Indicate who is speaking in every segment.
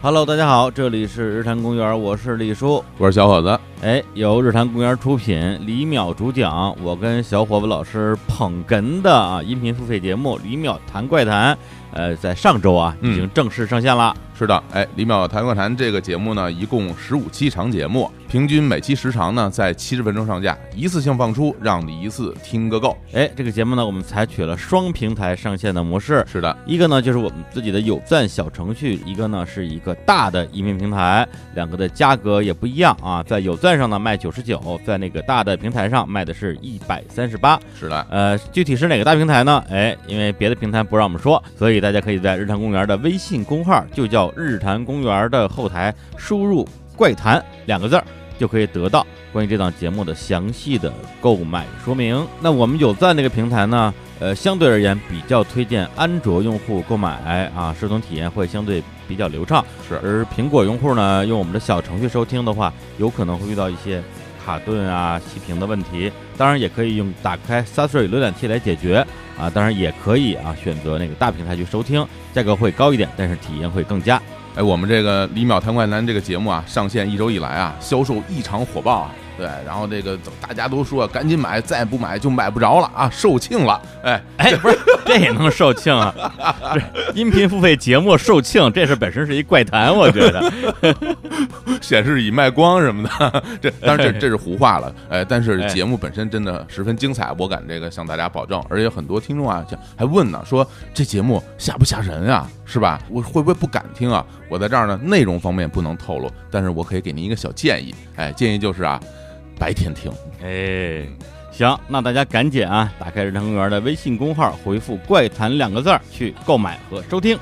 Speaker 1: Hello，大家好，这里是日坛公园，我是李叔。
Speaker 2: 我是小伙子，
Speaker 1: 哎，由日坛公园出品，李淼主讲，我跟小伙子老师捧哏的啊音频付费节目《李淼谈怪谈》，呃，在上周啊
Speaker 2: 嗯
Speaker 1: 已经正式上线了。
Speaker 2: 是的，哎，李淼谈怪谈这个节目呢，一共十五期长节目，平均每期时长呢在七十分钟上下，一次性放出，让你一次听个够。
Speaker 1: 哎，这个节目呢，我们采取了双平台上线的模式。
Speaker 2: 是的，
Speaker 1: 一个呢就是我们自己的有赞小程序，一个呢是一个大的音频平台，两个的价格也不一样啊。在有赞上呢卖九十九，在那个大的平台上卖的是一百三十八。
Speaker 2: 是的，
Speaker 1: 呃，具体是哪个大平台呢？哎，因为别的平台不让我们说，所以大家可以在日坛公园的微信公号，就叫日坛公园的后台输入“怪谈”两个字儿，就可以得到关于这档节目的详细的购买说明。那我们有赞这个平台呢，呃，相对而言比较推荐安卓用户购买啊，视听体验会相对比较流畅。
Speaker 2: 是
Speaker 1: 而苹果用户呢，用我们的小程序收听的话，有可能会遇到一些卡顿啊、熄屏的问题。当然也可以用打开 s a s r i 浏览器来解决啊，当然也可以啊选择那个大平台去收听，价格会高一点，但是体验会更佳。
Speaker 2: 哎，我们这个李淼谈怪谈这个节目啊，上线一周以来啊，销售异常火爆啊。对，然后这个怎么大家都说啊赶紧买，再不买就买不着了啊，售罄了。哎，
Speaker 1: 哎，不是，这也能售罄啊？ 这音频付费节目售罄，这是本身是一怪谈，我觉 得。
Speaker 2: 显示已卖光什么的， 这当然这这是胡话了，哎，但是
Speaker 1: 哎
Speaker 2: 节目本身真的十分精彩，我敢这个向大家保证，而且很多听众啊像还问呢，说这节目吓不吓人啊，是吧？我会不会不敢听啊？我在这儿呢，内容方面不能透露，但是我可以给您一个小建议，哎，建议就是啊，白天听，
Speaker 1: 哎，行，那大家赶紧啊，打开日坛公园的微信公号，回复“怪谈”两个字儿去购买和收听。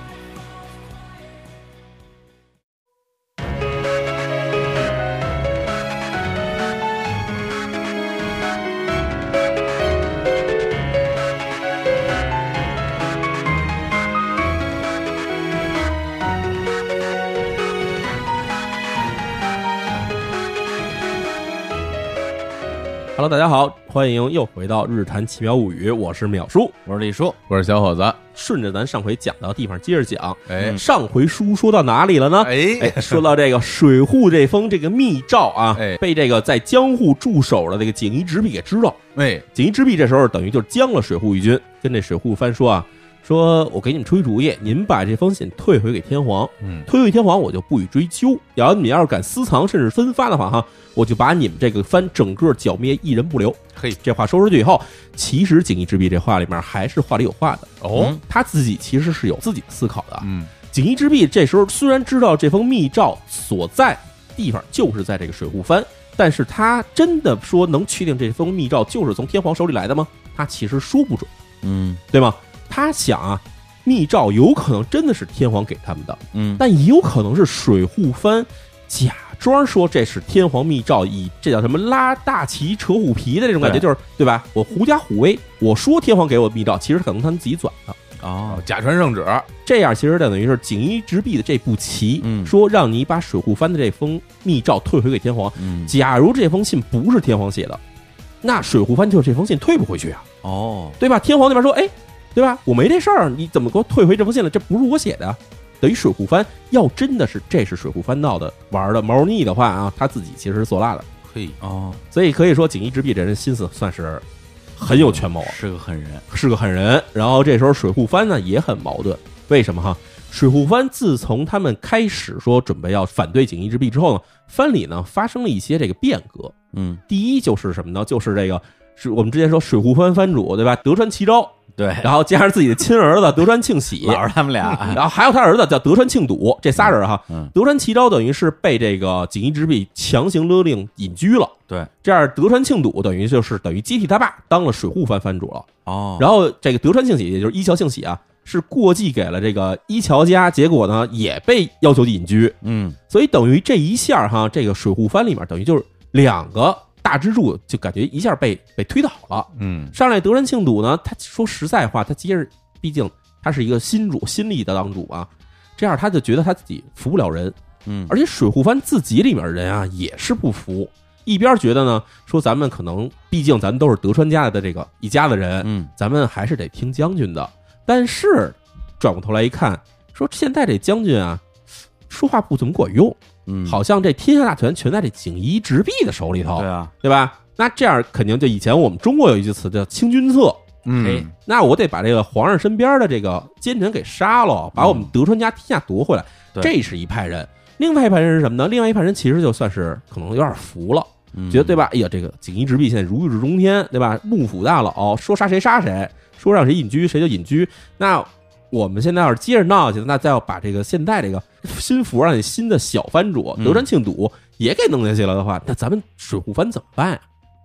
Speaker 3: Hello，大家好，欢迎又回到《日谈奇妙物语》，我是淼叔。
Speaker 1: 我是李叔，
Speaker 2: 我是小伙子，
Speaker 3: 顺着咱上回讲到的地方接着讲，
Speaker 1: 嗯
Speaker 2: 哎
Speaker 3: 上回书说到哪里了呢？哎
Speaker 2: 哎，
Speaker 3: 说到这个水户这封这个密诏啊，
Speaker 2: 哎
Speaker 3: 被这个在江户驻守的这个锦衣直弼给知道，
Speaker 2: 哎，
Speaker 3: 锦衣直弼这时候等于就将了水户一军，跟这水户藩说啊，说我给你们出一主意，您把这封信退回给天皇，
Speaker 2: 嗯，
Speaker 3: 退回天皇，我就不予追究。然后你们要是敢私藏甚至分发的话，哈，我就把你们这个藩整个剿灭，一人不留。
Speaker 2: 嘿，
Speaker 3: 这话说出去以后，其实锦衣之弊这话里面还是话里有话的。
Speaker 2: 哦，
Speaker 3: 他自己其实是有自己的思考的。啊
Speaker 2: 嗯，
Speaker 3: 锦衣之弊这时候虽然知道这封密诏所在地方就是在这个水户藩，但是他真的说能确定这封密诏就是从天皇手里来的吗？他其实说不准，
Speaker 1: 嗯
Speaker 3: 对吗？他想啊，密诏有可能真的是天皇给他们的，
Speaker 1: 嗯
Speaker 3: 但也有可能是水户藩假装说这是天皇密诏，以这叫什么拉大旗扯虎皮的这种感觉，
Speaker 1: 对
Speaker 3: 就是对吧？我狐假虎威，我说天皇给我密诏，其实可能他们自己转的。
Speaker 1: 哦，
Speaker 2: 假传圣旨，
Speaker 3: 这样其实等于是锦衣直弼的这步棋，
Speaker 1: 嗯
Speaker 3: 说让你把水户藩的这封密诏退回给天皇。
Speaker 1: 嗯
Speaker 3: 假如这封信不是天皇写的，那水户藩就这封信退不回去啊，
Speaker 1: 哦，
Speaker 3: 对吧？天皇那边说，哎，对吧？我没这事儿，你怎么给我退回这封信了？这不是我写的啊。等于水户藩要真的是这是水户藩闹的玩儿的猫腻的话啊，他自己其实是做辣的，
Speaker 2: 嘿，
Speaker 1: 哦，
Speaker 3: 所以可以说锦衣之弼这人心思算是很有权谋啊。
Speaker 1: 哦是个狠人。
Speaker 3: 是个狠人。然后这时候水户藩呢也很矛盾，为什么哈？水户藩自从他们开始说准备要反对锦衣之弊之后呢，藩里呢发生了一些这个变革。
Speaker 1: 嗯，
Speaker 3: 第一就是什么呢？就是这个是我们之前说水户藩藩主对吧？德川齐昭，
Speaker 1: 对，
Speaker 3: 然后加上自己的亲儿子德川庆喜，
Speaker 1: 老是他们俩。
Speaker 3: 然后还有他儿子叫德川庆笃，这仨人哈。
Speaker 1: 嗯，
Speaker 3: 德川齐昭等于是被这个锦衣之弊强行勒令隐居了，
Speaker 1: 对，
Speaker 3: 这样德川庆笃等于就是等于接替他爸当了水户藩藩主了。
Speaker 1: 哦，
Speaker 3: 然后这个德川庆喜，也就是一桥庆喜啊，是过继给了这个一桥家，结果呢也被要求隐居，
Speaker 1: 嗯，
Speaker 3: 所以等于这一下哈，这个水户藩里面等于就是两个大支柱，就感觉一下被被推倒了。
Speaker 2: 嗯，
Speaker 3: 上来德川庆笃呢，他说实在话，他接着毕竟他是一个新主新立的当主啊，这样他就觉得他自己服不了人，
Speaker 1: 嗯，
Speaker 3: 而且水户藩自己里面人啊也是不服。一边觉得呢，说咱们可能，毕竟咱们都是德川家的这个一家的人，
Speaker 1: 嗯，
Speaker 3: 咱们还是得听将军的。但是转过头来一看，说现在这将军啊，说话不怎么管用，
Speaker 1: 嗯，
Speaker 3: 好像这天下大权全在这锦衣直弼的手里头
Speaker 1: 对，啊，
Speaker 3: 对吧？那这样肯定就以前我们中国有一句词叫“清君侧”，
Speaker 1: 哎
Speaker 2: 嗯，
Speaker 3: 那我得把这个皇上身边的这个奸臣给杀了，把我们德川家天下夺回来。
Speaker 1: 嗯对
Speaker 3: 这是一派人。另外一派人是什么呢？另外一派人其实就算是可能有点服了，
Speaker 1: 嗯
Speaker 3: 觉得对吧？哎呀，这个锦衣直弼现在如日中天，对吧？幕府大佬说杀谁杀谁，说让谁隐居谁就隐居。那我们现在要是接着闹下去，那再要把这个现在这个新福让新的小藩主
Speaker 1: 嗯
Speaker 3: 德川庆笃也给弄下去了的话，那咱们水户藩怎么办呀？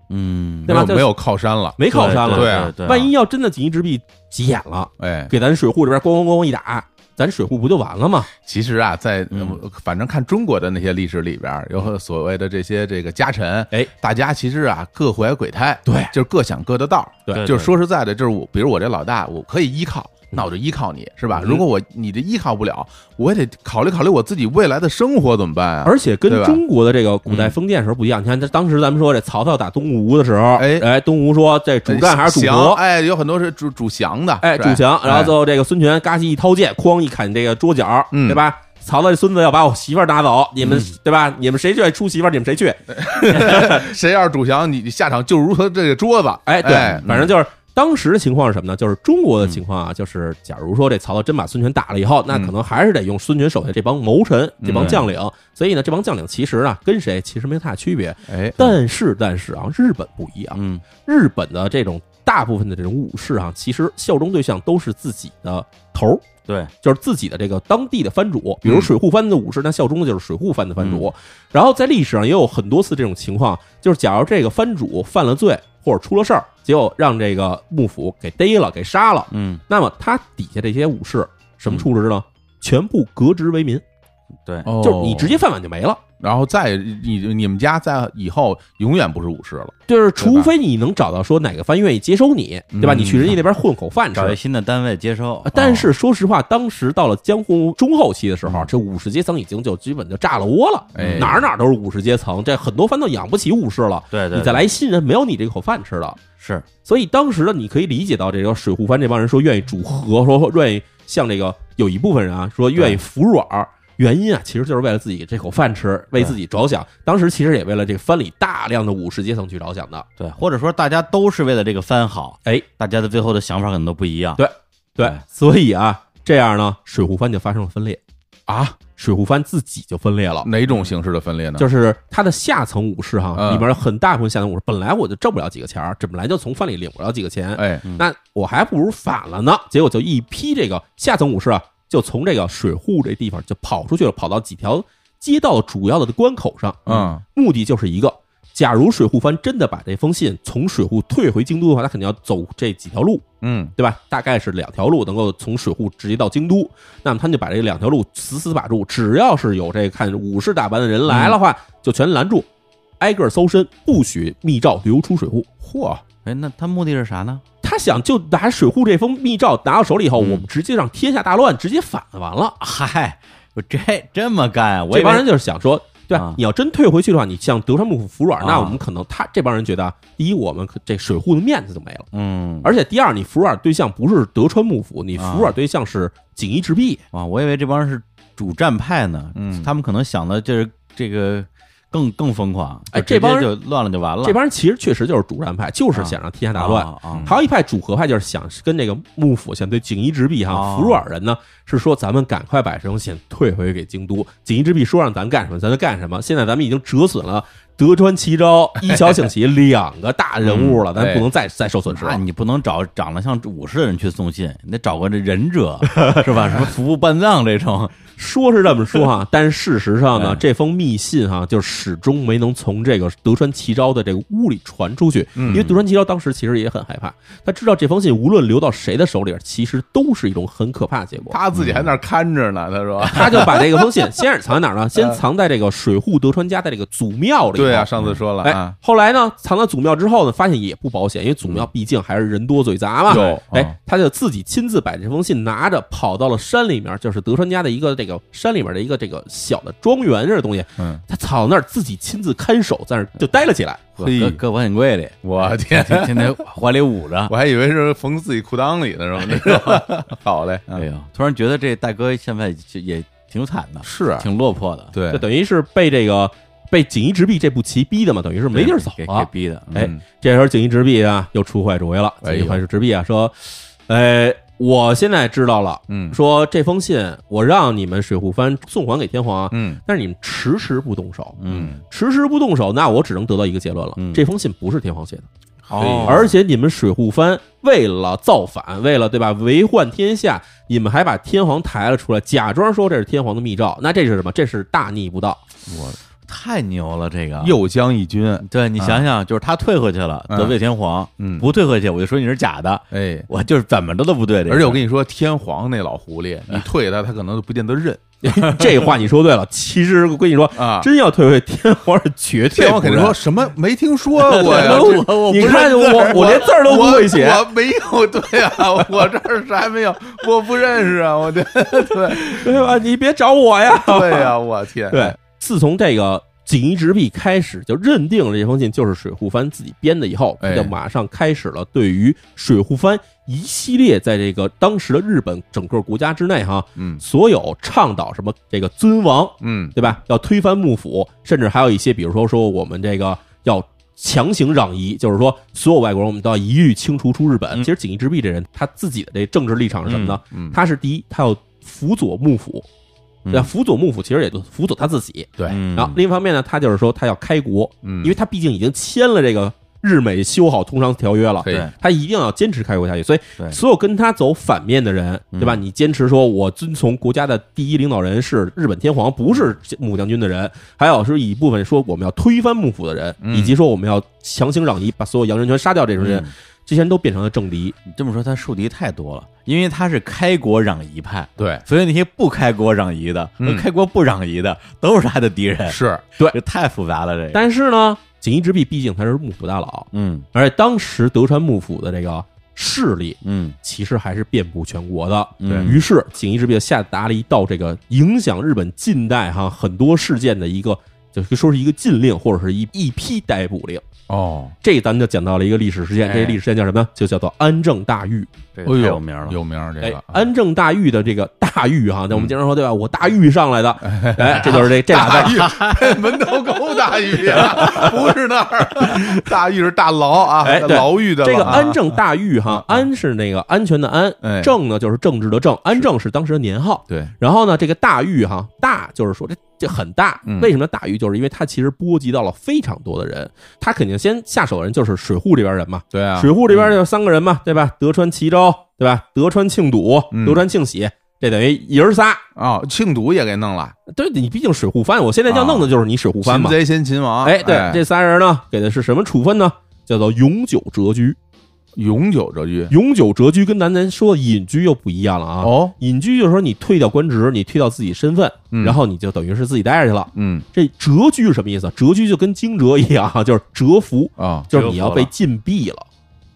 Speaker 1: 嗯，
Speaker 2: 没
Speaker 3: 对吧
Speaker 2: 有
Speaker 3: 就是
Speaker 2: 没有靠山了，
Speaker 3: 没靠山了，
Speaker 1: 对
Speaker 2: 对啊
Speaker 1: 对，
Speaker 3: 万一要真的锦衣直弼急眼了。
Speaker 2: 哎，
Speaker 3: 给咱水户这边咣咣咣咣一打，咱水户不就完了吗？
Speaker 2: 其实啊，在
Speaker 1: 嗯
Speaker 2: 呃反正看中国的那些历史里边儿，有所谓的这些这个家臣，
Speaker 3: 哎，
Speaker 2: 大家其实啊各怀鬼胎，
Speaker 3: 对
Speaker 2: 就是各想各的道儿，
Speaker 1: 对
Speaker 2: 就是说实在的，就是我，比如我这老大，我可以依靠。那我就依靠你是吧？
Speaker 3: 嗯
Speaker 2: 如果我你这依靠不了，我也得考虑考虑我自己未来的生活怎么办啊？
Speaker 3: 而且
Speaker 2: 对
Speaker 3: 跟
Speaker 2: 吧嗯
Speaker 3: 中国的这个古代封建时候不一样，你看，这当时咱们说这曹操打东吴的时候，
Speaker 2: 哎
Speaker 3: 哎东吴说这主战还是主
Speaker 2: 降
Speaker 3: 和，
Speaker 2: 哎，有很多是主主降的，
Speaker 3: 哎，
Speaker 2: 是
Speaker 3: 主
Speaker 2: 吧
Speaker 3: 降，然后
Speaker 2: 哎
Speaker 3: 最后这个孙权嘎叽一掏剑，哐一砍这个桌角，
Speaker 2: 嗯
Speaker 3: 对吧？曹操这孙子要把我媳妇儿拿走，你们、对吧？你们谁愿意出媳妇儿，你们谁去？
Speaker 2: 哎谁要是主降，你你下场就如他这个桌子，
Speaker 3: 哎，对，
Speaker 2: 哎
Speaker 3: 反正就是当时的情况是什么呢？就是中国的情况啊，就是假如说这曹操真把孙权打了以后，那
Speaker 2: 嗯
Speaker 3: 可能还是得用孙权手下这帮谋臣、这帮
Speaker 1: 嗯
Speaker 3: 将领。所以呢，这帮将领其实啊，跟谁其实没有太大区别。
Speaker 2: 哎，
Speaker 3: 但是，但是啊，日本不一样，
Speaker 1: 嗯
Speaker 3: 日本的这种大部分的这种武士啊，其实效忠对象都是自己的头儿。
Speaker 1: 对，
Speaker 3: 就是自己的这个当地的藩主，比如水户藩的武士，那效忠的就是水户藩的藩主。然后在历史上也有很多次这种情况，就是假如这个藩主犯了罪或者出了事儿，结果让这个幕府给逮了，给杀了，
Speaker 1: 嗯
Speaker 3: 那么他底下这些武士什么处置呢？全部革职为民，
Speaker 1: 对，
Speaker 3: 就是你直接饭碗就没了。
Speaker 2: 哦然后再你你们家在以后永远不是武士了，
Speaker 3: 就是除非你能找到说哪个藩愿意接收你，对吧？
Speaker 2: 嗯
Speaker 3: 你去人家那边混口饭吃
Speaker 1: 找一。新的单位接收哦
Speaker 3: 啊，但是说实话，当时到了江户中后期的时候，
Speaker 1: 嗯
Speaker 3: 这武士阶层已经就基本就炸了窝了，
Speaker 2: 哎，
Speaker 3: 哪儿哪儿都是武士阶层，这很多藩都养不起武士了。
Speaker 1: 对对，
Speaker 3: 你再
Speaker 1: 对
Speaker 3: 来新人，没有你这口饭吃了。
Speaker 1: 是
Speaker 3: 所以当时呢，你可以理解到这个水户藩这帮人说愿意主和，说愿意向这个有一部分人啊说愿意服软儿，原因啊其实就是为了自己这口饭吃，为自己着想。当时其实也为了这个藩里大量的武士阶层去着想的。
Speaker 1: 对，或者说大家都是为了这个番好，
Speaker 3: 哎，
Speaker 1: 大家的最后的想法可能都不一样。
Speaker 3: 对对
Speaker 1: 哎，
Speaker 3: 所以啊，这样呢，水户藩就发生了分裂，
Speaker 2: 啊，嗯
Speaker 3: 水户藩自己就分裂了。
Speaker 2: 哪种形式的分裂呢？
Speaker 3: 就是他的下层武士哈，
Speaker 2: 嗯
Speaker 3: 里面有很大部分下层武士，本来我就挣不了几个钱儿，这本来就从饭里领不了几个钱，
Speaker 2: 哎，
Speaker 3: 那我还不如反了呢。结果就一批这个下层武士啊，就从这个水户这地方就跑出去了，跑到几条街道主要的关口上，
Speaker 2: 嗯，
Speaker 3: 目的就是一个。假如水户藩真的把这封信从水户退回京都的话，他肯定要走这几条路，
Speaker 2: 嗯，
Speaker 3: 对吧？大概是两条路能够从水户直接到京都，那么他们就把这两条路死死把住，只要是有这看武士打扮的人来的话，就全拦住，挨个搜身，不许密诏流出水户。嚯！
Speaker 1: 哎，那他目的是啥呢？
Speaker 3: 他想就拿水户这封密诏拿到手里以后，
Speaker 1: 嗯
Speaker 3: 我们直接让天下大乱，直接反了完了。
Speaker 1: 嗨，我这这么干啊？我以
Speaker 3: 这帮
Speaker 1: 为
Speaker 3: 人就是想说，对
Speaker 1: 啊
Speaker 3: 吧，你要真退回去的话，你向德川幕府服软
Speaker 1: 啊，
Speaker 3: 那我们可能他这帮人觉得，第一，我们可这水户的面子就没了；
Speaker 1: 嗯
Speaker 3: 而且第二，你服软对象不是德川幕府，你服软对象是锦衣直弼。
Speaker 1: 啊，我以为这帮人是主战派呢，
Speaker 2: 嗯
Speaker 1: 他们可能想的就是这个更更疯狂，
Speaker 3: 哎
Speaker 1: 就直接
Speaker 3: 这帮人
Speaker 1: 就乱了就完了，
Speaker 3: 这帮人其实确实就是主战派，就是想让天下大乱。嗯
Speaker 1: 啊啊
Speaker 3: 还有一派主和派，就是想跟这个幕府想对锦衣直弼
Speaker 1: 哦
Speaker 3: 哈服软人呢，是说咱们赶快把这封信退回给京都。锦衣直弼说让咱干什么，咱就干什么。现在咱们已经折损了德川 齐昭、一桥庆喜两个大人物了，咱不能
Speaker 1: 哎
Speaker 3: 再再受损失
Speaker 1: 那
Speaker 3: 了。
Speaker 1: 你不能找长得像武士的人去送信，你得找个这忍者是吧？什么 服部半藏这种，
Speaker 3: 说是这么 说哈，但是事实上
Speaker 1: 哎
Speaker 3: 呢，这封密信哈，就始终没能从这个德川齐昭的这个屋里传出去，
Speaker 2: 嗯
Speaker 3: 因为德川齐昭当时其实也很害怕，他知道这封信无论流到谁的手里，其实都是一种很可怕的结果。
Speaker 2: 他自己还在那儿看着
Speaker 3: 嗯
Speaker 2: 呢，他说，
Speaker 3: 他就把这个封信先是藏在哪儿 呢？先藏在这个水户德川家的这个祖庙里。
Speaker 2: 呃对啊，，上次说了
Speaker 3: 哎
Speaker 2: 啊，，
Speaker 3: 后来呢，藏到祖庙之后呢，发现也不保险，因为祖庙毕竟还是人多嘴杂嘛。
Speaker 2: 有啊
Speaker 3: 哎，他就自己亲自把这封信拿着跑到了山里面，就是德川家的一个这个山里面的一个这个小的庄园这个东西，
Speaker 2: 嗯，
Speaker 3: 他藏到那儿自己亲自看守，在那儿就待了起来。
Speaker 2: 嘿
Speaker 1: 搁搁保险柜里，
Speaker 2: 我天，
Speaker 1: 哎天天天怀里捂 着。
Speaker 2: 我还以为是缝 自己裤�裆里呢，是吧？好嘞，
Speaker 1: 嗯哎呦，突然觉得这大哥现在也也挺挺惨的，
Speaker 2: 是啊，
Speaker 1: 挺落魄的，
Speaker 2: 对
Speaker 3: 这，等于是被这个被锦衣直弼这步棋逼的嘛，等于是没地儿走
Speaker 1: 嗯给给
Speaker 3: 了。
Speaker 1: 逼的，
Speaker 3: 哎
Speaker 2: 嗯，
Speaker 3: 这时候锦衣直弼啊又出坏主意了，
Speaker 2: 哎
Speaker 3: 锦
Speaker 2: 呦
Speaker 3: 衣坏直弼啊说，哎，我现在知道了，
Speaker 2: 嗯
Speaker 3: 说这封信我让你们水户藩送还给天皇啊，
Speaker 2: 嗯
Speaker 3: 但是你们迟迟不动手，
Speaker 1: 嗯，
Speaker 3: 迟迟不动手，那我只能得到一个结论了，
Speaker 1: 嗯
Speaker 3: 这封信不是天皇写的。
Speaker 1: 哦
Speaker 3: 而且你们水户藩为了造反，为了对吧为患天下，你们还把天皇抬了出来，假装说这是天皇的密诏，那这是什么？这是大逆不道。
Speaker 2: 我
Speaker 1: 太牛了，这个
Speaker 2: 右江一军，
Speaker 1: 对你想想，就是他退回去了，
Speaker 2: 嗯
Speaker 1: 得罪天皇，
Speaker 2: 嗯
Speaker 1: 不退回去我就说你是假的，
Speaker 2: 哎，
Speaker 1: 我就是怎么着都不对的。
Speaker 2: 而且我跟你说，天皇那老狐狸，你退他，他可能都不见得认
Speaker 3: 这话你说对了，其实我跟你说，
Speaker 2: 啊。
Speaker 3: 真要退位，天皇是绝对
Speaker 2: 天皇
Speaker 3: 不
Speaker 2: 肯定
Speaker 3: 让
Speaker 2: 说什么没听说过 呀，这
Speaker 1: 我我
Speaker 3: 你看我我连字儿都不会写，
Speaker 2: 我我没有，对啊，我这儿啥也没有，我不认识啊， 我这对
Speaker 3: 对吧？你别找我呀。
Speaker 2: 对呀、我天，
Speaker 3: 对，自从这个锦衣直弼开始就认定了这封信就是水户藩自己编的以后，
Speaker 2: 哎
Speaker 3: 就马上开始了对于水户藩一系列在这个当时的日本整个国家之内哈，
Speaker 2: 嗯
Speaker 3: 所有倡导什么这个尊王，
Speaker 2: 嗯
Speaker 3: 对吧？要推翻幕府，甚至还有一些，比如说说我们这个要。强行攘夷，就是说，所有外国人我们都要一律清除出日本。
Speaker 1: 嗯
Speaker 3: 其实锦衣直弼这人，他自己的这政治立场是什么呢？
Speaker 2: 嗯，
Speaker 3: 他是第一，他要辅佐幕府，
Speaker 1: 嗯
Speaker 3: 那辅佐幕府其实也就辅佐他自己。
Speaker 2: 对，
Speaker 1: 嗯
Speaker 3: 然后另一方面呢，他就是说他要开国，
Speaker 2: 嗯，
Speaker 3: 因为他毕竟已经签了这个日美修好通商条约了
Speaker 2: 可，以
Speaker 1: 对
Speaker 3: 他一定要坚持开国下去。所
Speaker 1: 对
Speaker 3: 以，所有跟他走反面的人，对吧？你坚持说我遵从国家的第一领导人是日本天皇，不是幕将军的人，还有是一部分说我们要推翻幕府的人，
Speaker 2: 嗯
Speaker 3: 以及说我们要强行攘夷，把所有洋人全杀掉这种人，
Speaker 1: 嗯
Speaker 3: 这些人都变成了政敌。
Speaker 1: 你这么说，他树敌太多了，因为他是开国攘夷派，
Speaker 2: 对
Speaker 1: 所以那些不开国攘夷的、
Speaker 2: 嗯
Speaker 1: 开国不攘夷的都是他的敌人，
Speaker 2: 是，
Speaker 1: 这太复杂了，这个。
Speaker 3: 但是呢，锦衣之弼毕竟他是幕府大佬，
Speaker 1: 嗯
Speaker 3: 而且当时德川幕府的这个势力
Speaker 1: 嗯
Speaker 3: 其实还是遍布全国的。
Speaker 1: 嗯
Speaker 3: 于是锦衣之弼下达了一道这个影响日本近代哈很多事件的一个，就是说是一个禁令或者是一一批逮捕令。
Speaker 2: 哦，
Speaker 3: 这咱们就讲到了一个历史事件，
Speaker 1: 哎
Speaker 3: 这历史事件叫什么呢？就叫做安政大狱。
Speaker 1: 这
Speaker 2: 哎呦
Speaker 1: 太有名了，
Speaker 2: 有名儿这
Speaker 3: 哎
Speaker 2: 个，，
Speaker 3: 安政大狱的这个大狱哈，那我们经常说对吧？我大狱上来的，哎，这就是这这俩字儿。
Speaker 2: 大狱， 门头沟大狱 啊，不是那儿，大狱是大牢啊，
Speaker 3: 哎对
Speaker 2: 牢狱的
Speaker 3: 这个
Speaker 2: 牢啊
Speaker 3: 安政大狱哈，安是那个安全的
Speaker 2: 哎
Speaker 3: 安，政呢就是政治的政，安政是当时的年号。
Speaker 2: 对，
Speaker 3: 然后呢，这个大狱哈，大就是说这这很大
Speaker 2: 嗯。
Speaker 3: 为什么大狱？就是因为它其实波及到了非常多的人。他肯定先下手的人就是水户这边人嘛，
Speaker 2: 对啊，
Speaker 3: 水户这边就三个人嘛，对吧？德川齐昭，对吧？德川庆笃
Speaker 2: 嗯，
Speaker 3: 德川庆喜，这等于爷儿仨。
Speaker 2: 啊，庆笃也给弄了，
Speaker 3: 对你毕竟水户藩，我现在
Speaker 2: 啊
Speaker 3: 要弄的就是你水户藩
Speaker 2: 擒
Speaker 3: 嘛。
Speaker 2: 贼先擒王，
Speaker 3: 哎，对，这仨人呢，给的是什么处分呢？叫做永久谪居。
Speaker 2: 永久谪居，
Speaker 3: 永久谪居跟咱咱说的隐居又不一样了啊。
Speaker 2: 哦，
Speaker 3: 隐居就是说你退掉官职，你退掉自己身份，
Speaker 2: 嗯
Speaker 3: 然后你就等于是自己待着去了。
Speaker 2: 嗯
Speaker 3: 这谪居是什么意思？谪居就跟惊蛰一样啊， 就是蛰伏，
Speaker 2: 啊，
Speaker 3: 就是你要被禁闭了，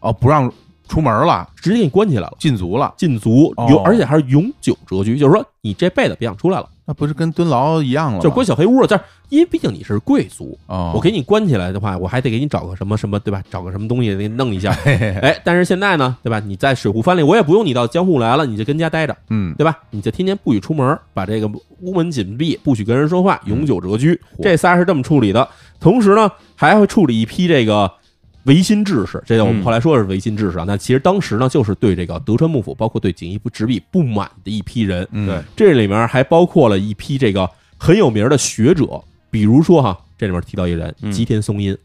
Speaker 2: 哦，不让出门了，
Speaker 3: 直接给你关起来了，
Speaker 2: 禁足了，
Speaker 3: 禁足
Speaker 2: 哦
Speaker 3: 永，而且还是永久谪居，就是说你这辈子别想出来了，
Speaker 2: 那不是跟蹲牢一样了吗？
Speaker 3: 就是关小黑屋了。但是因为毕竟你是贵族，
Speaker 2: 哦，
Speaker 3: 我给你关起来的话，我还得给你找个什么什么，对吧？找个什么东西给你弄一下。哎，但是现在呢，对吧？你在水户藩里，我也不用你到江户来了，你就跟家待着，
Speaker 2: 嗯，
Speaker 3: 对吧？你就天天不许出门，把这个屋门紧闭，不许跟人说话，永
Speaker 1: 嗯
Speaker 3: 久谪居。这仨是这么处理的。同时呢，还会处理一批这个维新志士，这个我们
Speaker 1: 嗯
Speaker 3: 后来说是维新志士啊。那其实当时呢，就是对这个德川幕府，包括对锦衣直弼不满的一批人。
Speaker 2: 嗯
Speaker 1: 对，
Speaker 3: 这里面还包括了一批这个很有名的学者，比如说哈，这里面提到一人
Speaker 1: 嗯
Speaker 3: 吉田松阴，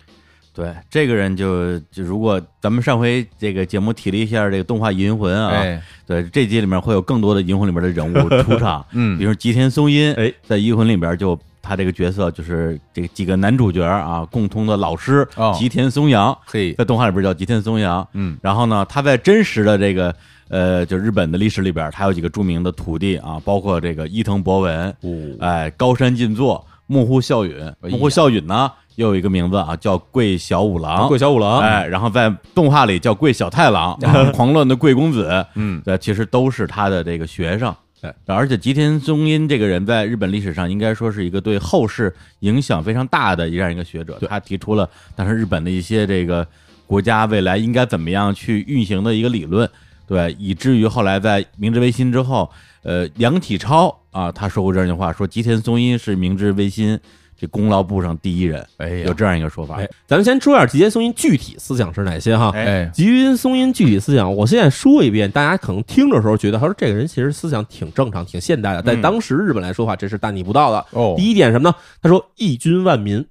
Speaker 1: 对，这个人就就如果咱们上回这个节目提了一下这个动画《银魂》啊，
Speaker 2: 哎，
Speaker 1: 对，这集里面会有更多的《银魂》里面的人物出场，比
Speaker 2: 嗯，
Speaker 1: 如吉田松阴，
Speaker 3: 哎，
Speaker 1: 在《银魂》里边就他这个角色就是这几个男主角啊共同的老师
Speaker 2: 哦
Speaker 1: 吉田松阳，
Speaker 2: 嘿，
Speaker 1: 在动画里边叫吉田松阳。
Speaker 2: 嗯，
Speaker 1: 然后呢，他在真实的这个呃，就日本的历史里边，他有几个著名的徒弟啊，包括这个伊藤博文，
Speaker 3: 哦，
Speaker 1: 哎，高山进作、木户孝允。
Speaker 2: 嗯哎呀
Speaker 1: 木户孝允呢，又有一个名字啊，叫桂小五郎。
Speaker 3: 呃桂小五郎，
Speaker 1: 哎，然后在动画里叫桂小太郎，啊狂乱的桂公子，
Speaker 2: 嗯，
Speaker 1: 对，其实都是他的这个学生。
Speaker 3: 哎，
Speaker 1: 而且吉田松阴这个人在日本历史上应该说是一个对后世影响非常大的这样一个学者，他提出了当时日本的一些这个国家未来应该怎么样去运行的一个理论，对，以至于后来在明治维新之后，呃，梁启超啊，他说过这样一句话，说吉田松阴是明治维新这功劳簿上第一人，
Speaker 2: 哎
Speaker 1: 有
Speaker 2: 呀，
Speaker 1: 这样一个说法。
Speaker 3: 哎，咱们先说一下吉田松阴具体思想是哪些哈。
Speaker 1: 哎
Speaker 2: 哎，
Speaker 3: 吉田松阴具体思想，我现在说一遍，大家可能听的时候觉得，他说这个人其实思想挺正常、挺现代的，在
Speaker 1: 嗯
Speaker 3: 当时日本来说的话，这是大逆不道的。
Speaker 2: 哦，
Speaker 3: 第一点什么呢？他说一君万民，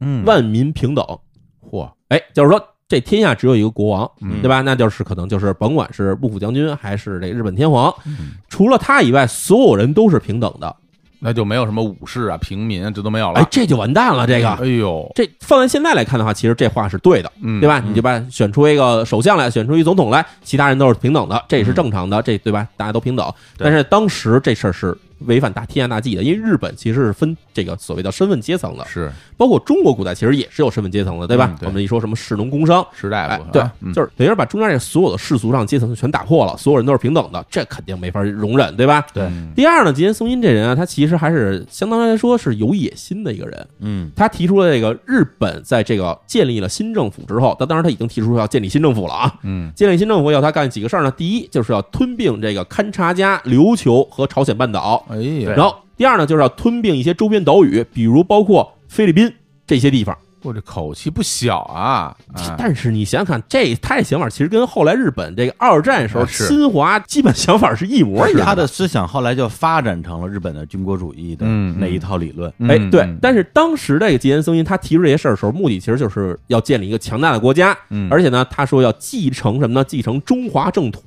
Speaker 2: 嗯，
Speaker 3: 万民平等。
Speaker 2: 嚯，
Speaker 3: 哎，就是说这天下只有一个国王，
Speaker 2: 嗯
Speaker 3: 对吧？那就是可能就是甭管是幕府将军还是这日本天皇，
Speaker 2: 嗯
Speaker 3: 除了他以外，所有人都是平等的。
Speaker 2: 那就没有什么武士啊、平民啊，这都没有了
Speaker 3: 哎，。这就完蛋了，这
Speaker 2: 哎
Speaker 3: 个。
Speaker 2: 呦，
Speaker 3: 这放在现在来看的话，其实这话是对的，
Speaker 2: 嗯，
Speaker 3: 对吧？你就把选出一个首相来，选出一总统来，其他人都是平等的，
Speaker 2: 嗯
Speaker 3: 这也是正常的，这对吧？大家都平等。
Speaker 1: 对
Speaker 3: 但是当时这事儿是违反大天下大忌的，因为日本其实是分这个所谓的身份阶层的，
Speaker 2: 是
Speaker 3: 包括中国古代其实也是有身份阶层的，对吧？
Speaker 2: 嗯对
Speaker 3: 我们一说什么士农工商，
Speaker 2: 士大
Speaker 3: 哎
Speaker 2: 夫，，
Speaker 3: 对
Speaker 2: 啊，嗯
Speaker 3: 就是等于是把中间这所有的世俗上阶层全打破了，所有人都是平等的，这肯定没法容忍，对吧？
Speaker 1: 对
Speaker 2: 嗯
Speaker 3: 第二呢，吉田松阴这人啊，他其实还是相当来说是有野心的一个人。
Speaker 1: 嗯
Speaker 3: 他提出了这个日本在这个建立了新政府之后，他当然他已经提出要建立新政府了啊。
Speaker 2: 嗯，
Speaker 3: 建立新政府要他干几个事儿呢？第一就是要吞并这个勘察家、琉球和朝鲜半岛，
Speaker 2: 哎呀，
Speaker 3: 然后第二呢就是要吞并一些周边岛屿，比如包括菲律宾这些地方。
Speaker 2: 我这口气不小啊！
Speaker 3: 这
Speaker 2: 啊
Speaker 3: 但是你想想看，这他这想法其实跟后来日本这个二战时候
Speaker 2: 啊是
Speaker 3: 侵华基本想法是一模一样
Speaker 1: 他的思想后来就发展成了日本的军国主义的
Speaker 2: 嗯
Speaker 1: 那一套理论。
Speaker 3: 哎，
Speaker 2: 嗯
Speaker 3: 对
Speaker 2: 嗯，
Speaker 3: 但是当时这个吉田松阴他提出这些事儿的时候，目的其实就是要建立一个强大的国家，
Speaker 2: 嗯
Speaker 3: 而且呢，他说要继承什么呢？继承中华正统，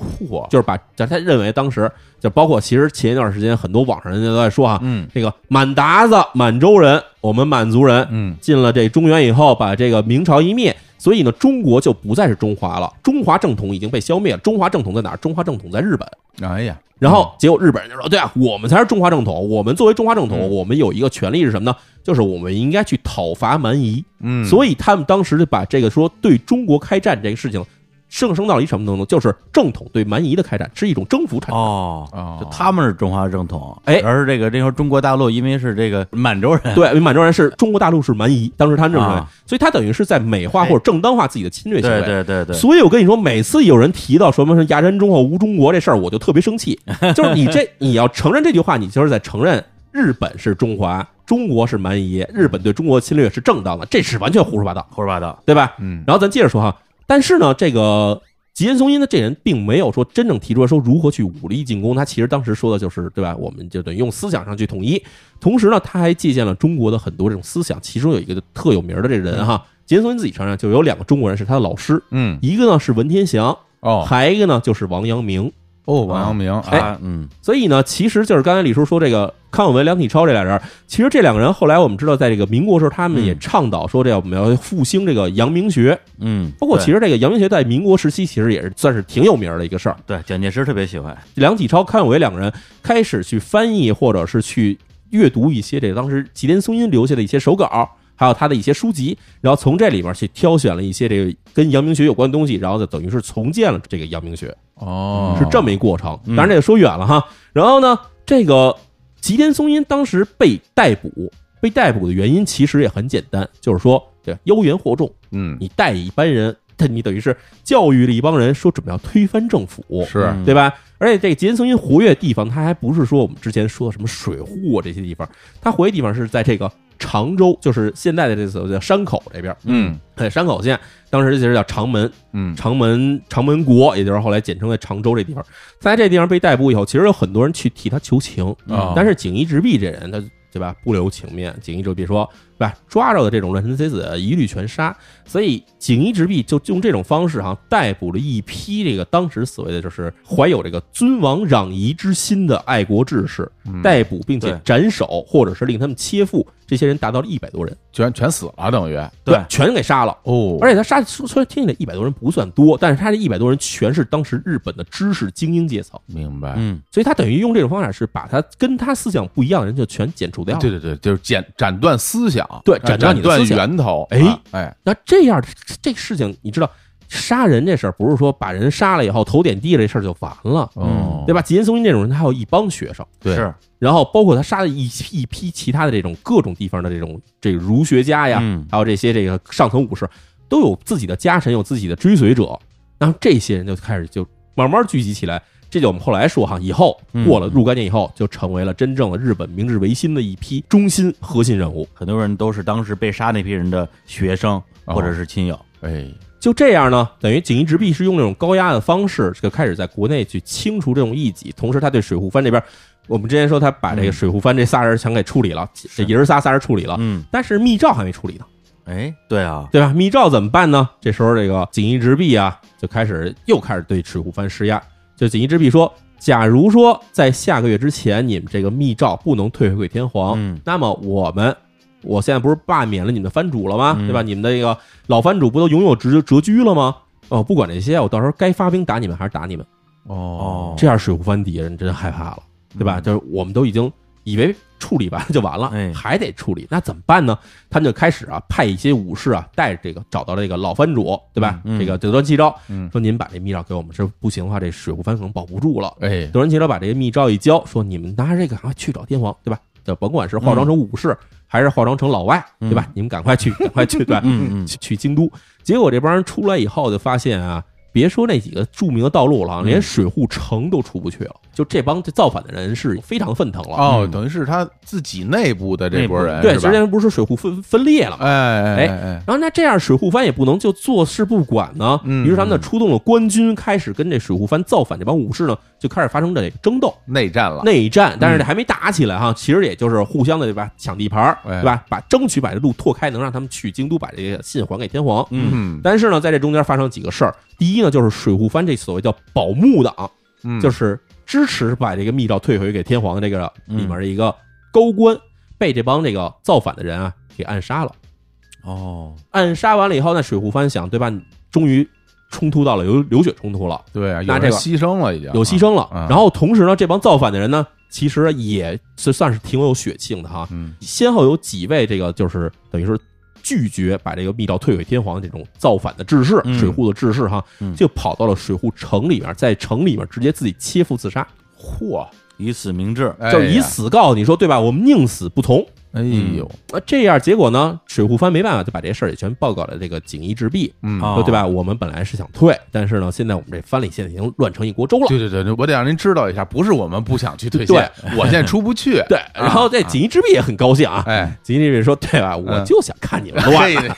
Speaker 3: 嚯，就是把，就是他认为当时就包括其实前一段时间很多网上人家都在说啊，
Speaker 2: 嗯
Speaker 3: 这个满达子、满洲人，我们满族人
Speaker 2: 嗯
Speaker 3: 进了这中原以后，把这个明朝一灭，所以呢，中国就不再是中华了，中华正统已经被消灭了。中华正统在哪儿？中华正统在日本。
Speaker 2: 哎呀，
Speaker 3: 然后结果日本人就说：“对啊，我们才是中华正统。我们作为中华正
Speaker 1: 嗯
Speaker 3: 统，我们有一个权利是什么呢？就是我们应该去讨伐蛮夷。
Speaker 2: 嗯，
Speaker 3: 所以他们当时就把这个说对中国开战这个事情上升到了一什么程度？就是正统对蛮夷的开战是一种征服产生。
Speaker 1: 哦
Speaker 2: 哦
Speaker 1: 就他们是中华正统，
Speaker 3: 哎
Speaker 1: 而这个这时候中国大陆因为是这个满洲人，
Speaker 3: 对，满洲人是中国大陆是蛮夷，当时他们认为
Speaker 1: 哦啊，哎
Speaker 3: 所以他等于是在美化或者正当化自己的侵略行为。
Speaker 1: 对对对对，
Speaker 3: 所以我跟你说，每次有人提到什么是亚真中后无中国这事儿，我就特别生气。就是你这你要承认这句话，你就是在承认日本是中华，中国是蛮夷，日本对中国侵略是正当的，这是完全胡说八道，
Speaker 1: 胡说八道，
Speaker 3: 对吧？
Speaker 2: 嗯
Speaker 3: 然后咱接着说哈，但是呢，这个吉恩松阴呢，这人并没有说真正提出来说如何去武力进攻，他其实当时说的就是对吧？我们就等于用思想上去统一，同时呢，他还借鉴了中国的很多这种思想，其中有一个特有名儿的这人哈。吉恩松阴自己承认，就有两个中国人是他的老师，
Speaker 2: 嗯
Speaker 3: 一个呢是文天祥，
Speaker 2: 哦
Speaker 3: 还一个呢就是王阳明。
Speaker 2: 哦，王阳明，
Speaker 3: 哎
Speaker 1: 他嗯，
Speaker 3: 所以呢，其实就是刚才李叔说这个康有为、梁启超这俩人，其实这两个人后来我们知道，在这个民国时候，他们也倡导说这我们要复兴这个阳明学。
Speaker 1: 嗯，
Speaker 3: 包括
Speaker 1: 实
Speaker 3: 其实这个阳明学在民国时期其实也是算是挺有名儿的一个事儿。
Speaker 1: 对蒋介石特别喜欢，哎
Speaker 3: 梁启超、康有为两个人开始去翻译或者是去阅读一些这个当时吉田松阴留下的一些手稿，还有他的一些书籍，然后从这里面去挑选了一些这个跟阳明学有关的东西，然后就等于是重建了这个阳明学。
Speaker 2: 哦，
Speaker 3: 是这么一过程。
Speaker 1: 嗯
Speaker 3: 当然这个说远了哈。然后呢，这个吉田松阴当时被逮捕，被逮捕的原因其实也很简单，就是说这妖言惑众，
Speaker 2: 嗯
Speaker 3: 你带一班人，他你等于是教育了一帮人，说准备要推翻政府，
Speaker 2: 是
Speaker 1: 嗯
Speaker 3: 对吧？而且这个吉田松阴活跃的地方，他还不是说我们之前说的什么水户啊这些地方，他活跃地方是在这个常州，就是现在的这所谓的山口这边，
Speaker 2: 嗯
Speaker 3: 哎，山口县当时其实叫长门，
Speaker 2: 嗯
Speaker 3: 长门长门国，也就是后来简称为常州这地方，在这地方被逮捕以后，其实有很多人去替他求情，
Speaker 1: 啊
Speaker 2: 哦
Speaker 3: 但是锦衣直弼这人，他对吧不留情面，锦衣直弼说，对吧抓着的这种乱臣贼子一律全杀，所以锦衣直弼就用这种方式哈、逮捕了一批这个当时所谓的就是怀有这个尊王攘夷之心的爱国志士，逮捕并
Speaker 1: 嗯
Speaker 3: 且
Speaker 1: 对
Speaker 3: 斩首或者是令他们切腹，这些人达到了一百多人，
Speaker 2: 全全死了，等于
Speaker 1: 对
Speaker 3: 全给杀了。
Speaker 2: 哦，
Speaker 3: 而且他杀说说听起来一百多人不算多，但是他这一百多人全是当时日本的知识精英阶层，
Speaker 2: 明白，
Speaker 1: 嗯，
Speaker 3: 所以他等于用这种方法是把他跟他思想不一样的人就全剪除掉了。
Speaker 2: 哎对对对，就是斩斩断思想，哎
Speaker 3: 对
Speaker 2: 斩
Speaker 3: 斩断你的思想
Speaker 2: 源头，
Speaker 3: 哎
Speaker 2: 啊哎，
Speaker 3: 那这样这这事情你知道，杀人这事儿不是说把人杀了以后头点地了这事儿就完了，
Speaker 2: 哦，
Speaker 3: 嗯对吧？吉田松阴这种人，他还有一帮学生。
Speaker 2: 对，
Speaker 1: 是，
Speaker 3: 然后包括他杀了一批一批其他的这种各种地方的这种这个儒学家呀，
Speaker 1: 嗯
Speaker 3: 还有这些这个上层武士，都有自己的家臣，有自己的追随者。然后这些人就开始就慢慢聚集起来，这就我们后来说哈，以后
Speaker 1: 嗯
Speaker 3: 过了若干年以后，就成为了真正的日本明治维新的一批中心核心人物。
Speaker 1: 很多人都是当时被杀那批人的学生
Speaker 2: 哦
Speaker 1: 或者是亲友。
Speaker 2: 哎，
Speaker 3: 就这样呢，等于锦衣直弼是用那种高压的方式，就开始在国内去清除这种异己，同时他对水户藩这边，我们之前说他把这个水户藩这仨人全给处理了，这爷儿仨仨人处理了，
Speaker 1: 嗯，
Speaker 3: 但是密诏还没处理呢，
Speaker 1: 哎，对啊，
Speaker 3: 对吧？密诏怎么办呢？这时候这个锦衣直弼啊，就开始又开始对水户藩施压。就锦衣直弼说，假如说在下个月之前你们这个密诏不能退回给天皇，
Speaker 1: 嗯
Speaker 3: 那么我们。我现在不是罢免了你们的藩主了吗？
Speaker 1: 嗯
Speaker 3: 对吧？你们的这个老藩主不都拥有谪谪居了吗？哦，不管这些，我到时候该发兵打你们还是打你们。
Speaker 1: 哦嗯
Speaker 3: 这样水户藩底下人真害怕了，对吧？就是我们都已经以为处理完了就完了，
Speaker 1: 哎
Speaker 3: 还得处理，那怎么办呢？他们就开始啊，派一些武士啊，带着这个找到这个老藩主，对吧？
Speaker 1: 嗯嗯
Speaker 3: 这个德川齐昭，
Speaker 2: 嗯，
Speaker 3: 说您把这密诏给我们，这不行的话，这水户藩可能保不住了。
Speaker 2: 哎，
Speaker 3: 德川齐昭把这个密诏一交，说你们拿着这个赶快去找天皇，对吧？就甭管是化妆成武
Speaker 2: 嗯
Speaker 3: 士、还是化妆成老外，对吧？你们赶快去，赶快去，对吧？
Speaker 1: 嗯嗯
Speaker 3: 去去京都。结果这帮人出来以后，就发现啊，别说那几个著名的道路了啊，
Speaker 2: 嗯
Speaker 3: 连水户城都出不去了。就这帮这造反的人是非常愤腾了。
Speaker 2: 哦，
Speaker 1: 嗯
Speaker 2: 等于是他自己内部的这波人，
Speaker 3: 对，
Speaker 2: 是
Speaker 3: 之
Speaker 2: 吧？
Speaker 3: 前不是说水户分分裂了吗？
Speaker 2: 哎哎哎，
Speaker 3: 然后那这样水户藩也不能就坐视不管呢，
Speaker 2: 嗯
Speaker 3: 于是他们就出动了官军，开始跟这水户藩造反这帮武士呢，就开始发生这个争斗。
Speaker 2: 内战了，
Speaker 3: 内战，但
Speaker 2: 嗯
Speaker 3: 是这还没打起来哈，其实也就是互相的对吧，抢地盘儿，
Speaker 2: 哎
Speaker 3: 对吧？把争取把这路拓开，能让他们去京都把这个信还给天皇。
Speaker 1: 嗯
Speaker 2: 嗯
Speaker 3: 但是呢，在这中间发生几个事儿，第一呢，就是水户藩这所谓叫保木党，
Speaker 2: 嗯，
Speaker 3: 就是是支持把这个密诏退回给天皇的这个里面的一个高官，被这帮这个造反的人啊给暗杀了。
Speaker 1: 哦，
Speaker 3: 暗杀完了以后，那水户藩想，对吧？终于冲突到了流流血冲突了，
Speaker 2: 对啊，有
Speaker 3: 那
Speaker 2: 人
Speaker 3: 这个
Speaker 2: 牺牲了，已经
Speaker 3: 有牺，牲了。
Speaker 2: 啊
Speaker 3: 然后同时呢，这帮造反的人呢，其实也是算是挺有血性的哈。
Speaker 2: 嗯
Speaker 3: 先后有几位这个就是等于说拒绝把这个密诏退给天皇的这种造反的志士，
Speaker 1: 嗯
Speaker 3: 水户的志士哈
Speaker 1: 嗯，
Speaker 3: 就跑到了水户城里面，在城里面直接自己切腹自杀，嚯，
Speaker 1: 以死明志，
Speaker 2: 哎呀
Speaker 3: 就是以死告你说对吧？我们宁死不从。
Speaker 2: 哎呦，
Speaker 3: 那这样结果呢，水户藩没办法，就把这事儿也全报告了这个锦衣直弼，
Speaker 2: 嗯，
Speaker 1: 啊
Speaker 3: 说对吧？我们本来是想退，但是呢，现在我们这藩里现在已经乱成一锅粥了。
Speaker 2: 对对对，对我得让您知道一下，不是我们不想去退
Speaker 3: 对
Speaker 2: 线，我现在出不去，
Speaker 3: 对，然后这锦衣直弼也很高兴啊，
Speaker 2: 哎，
Speaker 3: 锦衣直弼说：“对吧？我
Speaker 2: 嗯
Speaker 3: 就想看 你们乱，
Speaker 2: 嘿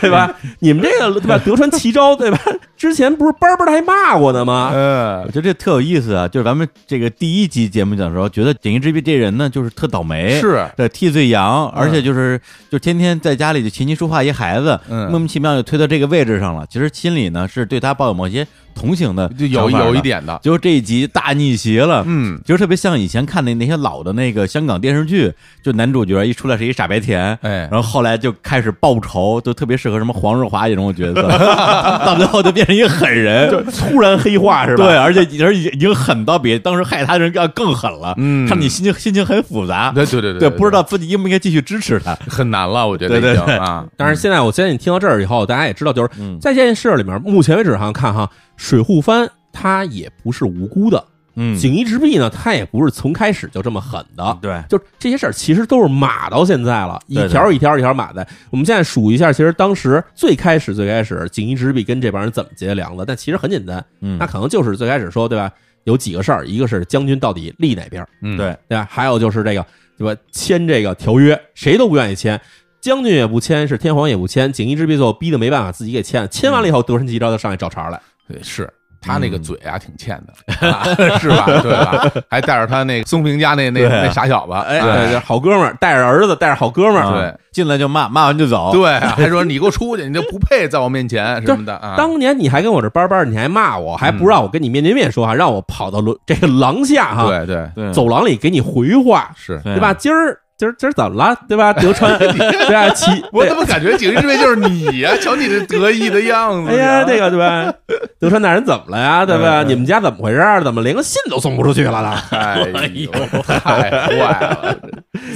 Speaker 3: 对吧？ 你们这个对吧？德川齐昭对吧？之前不是班班的还骂过呢吗？
Speaker 2: 呃
Speaker 1: 我，觉得这特有意思啊！就是咱们这个第一集节目讲的时候，觉得锦衣之弼这人呢，就是特倒霉，
Speaker 2: 是
Speaker 1: 对替罪羊，而且就是、就天天在家里就琴棋书画一孩子，
Speaker 2: 嗯
Speaker 1: 莫名其妙就推到这个位置上了。其实心里呢是对他抱有某些同情的，
Speaker 2: 就有有一，点的，
Speaker 1: 结果这一集大逆袭了，
Speaker 2: 嗯，
Speaker 1: 就是特别像以前看的那些老的那个香港电视剧，就男主角一出来是一傻白甜，
Speaker 2: 哎
Speaker 1: 然，后后来就开始报仇，就特别适合什么黄日华这种 角色，到最后就变成一个狠人，
Speaker 3: 突然黑化是吧？
Speaker 1: 对，而且而且已经狠到比当时害他的人要更狠了。
Speaker 2: 嗯
Speaker 1: 看你心情心情很复杂，
Speaker 2: 对对对
Speaker 1: 对
Speaker 2: 对，
Speaker 1: 不知道自己应不应该继续支持他。
Speaker 2: 很难了，我觉
Speaker 1: 对
Speaker 2: 得
Speaker 1: 对
Speaker 2: 已经
Speaker 1: 对
Speaker 2: 啊，
Speaker 3: 但是现在我相信你听到这儿以后，大家也知道，就是
Speaker 1: 嗯
Speaker 3: 在这件事里面，目前为止哈，看哈，水户藩他也不是无辜的，
Speaker 1: 嗯
Speaker 3: 锦衣直弼呢，他也不是从开始就这么狠的。
Speaker 1: 对，
Speaker 3: 就这些事儿，其实都是码到现在了，一
Speaker 1: 对对
Speaker 3: 条一条一条码在。我们现在数一下，其实当时最开始最开始，锦衣直弼跟这帮人怎么结梁子？但其实很简单，
Speaker 1: 嗯
Speaker 3: 那可能就是最开始说对吧？有几个事儿，一个是将军到底立哪边儿，
Speaker 2: 嗯，
Speaker 1: 对，
Speaker 3: 对吧？还有就是这个对吧？签这个条约，谁都不愿意签，将军也不签，是天皇也不签，锦衣之弼最后逼得没办法，自己给签了。签完了以后，德川吉昭就上来找茬来，
Speaker 2: 对是。他那个嘴啊，挺欠 的，啊是吧？对吧？还带着他那个松平家那那
Speaker 1: 对啊
Speaker 2: 那傻小子，哎，
Speaker 3: 对，这好哥们儿带着儿子，带着好哥们儿，
Speaker 2: 对
Speaker 1: 啊进来就骂，骂完就
Speaker 3: 哦
Speaker 1: 走。
Speaker 2: 对啊， 还说你给我出去，你就不配在我面前什么的啊。
Speaker 3: 当年你还跟我这班班儿，你还骂我，还不让我跟你面对面说话，让我跑到楼 这个廊下哈，
Speaker 2: 嗯对对
Speaker 1: 对，
Speaker 3: 走廊里给你回话，
Speaker 2: 是，
Speaker 1: 对
Speaker 3: 对吧？？今儿今儿今儿怎么了？对吧？德川对吧？齐，
Speaker 2: 我
Speaker 3: 对
Speaker 2: 怎么感觉景逸这边就是你呀？瞧你这得意的样子，
Speaker 3: 哎呀，这
Speaker 2: 个
Speaker 3: 个对吧？德川大人怎么了呀？对吧？
Speaker 2: 嗯嗯嗯
Speaker 3: 你们家怎么回事儿？怎么连个信都送不出去了呢？
Speaker 2: 哎呦，太坏了，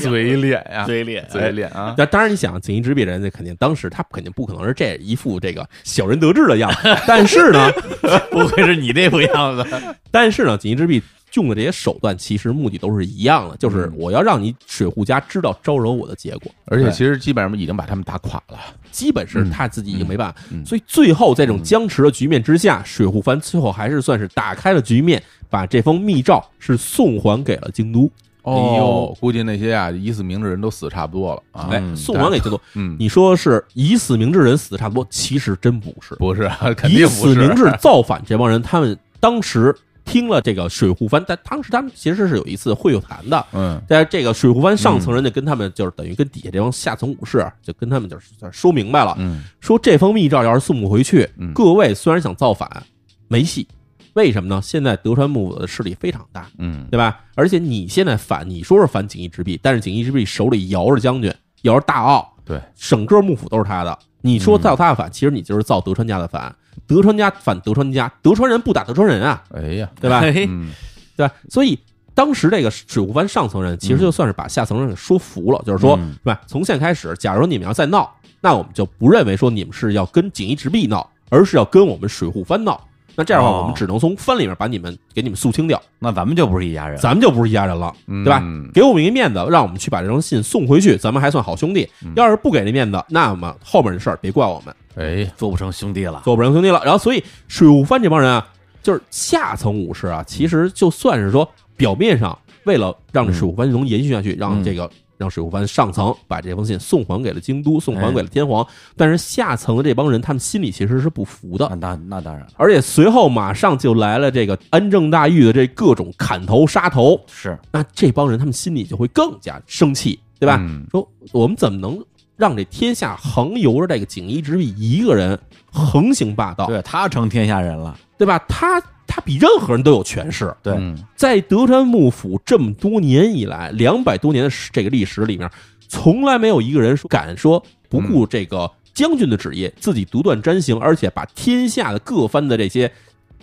Speaker 2: 嘴脸呀，
Speaker 1: 嘴脸，
Speaker 2: 嘴脸啊，
Speaker 3: 那当然，你想锦衣之弊人家肯定当时他肯定不可能是这一副这个小人得志的样 子，但是呢，
Speaker 1: 哎不会是你这副样子。
Speaker 3: 但是呢，锦衣之弊用的这些手段其实目的都是一样的，
Speaker 2: 嗯
Speaker 3: 就是我要让你水户家知道招惹我的结果，
Speaker 2: 而且其实基本上已经把他们打垮了。
Speaker 3: 基本是他自己已经没办法。
Speaker 2: 嗯嗯嗯
Speaker 3: 所以最后在这种僵持的局面之下，水户藩最后还是算是打开了局面，把这封密诏是送还给了京都。
Speaker 2: 哎呦，估计那些啊一四明的人都死差不多了啊。
Speaker 3: 哎，
Speaker 1: 嗯
Speaker 3: 送还给京都，
Speaker 2: 嗯，
Speaker 3: 你说是以死明志人死的差不多，其实真不是。
Speaker 2: 不是啊，肯
Speaker 3: 以
Speaker 2: 定
Speaker 3: 死
Speaker 2: 不
Speaker 3: 明
Speaker 2: 是。
Speaker 3: 志造反这帮人，他们当时听了这个水户藩，但当时他们其实是有一次会有谈的。
Speaker 2: 嗯，
Speaker 3: 在这个水户藩上层人就跟他们就是等于跟底下这帮下层武士啊就跟他们就是说明白了，
Speaker 2: 嗯
Speaker 3: 说这封密诏要是送不回去
Speaker 2: 嗯，
Speaker 3: 各位虽然想造反，没戏。为什么呢？现在德川幕府的势力非常大，
Speaker 2: 嗯，
Speaker 3: 对吧？而且你现在反，你说是反锦衣之弊，但是锦衣之弊手里摇着将军，摇着大奥，
Speaker 2: 对，嗯
Speaker 3: 整个幕府都是他的。你说造他的反，其实你就是造德川家的反。德川家反德川家，德川人不打德川人啊，
Speaker 2: 哎呀，
Speaker 3: 对吧？
Speaker 1: 嘿
Speaker 2: 嗯
Speaker 3: 对吧？所以当时这个水户藩上层人其实就算是把下层人给说服了，就是说，
Speaker 2: 嗯
Speaker 3: 对吧？从现在开始，假如你们要再闹，那我们就不认为说你们是要跟锦衣直弼闹，而是要跟我们水户藩闹。那这样的话，
Speaker 1: 哦
Speaker 3: 我们只能从藩里面把你们给你们肃清掉，
Speaker 1: 那咱们就不是一家人。
Speaker 3: 咱们就不是一家人了，
Speaker 2: 嗯
Speaker 3: 对吧？给我们一个面子，让我们去把这封信送回去，咱们还算好兄弟。要是不给这面子，那么后面的事儿别怪我们，
Speaker 2: 哎呀，
Speaker 1: 做不成兄弟了，
Speaker 3: 做不成兄弟了。然后，所以水户藩这帮人啊，就是下层武士啊，其实就算是说表面上为了让这水户藩能延续下去，让这个让水户藩上层把这封信送还给了京都，送还给了天皇，但是下层的这帮人他们心里其实是不服的
Speaker 1: 那。那那当然了，
Speaker 3: 而且随后马上就来了这个安政大狱的这各种砍头杀头，
Speaker 1: 是
Speaker 3: 那这帮人他们心里就会更加生气，对吧？
Speaker 2: 嗯
Speaker 3: 说我们怎么能让这天下横游着这个锦衣之弊一个人横行霸道，
Speaker 1: 对他成天下人了，
Speaker 3: 对吧？他他比任何人都有权势。
Speaker 1: 对
Speaker 2: 嗯
Speaker 3: 在德川幕府这么多年以来，两百多年的这个历史里面，从来没有一个人说敢说不顾这个将军的旨意，自己独断专行，而且把天下的各藩的这些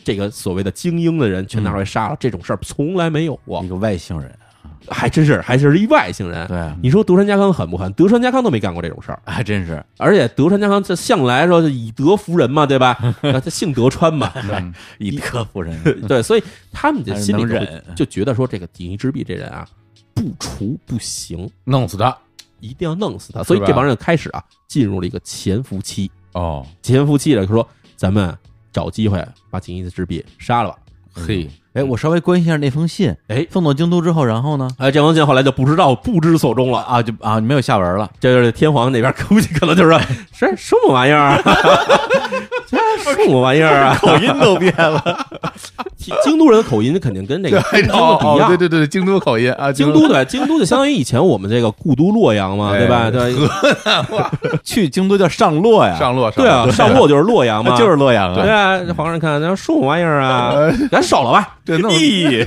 Speaker 3: 这个所谓的精英的人全拿出来杀了，这种事儿从来没有过
Speaker 1: 一。个外星人。
Speaker 3: 还真是，还是一外星人。
Speaker 1: 嗯对，
Speaker 3: 你说德川家康狠不狠？德川家康都没干过这种事儿，
Speaker 1: 还真是。
Speaker 3: 而且德川家康这向来说是以德服人嘛，对吧？那他姓德川嘛，
Speaker 2: 嗯
Speaker 1: 以德服人，
Speaker 3: 对，所以他们的心里
Speaker 1: 还是
Speaker 3: 就
Speaker 1: 能
Speaker 3: 会
Speaker 1: 忍
Speaker 3: 就觉得说，这个锦衣之弊这人啊，不除不行，
Speaker 2: 弄死他
Speaker 3: 一定要弄死他。所以这帮人就开始啊，进入了一个潜伏期，
Speaker 2: 哦，
Speaker 3: 潜伏期了，说咱们找机会把锦衣之弊杀了吧。
Speaker 2: 嘿，
Speaker 1: 哎，我稍微关心一下那封信，
Speaker 3: 哎
Speaker 1: 送到京都之后，然后呢？
Speaker 3: 哎，这王信后来就不知道不知所终了啊，
Speaker 1: 啊，就啊，没有下文了。
Speaker 3: 这就是天皇那边 估计可能就是说，这什么玩意儿啊？ 这什么玩意儿啊？
Speaker 1: 口音都变了，
Speaker 3: 京都人的口音肯定跟这个京都不一
Speaker 2: 哦对
Speaker 3: 样。
Speaker 2: 对对，京都口音啊，
Speaker 3: 京都对，京都就相当于以前我们这个故都洛阳嘛，对吧？
Speaker 2: 哎
Speaker 3: 对吧
Speaker 1: 去京都叫上洛呀，
Speaker 2: 上洛
Speaker 3: 对啊， 上洛 就是洛阳嘛，
Speaker 1: 那就是洛阳
Speaker 3: 对
Speaker 1: 啊。
Speaker 3: 啊。这皇上看，那什么玩意儿啊？咱少了吧，
Speaker 2: 这弄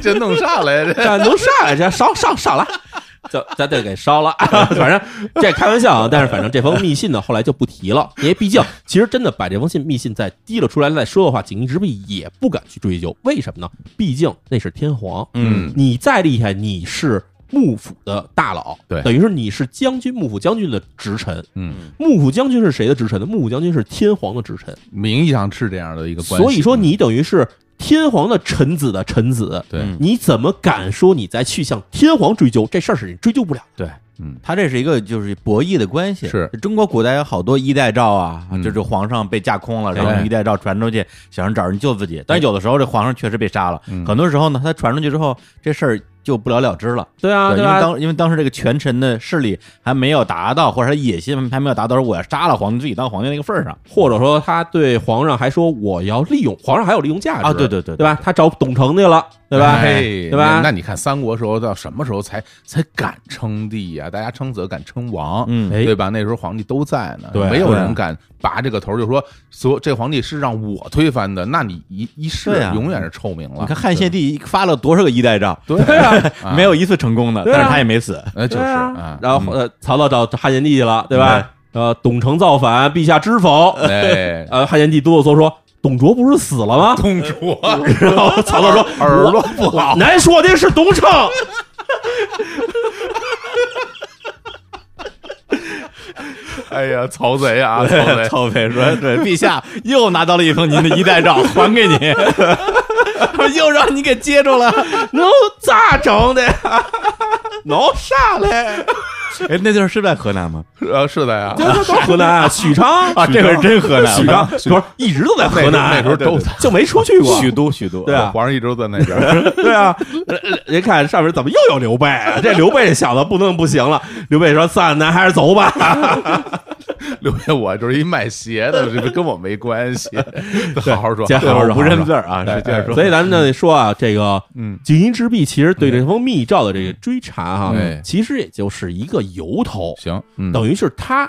Speaker 2: 这弄啥来 着？
Speaker 3: 这能上来，这烧烧烧了。 就咱得给烧了， 反正这开玩笑啊，但是反正这封密信呢，后来就不提了，因为毕 竟其实真的把这封信密信再提了出来再说的话，锦衣之弊也不敢去追究，为什么呢？毕竟那是天皇，
Speaker 1: 嗯，
Speaker 3: 你再厉害，你是幕府的大佬，
Speaker 2: 对
Speaker 3: 等于是你是将军，幕府将军的直臣。
Speaker 2: 嗯，
Speaker 3: 幕府将军是谁的直臣呢？幕府将军是天皇的直臣，
Speaker 2: 名义上是这样的一个关系，啊嗯
Speaker 3: 所以说你等于是天皇的臣子的臣子，
Speaker 2: 对
Speaker 1: 嗯
Speaker 3: 你怎么敢说你再去向天皇追究这事儿是你追究不了的？
Speaker 1: 对，
Speaker 2: 嗯
Speaker 1: 他这是一个就是博弈的关系。
Speaker 2: 是
Speaker 1: 中国古代有好多衣带诏啊，
Speaker 2: 嗯
Speaker 1: 就是皇上被架空了，然后
Speaker 2: 哎
Speaker 1: 衣带诏传出去，想人找人救自己。但是有的时候这皇上确实被杀了，
Speaker 2: 嗯
Speaker 1: 很多时候呢，他传出去之后，这事儿就不了了之了。
Speaker 3: 对啊，
Speaker 1: 对，因为
Speaker 3: 吧？
Speaker 1: 当因为当时这个权臣的势力还没有达到，或者他野心还没有达到，说我要杀了皇帝，自己当皇帝那个份儿上
Speaker 3: 或者说他对皇上还说我要利用皇上还有利用价值
Speaker 1: 啊对对对对
Speaker 3: 对吧？他找董承去了，对吧？
Speaker 2: 嘿
Speaker 3: 对吧？
Speaker 2: 哎那你看三国时候到什么时候才才敢称帝呀、大家称子敢称王，
Speaker 1: 嗯
Speaker 3: 哎
Speaker 2: 对吧？那时候皇帝都在呢，
Speaker 1: 对
Speaker 2: 没有
Speaker 1: 对
Speaker 2: 人敢拔这个头，就说所有这皇帝是让我推翻的，那你一一试
Speaker 1: 对啊
Speaker 2: 永远是臭名了。
Speaker 1: 你看汉献帝发了多少个衣带诏，
Speaker 2: 哎对啊，啊
Speaker 1: 没有一次成功的，
Speaker 3: 对啊
Speaker 1: 但是他也没死。
Speaker 2: 呃，就是
Speaker 3: 对啊
Speaker 2: 啊，
Speaker 3: 然后呃，曹操找汉献帝去了，对吧？呃，董承造反，陛下知否？
Speaker 2: 哎，
Speaker 3: 呃，汉献帝哆哆嗦嗦说：“董卓不是死了吗
Speaker 2: 公主，？”
Speaker 3: 然后曹操说：“
Speaker 2: 耳朵不好，
Speaker 3: 难说的是董承。”
Speaker 2: 哎呀，曹贼啊，曹 贼！
Speaker 1: 曹丕说：“对，陛下又拿到了一封您的衣带诏，还 给你。说又让你给接住了。
Speaker 3: 能咋整的？ 闹啥嘞？
Speaker 1: 哎，那地儿是在河南吗？
Speaker 2: 呃，是的呀，
Speaker 3: 这都 河南啊，许昌
Speaker 1: 啊，这回真河南啊
Speaker 3: 许
Speaker 1: 了，
Speaker 3: 昌啊不是一直都在河南，
Speaker 2: 那时候那时候都在
Speaker 3: 就没出去过。
Speaker 1: 许都，许都。
Speaker 3: 对啊
Speaker 2: 皇上一直都在那边。
Speaker 3: 对啊， 人人看上面怎么又有刘备啊？ 这刘备这小子不弄不行了。刘备说：“算了，咱还是走吧。
Speaker 2: 刘备，我就是一卖鞋的，这跟我没关 系。好好说，
Speaker 3: 接着
Speaker 1: 对，
Speaker 3: 好好
Speaker 1: 我
Speaker 3: 说哎
Speaker 1: 不认字儿啊，
Speaker 2: 对
Speaker 1: 是接着说。
Speaker 3: 所以咱们呢说啊，这个
Speaker 2: 嗯，
Speaker 3: 锦衣之弊其实对这封密诏的这个追查哈、
Speaker 2: 嗯
Speaker 3: 其实也就是一个由头，
Speaker 2: 行，嗯
Speaker 3: 等于是他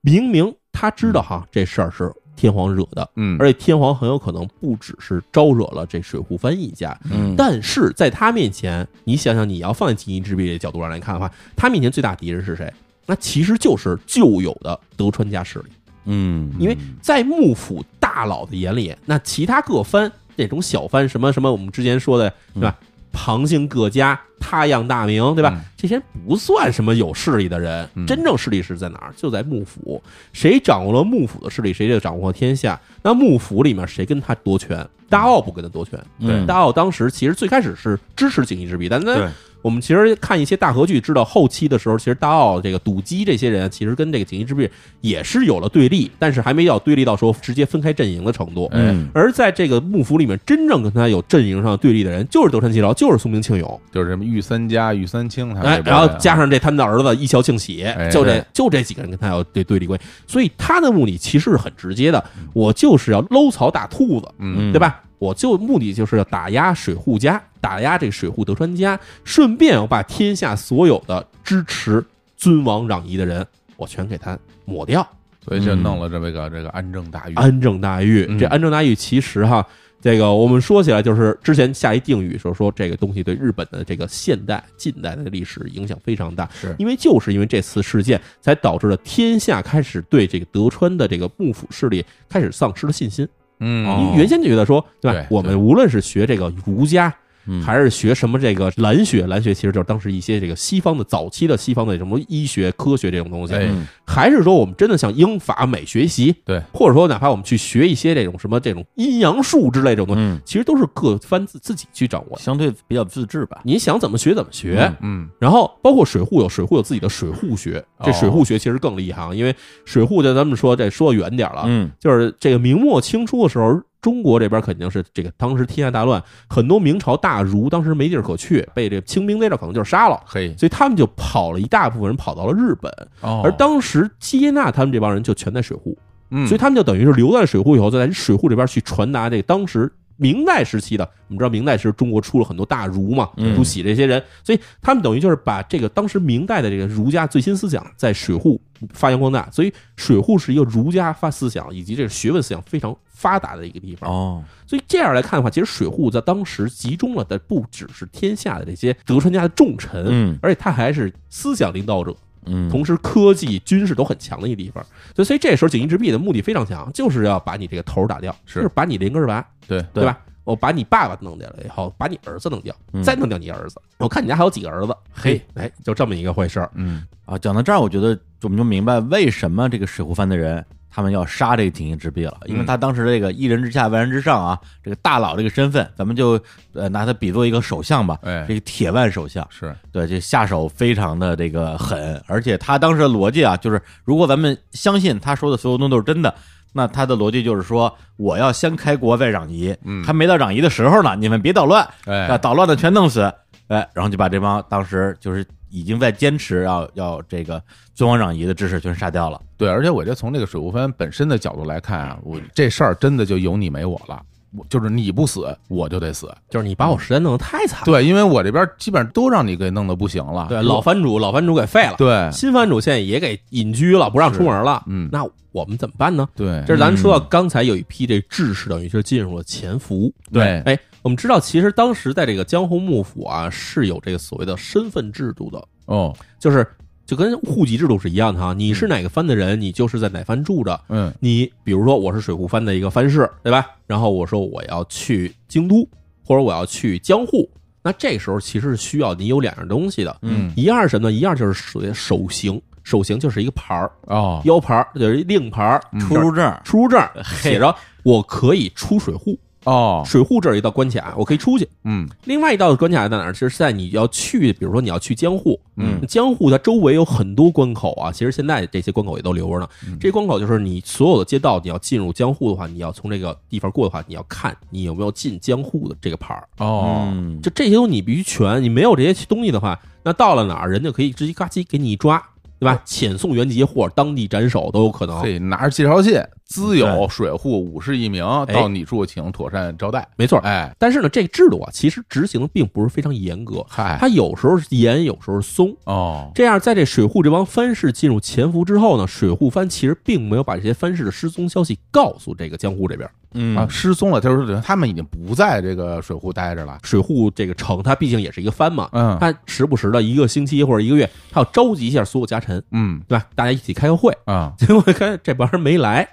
Speaker 3: 明明他知道哈这事儿是天皇惹的，
Speaker 2: 嗯，
Speaker 3: 而且天皇很有可能不只是招惹了这水户藩一家，
Speaker 1: 嗯
Speaker 3: 但是在他面前，你想想，你要放在锦衣之弊的角度上来看的话，他面前最大敌人是谁？那其实就是旧有的德川家势力，
Speaker 1: 嗯，
Speaker 3: 因为在幕府大佬的眼里，那其他各藩那种小藩，什么什么，我们之前说的，
Speaker 1: 嗯
Speaker 3: 对吧？旁姓各家，他样大名，对吧？
Speaker 2: 嗯
Speaker 3: 这些人不算什么有势力的人，
Speaker 2: 嗯
Speaker 3: 真正势力是在哪儿？就在幕府，谁掌握了幕府的势力，谁就掌握了天下。那幕府里面谁跟他夺权？大奥不跟他夺权，
Speaker 1: 嗯
Speaker 3: 大奥当时其实最开始是支持锦衣之弊，但
Speaker 1: 对
Speaker 3: 他我们其实看一些大合剧，知道后期的时候，其实大奥这个赌姬这些人，其实跟这个锦衣之弊也是有了对立，但是还没到对立到说直接分开阵营的程度。
Speaker 1: 嗯
Speaker 3: 而在这个幕府里面，真正跟他有阵营上对立的人，就是德川齐昭，就是松平庆永，
Speaker 2: 就是什么御三家、御三清他们
Speaker 3: 哎
Speaker 2: 啊这，边哎
Speaker 3: 然
Speaker 2: 的，
Speaker 3: 后加上这他们的儿子一桥庆喜，就这就这几个人跟他有对对立关系，所以他的目的其实是很直接的，我就是要搂草打兔子，
Speaker 2: 嗯，
Speaker 3: 对吧？我就目的就是要打压水户家，打压这个水户德川家，顺便我把天下所有的支持尊王攘夷的人，我全给他抹掉，
Speaker 2: 所以就弄了这么一个这个安政大狱。
Speaker 3: 嗯安政大狱。
Speaker 2: 嗯
Speaker 3: 这安政大狱其实哈，这个我们说起来就是之前下一定语说说这个东西对日本的这个现代近代的历史影响非常大，
Speaker 2: 是
Speaker 3: 因为就是因为这次事件才导致了天下开始对这个德川的这个幕府势力开始丧失了信心。
Speaker 1: 哦
Speaker 2: 嗯，
Speaker 3: 因为原先就觉得说，对吧
Speaker 2: 对？
Speaker 3: 我
Speaker 2: 对
Speaker 3: 们无论是学这个儒家，
Speaker 1: 嗯
Speaker 3: 还是学什么这个蓝学，蓝学其实就是当时一些这个西方的早期的西方的什么医学、科学这种东西，
Speaker 2: 哎
Speaker 1: 嗯
Speaker 3: 还是说我们真的向英法美学习，
Speaker 2: 对，
Speaker 3: 或者说哪怕我们去学一些这种什么这种阴阳术之类这种东西，
Speaker 1: 嗯，
Speaker 3: 其实都是各藩自自己去掌握的。
Speaker 1: 相对比较自制吧。
Speaker 3: 你想怎么学怎么学，
Speaker 1: 嗯
Speaker 2: 嗯，
Speaker 3: 然后包括水户有水户有自己的水户学，这
Speaker 2: 哦
Speaker 3: 水户学其实更厉害，啊，因为水户就咱们说这说远点儿了，啊
Speaker 1: 嗯
Speaker 3: 就是这个明末清初的时候，中国这边肯定是这个当时天下大乱，很多明朝大儒当时没地儿可去，被这个清兵逮着可能就是杀了，
Speaker 2: 嘿，
Speaker 3: 所以他们就跑了一大部分人跑到了日本，
Speaker 2: 哦
Speaker 3: 而当时接纳他们这帮人就全在水户，
Speaker 2: 嗯
Speaker 3: 所以他们就等于是留在水户以后，就在水户这边去传达这个当时。明代时期的，我们知道明代时中国出了很多大儒嘛，
Speaker 1: 嗯
Speaker 3: 朱熹这些人，所以他们等于就是把这个当时明代的这个儒家最新思想在水户发扬光大，所以水户是一个儒家发思想以及这个学问思想非常发达的一个地方。
Speaker 1: 哦，
Speaker 3: 所以这样来看的话，其实水户在当时集中了的不只是天下的这些德川家的重臣，
Speaker 1: 嗯
Speaker 3: 而且他还是思想领导者，
Speaker 1: 嗯，
Speaker 3: 同时科技、军事都很强的一个地方，所以所以这时候锦衣之弊的目的非常强，就是要把你这个头儿打掉，
Speaker 2: 是
Speaker 3: 就是把你连根儿拔，
Speaker 2: 对
Speaker 3: 对吧？我把你爸爸弄掉了以后，把你儿子弄掉，
Speaker 1: 嗯
Speaker 3: 再弄掉你儿子，我看你家还有几个儿子，嘿，哎，就这么一个回事儿。
Speaker 2: 嗯
Speaker 1: 啊，讲到这儿，我觉得我们就明白为什么这个水户藩的人他们要杀这个锦衣之弊了，因为
Speaker 2: 嗯
Speaker 1: 他当时这个一人之下万人之上啊，这个大佬这个身份，咱们就呃拿他比作一个首相吧，
Speaker 2: 哎
Speaker 1: 这个铁腕首相，
Speaker 2: 是
Speaker 1: 对，这下手非常的这个狠，而且他当时的逻辑啊，就是如果咱们相信他说的所有东西都是真的。那他的逻辑就是说，我要先开国再攘夷，
Speaker 2: 嗯
Speaker 1: 还没到攘夷的时候呢，你们别捣乱，
Speaker 2: 哎
Speaker 1: 啊，捣乱的全弄死，哎，然后就把这帮当时就是已经在坚持要要这个尊王攘夷的志士全杀掉了。
Speaker 2: 对，而且我觉得从这个水户藩本身的角度来看啊，我这事儿真的就有你没我了，我就是你不死我就得死。
Speaker 3: 就是你把我实在弄得太惨，
Speaker 2: 对，因为我这边基本上都让你给弄得不行了。
Speaker 3: 对，老藩主老藩主给废了，
Speaker 2: 对
Speaker 3: 新藩主现在也给隐居了，不让出门了，
Speaker 2: 嗯
Speaker 3: 那我们怎么办呢？
Speaker 2: 对，
Speaker 3: 这是咱说到
Speaker 2: 嗯
Speaker 3: 刚才有一批这志士，等于是进入了潜伏，
Speaker 2: 对
Speaker 3: 哎，我们知道，其实当时在这个江户幕府啊，是有这个所谓的身份制度的，
Speaker 2: 哦，
Speaker 3: 就是就跟户籍制度是一样的哈。你是哪个藩的人，你就是在哪藩住着。
Speaker 2: 嗯
Speaker 3: 你比如说，我是水户藩的一个藩士，对吧？然后我说我要去京都，或者我要去江户，那这时候其实是需要你有两样东西的，
Speaker 1: 嗯
Speaker 3: 一样是什么呢？一样就是所谓的手行。手型就是一个牌儿，
Speaker 2: 哦，
Speaker 3: 腰牌儿就是一令牌儿，
Speaker 2: 嗯
Speaker 1: 出入证，
Speaker 3: 出入证儿
Speaker 1: 呃嘿
Speaker 3: 写着我可以出水户，
Speaker 2: 哦，
Speaker 3: 水户这儿一道关卡，我可以出去。
Speaker 2: 嗯
Speaker 3: 另外一道关卡在哪儿？其实是在你要去，比如说你要去江户，
Speaker 1: 嗯
Speaker 3: 江户它周围有很多关口啊，其实现在这些关口也都留着呢。
Speaker 1: 嗯
Speaker 3: 这些关口就是你所有的街道，你要进入江户的话，你要从这个地方过的话，你要看你有没有进江户的这个牌儿。
Speaker 2: 哦，
Speaker 1: 嗯
Speaker 3: 就这些东西你必须全，你没有这些东西的话，那到了哪儿人就可以直接嘎叽给你一抓，对
Speaker 1: 哦
Speaker 3: 吧？遣送原籍或者当地斩首都有可能。
Speaker 2: 嘿，拿着介绍信，兹有
Speaker 1: 对
Speaker 2: 水户五世一名，
Speaker 3: 嗯哎
Speaker 2: 到你处请妥善招待。
Speaker 3: 没错，
Speaker 2: 哎，
Speaker 3: 但是呢，这个制度啊，其实执行的并不是非常严格，
Speaker 2: 嗨，
Speaker 3: 它有时候是严，有时候是松。
Speaker 2: 哦，
Speaker 3: 这样，在这水户这帮藩士进入潜伏之后呢，水户藩其实并没有把这些藩士的失踪消息告诉这个江户这边。
Speaker 2: 啊，
Speaker 1: 嗯
Speaker 2: 失踪了，就是他们已经不在这个水户待着了。
Speaker 3: 水户这个城，它毕竟也是一个藩嘛，
Speaker 2: 嗯
Speaker 3: 它时不时的一个星期或者一个月，它要召集一下所有家臣，
Speaker 2: 嗯
Speaker 3: 对吧？大家一起开个会。
Speaker 2: 啊，
Speaker 3: 结果看这帮人没来，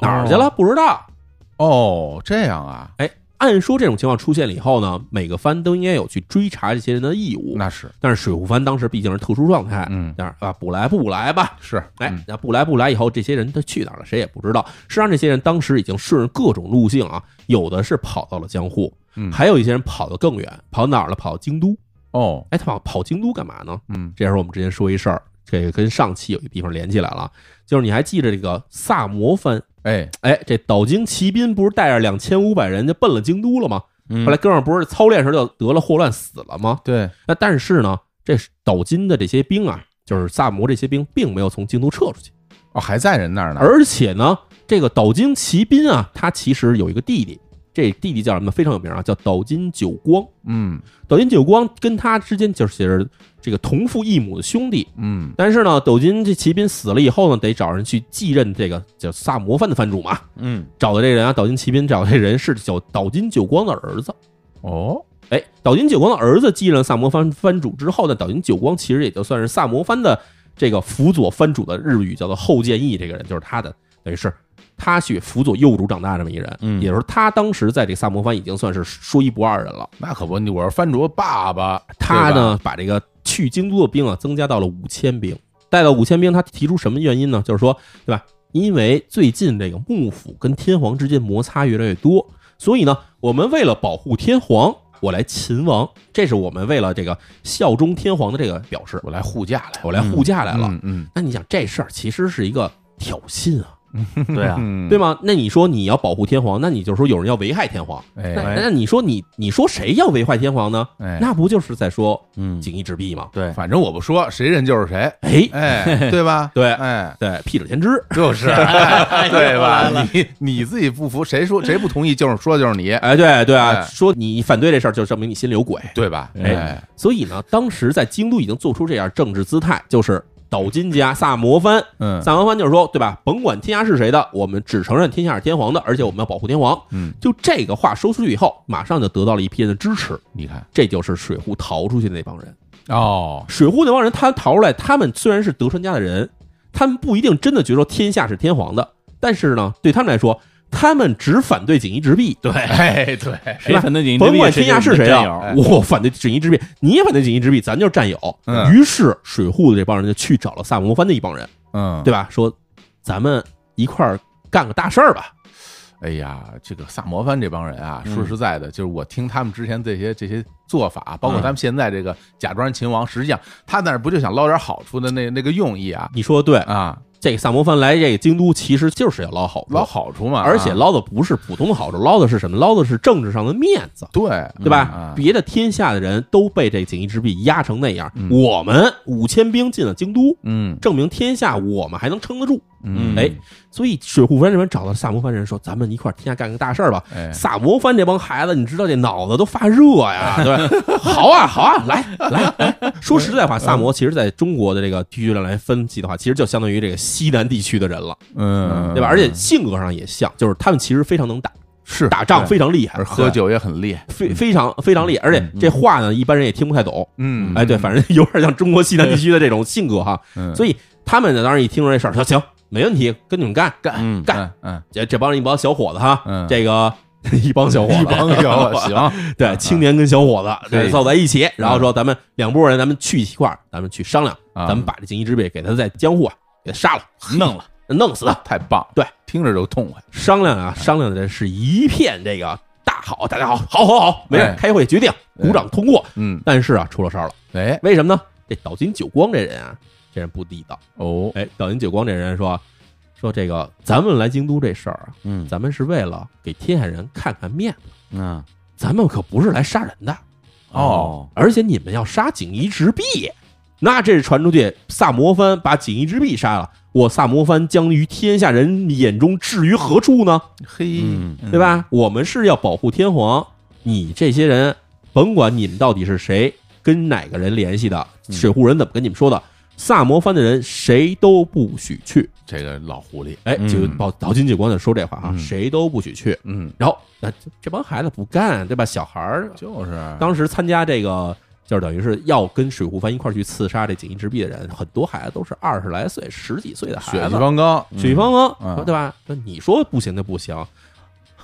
Speaker 3: 哪儿去了？不知道。
Speaker 2: 哦，这样啊，
Speaker 3: 哎，按说这种情况出现了以后呢，每个藩都应该有去追查这些人的义务。
Speaker 2: 那是
Speaker 3: 但是水户藩当时毕竟是特殊状态，
Speaker 2: 嗯
Speaker 3: 那啊不来不来吧，
Speaker 2: 是，
Speaker 3: 哎
Speaker 2: 嗯，
Speaker 3: 那不来不来以后，这些人他去哪儿了，谁也不知道。实际上，这些人当时已经顺着各种路径啊，有的是跑到了江户，
Speaker 2: 嗯
Speaker 3: 还有一些人跑得更远，跑哪儿了？跑京都。
Speaker 2: 哦，
Speaker 3: 哎，他跑跑京都干嘛呢？
Speaker 2: 嗯
Speaker 3: 这时候我们之前说一事儿，这个跟上期有一地方连起来了，就是你还记着这个萨摩藩？
Speaker 2: 哎，
Speaker 3: 哎，这岛津骑兵不是带着两千五百人就奔了京都了吗？
Speaker 1: 嗯，
Speaker 3: 后来哥们儿不是操练时就得了霍乱死了吗？
Speaker 2: 对，
Speaker 3: 那但是呢，这岛津的这些兵啊，就是萨摩这些兵，并没有从京都撤出去。
Speaker 2: 哦，还在人那儿呢。
Speaker 3: 而且呢，这个岛津骑兵啊，他其实有一个弟弟，这弟弟叫什么？非常有名啊，叫岛津久光。
Speaker 2: 嗯
Speaker 3: 岛津久光跟他之间就是这个同父异母的兄弟。
Speaker 2: 嗯，
Speaker 3: 但是呢，岛津这骑兵死了以后呢，得找人去继任这个叫萨摩藩的藩主嘛。
Speaker 1: 嗯
Speaker 3: 找的这人啊，岛津骑兵找的这人是叫岛津久光的儿子。
Speaker 2: 哦，
Speaker 3: 哎，岛津久光的儿子继任了萨摩藩藩主之后呢，岛津久光其实也就算是萨摩藩的这个辅佐藩主的日语叫做后见义，这个人就是他的，等于是他去辅佐幼主长大这么一人，
Speaker 1: 嗯
Speaker 3: 也就是他当时在这个萨摩藩已经算是说一不二人了。
Speaker 2: 那可不，你我是藩主爸爸，
Speaker 3: 他
Speaker 2: 对吧？
Speaker 3: 呢，把这个去京都的兵啊增加到了五千兵，带到五千兵，他提出什么原因呢？就是说，对吧？因为最近这个幕府跟天皇之间摩擦越来越多，所以呢，我们为了保护天皇，我来擒王，这是我们为了这个效忠天皇的这个表示，
Speaker 2: 我来护驾来
Speaker 3: 我来护驾来
Speaker 2: 来
Speaker 3: 了。
Speaker 2: 嗯嗯
Speaker 3: 那你想这事儿其实是一个挑衅啊，
Speaker 1: 对啊，
Speaker 2: 嗯，
Speaker 3: 对吗？那你说你要保护天皇，那你就说有人要危害天皇，那
Speaker 2: 哎
Speaker 1: 哎
Speaker 3: 那你说你你说谁要危害天皇呢？
Speaker 2: 哎，
Speaker 3: 那不就是在说
Speaker 1: 嗯，
Speaker 3: 锦衣之弊吗？
Speaker 1: 对，
Speaker 2: 反正我不说，谁人就是 谁，
Speaker 3: 哎，
Speaker 2: 哎， 对吧？
Speaker 3: 对
Speaker 2: 哎，
Speaker 3: 对，屁者先知。
Speaker 2: 就是，哎对
Speaker 1: 又来
Speaker 2: 吧？
Speaker 1: 了
Speaker 2: 你你自己不服，谁说谁不同意，就是说的就是你，
Speaker 3: 哎，对对啊，
Speaker 2: 哎
Speaker 3: 说你反对这事儿，就证明你心里有鬼。
Speaker 2: 对吧？
Speaker 1: 哎
Speaker 2: 哎，
Speaker 3: 所以呢，当时在京都已经做出这样政治姿态，就是岛津家萨摩藩，
Speaker 2: 嗯
Speaker 3: 萨摩藩就是说，对吧？甭管天下是谁的，我们只承认天下是天皇的，而且我们要保护天皇。
Speaker 2: 嗯，
Speaker 3: 就这个话说出去以后，马上就得到了一批人的支持。
Speaker 2: 你看
Speaker 3: 这就是水户逃出去的那帮人。
Speaker 2: 哦，
Speaker 3: 水户那帮人，他逃出来，他们虽然是德川家的人，他们不一定真的觉得天下是天皇的，但是呢，对他们来说，他们只反对锦衣之弊，
Speaker 1: 对
Speaker 2: 哎，对，
Speaker 1: 谁反对你？
Speaker 3: 甭管天下是谁
Speaker 1: 战
Speaker 3: 啊
Speaker 1: 友，，哎
Speaker 3: 我反对锦衣之弊，你也反对锦衣之弊，咱就是战友。
Speaker 2: 嗯
Speaker 3: 于是水户的这帮人就去找了萨摩藩的一帮人，
Speaker 2: 嗯，
Speaker 3: 对吧？说咱们一块儿干个大事儿吧。
Speaker 2: 哎呀，这个萨摩藩这帮人啊，
Speaker 1: 嗯
Speaker 2: 说实在的，就是我听他们之前这些这些做法，包括
Speaker 1: 嗯
Speaker 2: 他们现在这个假装秦王，实际上他那儿不就想捞点好处的那那个用意啊
Speaker 3: 你说的对，
Speaker 2: 啊，
Speaker 3: 这个萨摩藩来这个京都，其实就是要捞好处
Speaker 2: 捞，好处嘛，
Speaker 3: 而且
Speaker 2: 啊
Speaker 3: 捞的不是普通的好处，捞的是什么？捞的是政治上的面子。
Speaker 2: 对
Speaker 3: 对吧
Speaker 2: 嗯？
Speaker 3: 别的天下的人都被这锦衣之弊压成那样，
Speaker 2: 嗯
Speaker 3: 我们五千兵进了京都，
Speaker 2: 嗯
Speaker 3: 证明天下我们还能撑得住。
Speaker 2: 嗯
Speaker 3: 哎，所以水户藩这边找到萨摩藩人说：“咱们一块儿天下干个大事儿吧。”
Speaker 2: 哎
Speaker 3: 萨摩藩这帮孩子，你知道这脑子都发热呀， 对吧？好啊，好啊，来来来，说实在话，萨摩其实在中国的这个地区上来分析的话，其实就相当于这个西南地区的人了，
Speaker 2: 嗯，
Speaker 3: 对吧？而且性格上也像，就是他们其实非常能打，
Speaker 2: 是
Speaker 3: 打仗
Speaker 2: 对
Speaker 3: 非常厉害，
Speaker 2: 而喝酒也很烈，
Speaker 3: 非非常非常厉害，而且这话呢，一般人也听不太懂。
Speaker 2: 嗯
Speaker 3: 哎，对，反正有点像中国西南地区的这种性格哈，
Speaker 2: 正
Speaker 3: 所以他们呢，当时一听说这事哎儿，说行，没问题，跟你们干。
Speaker 2: 干
Speaker 1: 嗯
Speaker 3: 干
Speaker 2: 嗯
Speaker 3: 这这帮人一帮小伙子哈，
Speaker 2: 嗯
Speaker 3: 这个一帮小伙
Speaker 2: 一
Speaker 3: 子，
Speaker 2: 帮 小伙子行，
Speaker 3: 对，青年跟小伙子
Speaker 2: 可
Speaker 3: 对
Speaker 2: 以
Speaker 3: 凑在一起，然后说咱们两拨人，咱们去一块儿，咱们去商量，
Speaker 2: 啊
Speaker 3: 咱们把这锦衣之辈给他在江户啊给他杀了，
Speaker 1: 弄了，
Speaker 3: 弄死他。
Speaker 2: 太棒，
Speaker 3: 对，
Speaker 2: 听着就痛快，
Speaker 3: 商量啊，商量的是一片这个大好，大家好，好好好，没
Speaker 2: 哎
Speaker 3: 事，开会决定，鼓掌通过。
Speaker 2: 嗯，
Speaker 3: 但是啊，出了事儿了，
Speaker 2: 哎，
Speaker 3: 为什么呢？这岛津久光这人啊，这人不地道。
Speaker 2: 哦，
Speaker 3: 哎，岛津久光这人说说这个咱们来京都这事儿啊，
Speaker 1: 嗯
Speaker 3: 咱们是为了给天下人看看面子，
Speaker 1: 啊，
Speaker 3: 咱们可不是来杀人的。
Speaker 2: 哦，
Speaker 3: 而且你们要杀锦衣之婢，那这传出去，萨摩藩把锦衣之婢杀了，我萨摩藩将于天下人眼中置于何处呢？
Speaker 2: 嘿
Speaker 1: 嗯，
Speaker 3: 对？吧？我们是要保护天皇，你这些人，甭管你们到底是谁跟哪个人联系的，
Speaker 1: 嗯
Speaker 3: 水户人怎么跟你们说的，萨摩藩的人谁都不许去。
Speaker 2: 这个老狐狸，
Speaker 3: 哎，
Speaker 1: 嗯
Speaker 3: 就保岛津久光就说这话啊，
Speaker 1: 嗯
Speaker 3: 谁都不许去。
Speaker 2: 嗯，
Speaker 3: 然后那这这帮孩子不干，对吧？小孩儿
Speaker 2: 就是
Speaker 3: 当时参加这个，就是等于是要跟水户藩一块儿去刺杀这锦衣之婢的人，很多孩子都是二十来岁、十几岁的
Speaker 2: 血
Speaker 3: 孩
Speaker 2: 气
Speaker 3: 子。
Speaker 2: 方刚，
Speaker 3: 血气方刚，
Speaker 2: 嗯
Speaker 3: 说对吧？那你说不行就不行，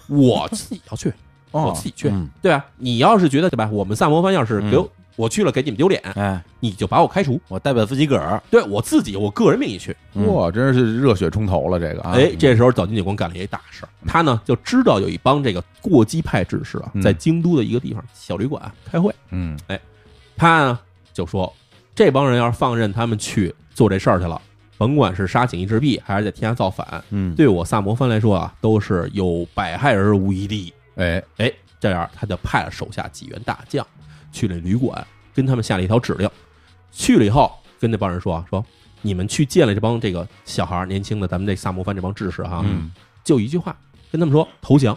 Speaker 3: 我自己要去，我
Speaker 2: 哦
Speaker 3: 自，己去，
Speaker 1: 嗯
Speaker 3: 对吧？你要是觉得对吧？我们萨摩藩要是给我、
Speaker 2: 嗯
Speaker 3: 我去了给你们丢脸，
Speaker 1: 哎，
Speaker 3: 你就把我开除，
Speaker 1: 我代表自己个儿，
Speaker 3: 对我自己我个人名义去。
Speaker 1: 嗯
Speaker 2: 哇，真是热血冲头了，这个啊，
Speaker 3: 哎，这时候岛津久光干了一大事儿，他呢就知道有一帮这个过激派志士啊
Speaker 2: 嗯，
Speaker 3: 在京都的一个地方小旅馆啊开会。
Speaker 2: 嗯，
Speaker 3: 他呢就说，这帮人要是放任他们去做这事儿去了，甭管是杀锦衣之弊，还是在天下造反，
Speaker 1: 嗯，
Speaker 3: 对我萨摩藩来说啊，都是有百害而无一利。
Speaker 2: 哎，
Speaker 3: 哎，这样他就派了手下几员大将去了旅馆，跟他们下了一条指令。去了以后，跟那帮人说啊，说你们去见了这帮这个小孩儿年轻的咱们这萨摩藩这帮志士哈、
Speaker 1: 嗯
Speaker 3: 就一句话跟他们说投降，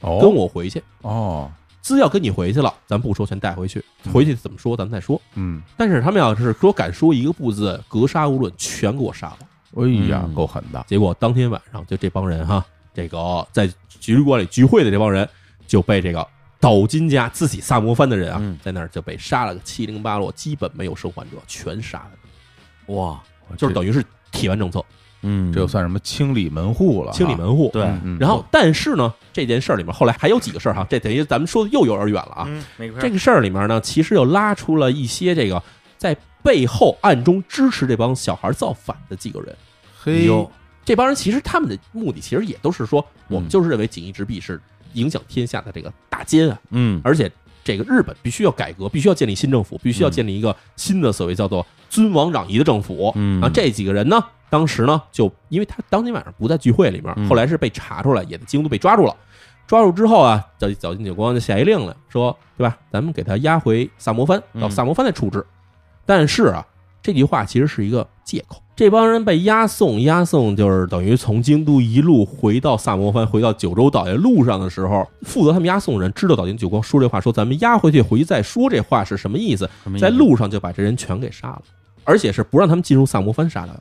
Speaker 2: 哦，
Speaker 3: 跟我回去。
Speaker 2: 哦，
Speaker 3: 只要跟你回去了，咱不说全带回去，
Speaker 1: 嗯
Speaker 3: 回去怎么说咱们再说。
Speaker 2: 嗯，
Speaker 3: 但是他们要是说敢说一个不字，格杀勿论，全给我杀了。
Speaker 2: 哎呀
Speaker 1: 嗯，
Speaker 2: 够狠的，
Speaker 3: 结果当天晚上，就这帮人哈，这个在局旅馆里聚会的这帮人就被这个岛津家自己萨摩藩的人啊，
Speaker 1: 嗯
Speaker 3: 在那儿就被杀了个七零八落，基本没有生还者，全杀了，
Speaker 1: 哇，
Speaker 3: 就是等于是铁腕政策，
Speaker 1: 嗯，
Speaker 2: 这这就算什么清理门户了啊，
Speaker 3: 清理门户。
Speaker 1: 对
Speaker 2: 嗯，嗯
Speaker 3: 然后，但是呢，这件事儿里面后来还有几个事儿哈，这等于咱们说的又有点远了啊。
Speaker 1: 嗯，没错
Speaker 3: 这个事儿里面呢，其实又拉出了一些这个在背后暗中支持这帮小孩造反的几个人。
Speaker 2: 嘿，
Speaker 1: 哟
Speaker 3: 这帮人其实他们的目的其实也都是说，我们
Speaker 1: 嗯
Speaker 3: 就是认为锦衣之弊是影响天下的这个大奸啊，
Speaker 1: 嗯，
Speaker 3: 而且这个日本必须要改革，必须要建立新政府，必须要
Speaker 1: 嗯
Speaker 3: 建立一个新的所谓叫做尊王攘夷的政府。
Speaker 1: 嗯
Speaker 3: 啊，这几个人呢，当时呢就因为他当天晚上不在聚会里面，
Speaker 1: 嗯
Speaker 3: 后来是被查出来，也在京都被抓住了。抓住之后啊，早早进久光就下一令了，说对吧？咱们给他押回萨摩藩，
Speaker 1: 嗯
Speaker 3: 到萨摩藩再处置。但是啊，这句话其实是一个借口。这帮人被押送，押送就是等于从京都一路回到萨摩藩，回到九州岛的路上的时候，负责他们押送的人知道岛津久光说这话，说咱们押回去，回去再说这话是什么意思，
Speaker 1: 什么意思
Speaker 3: 在路上就把这人全给杀了，而且是不让他们进入萨摩藩杀的。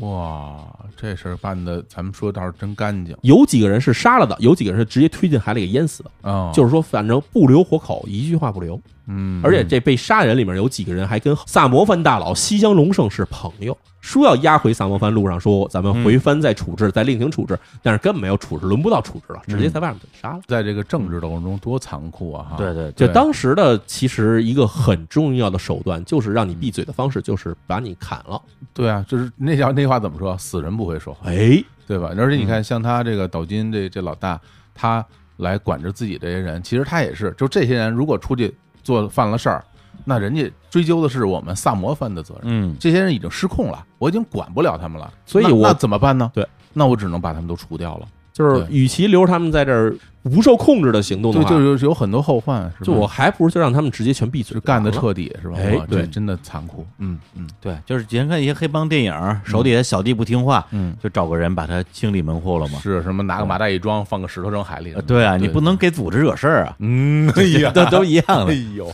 Speaker 2: 哇，这事儿办的，咱们说倒是真干净
Speaker 3: 有几个人是杀了的，有几个人是直接推进海里给淹死的。
Speaker 2: 啊，，
Speaker 3: 就是是说，反正不留活口，一句话不留。
Speaker 2: 嗯，
Speaker 3: 而且这被杀人里面有几个人还跟萨摩藩大佬西乡隆盛是朋友，说要押回萨摩藩路上，说咱们回藩再处置，再另行处置，但是根本没有处置，轮不到处置了，直接在外面就杀了。
Speaker 2: 在这个政治斗争中多残酷啊！哈，
Speaker 1: 对对
Speaker 2: 对
Speaker 3: 就当时的其实一个很重要的手段，就是让你闭嘴的方式，就是把你砍了。
Speaker 2: 对啊，就是那叫那话怎么说？死人不会说话，
Speaker 3: 哎，
Speaker 2: 对吧？而且你看，像他这个岛津这这老大，他来管着自己这些人，其实他也是，就这些人如果出去做犯了事儿，那人家追究的是我们萨摩藩的责任。
Speaker 1: 嗯
Speaker 2: 这些人已经失控了，我已经管不了他们了，
Speaker 3: 所以
Speaker 2: 那
Speaker 3: 我
Speaker 2: 那怎么办呢？
Speaker 3: 对，
Speaker 2: 那我只能把他们都除掉了。
Speaker 3: 就是
Speaker 2: 对
Speaker 3: 与其留着他们在这儿不受控制的行动的
Speaker 2: 对，
Speaker 3: 话，
Speaker 2: 就有有很多后患，是吧？
Speaker 3: 就我还不如就让他们直接全闭嘴
Speaker 2: 就，干的
Speaker 3: 完了
Speaker 2: 彻底是吧？
Speaker 3: 哎
Speaker 2: 哇这
Speaker 3: 对
Speaker 2: 真的残酷。嗯嗯
Speaker 1: 对，就是以前看一些黑帮电影，手底下小弟不听话，
Speaker 2: 嗯，
Speaker 1: 就找个人把他清理门户了嘛。
Speaker 2: 是什么？拿个麻袋一装，放个石头扔海里
Speaker 1: 呃。对啊，你不能给组织惹事儿啊，
Speaker 2: 嗯，哎 呀，
Speaker 1: 都都一样
Speaker 2: 哎
Speaker 1: 的。
Speaker 2: 呦，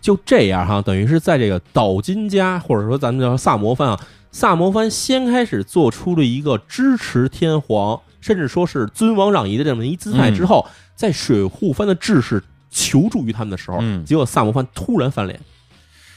Speaker 3: 就这样哈，等于是在这个岛津家，或者说咱们叫萨摩藩啊，萨摩藩先开始做出了一个支持天皇，甚至说是尊王攘夷的这么一
Speaker 2: 嗯
Speaker 3: 姿态之后，在水户藩的志士求助于他们的时候，
Speaker 1: 嗯
Speaker 3: 结果萨摩藩突然翻脸。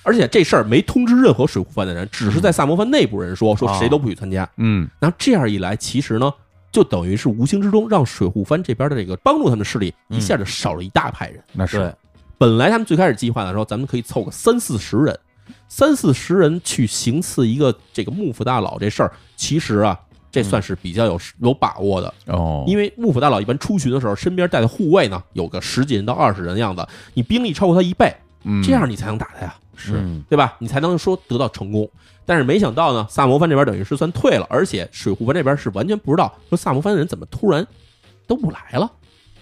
Speaker 3: 而且这事儿没通知任何
Speaker 2: 哦
Speaker 3: 水户藩的人，只是在萨摩藩内部人说说谁都不许参加。
Speaker 2: 嗯
Speaker 3: 然后这样一来，其实呢，就等于是无形之中让水户藩这边的这个帮助他们势力
Speaker 1: 嗯
Speaker 3: 一下就少了一大派人。
Speaker 2: 那
Speaker 1: 对
Speaker 2: 是，
Speaker 3: 本来他们最开始计划的时候，咱们可以凑个三四十人，三四十人去行刺一个这个幕府大佬这事儿，其实啊，这算是比较有有把握的，
Speaker 2: 哦，
Speaker 3: 因
Speaker 2: 为
Speaker 3: 为幕府大佬一般出巡的时候，身边带的护卫呢有个十几人到二十人样子，你兵力超过他一倍，
Speaker 2: 嗯
Speaker 3: 这样你才能打他呀，
Speaker 2: 是
Speaker 1: 嗯
Speaker 3: 对吧？你才能说得到成功。但是没想到呢，萨摩藩这边等于是算退了，而且水户藩这边是完全不知道说萨摩藩人怎么突然都不来了，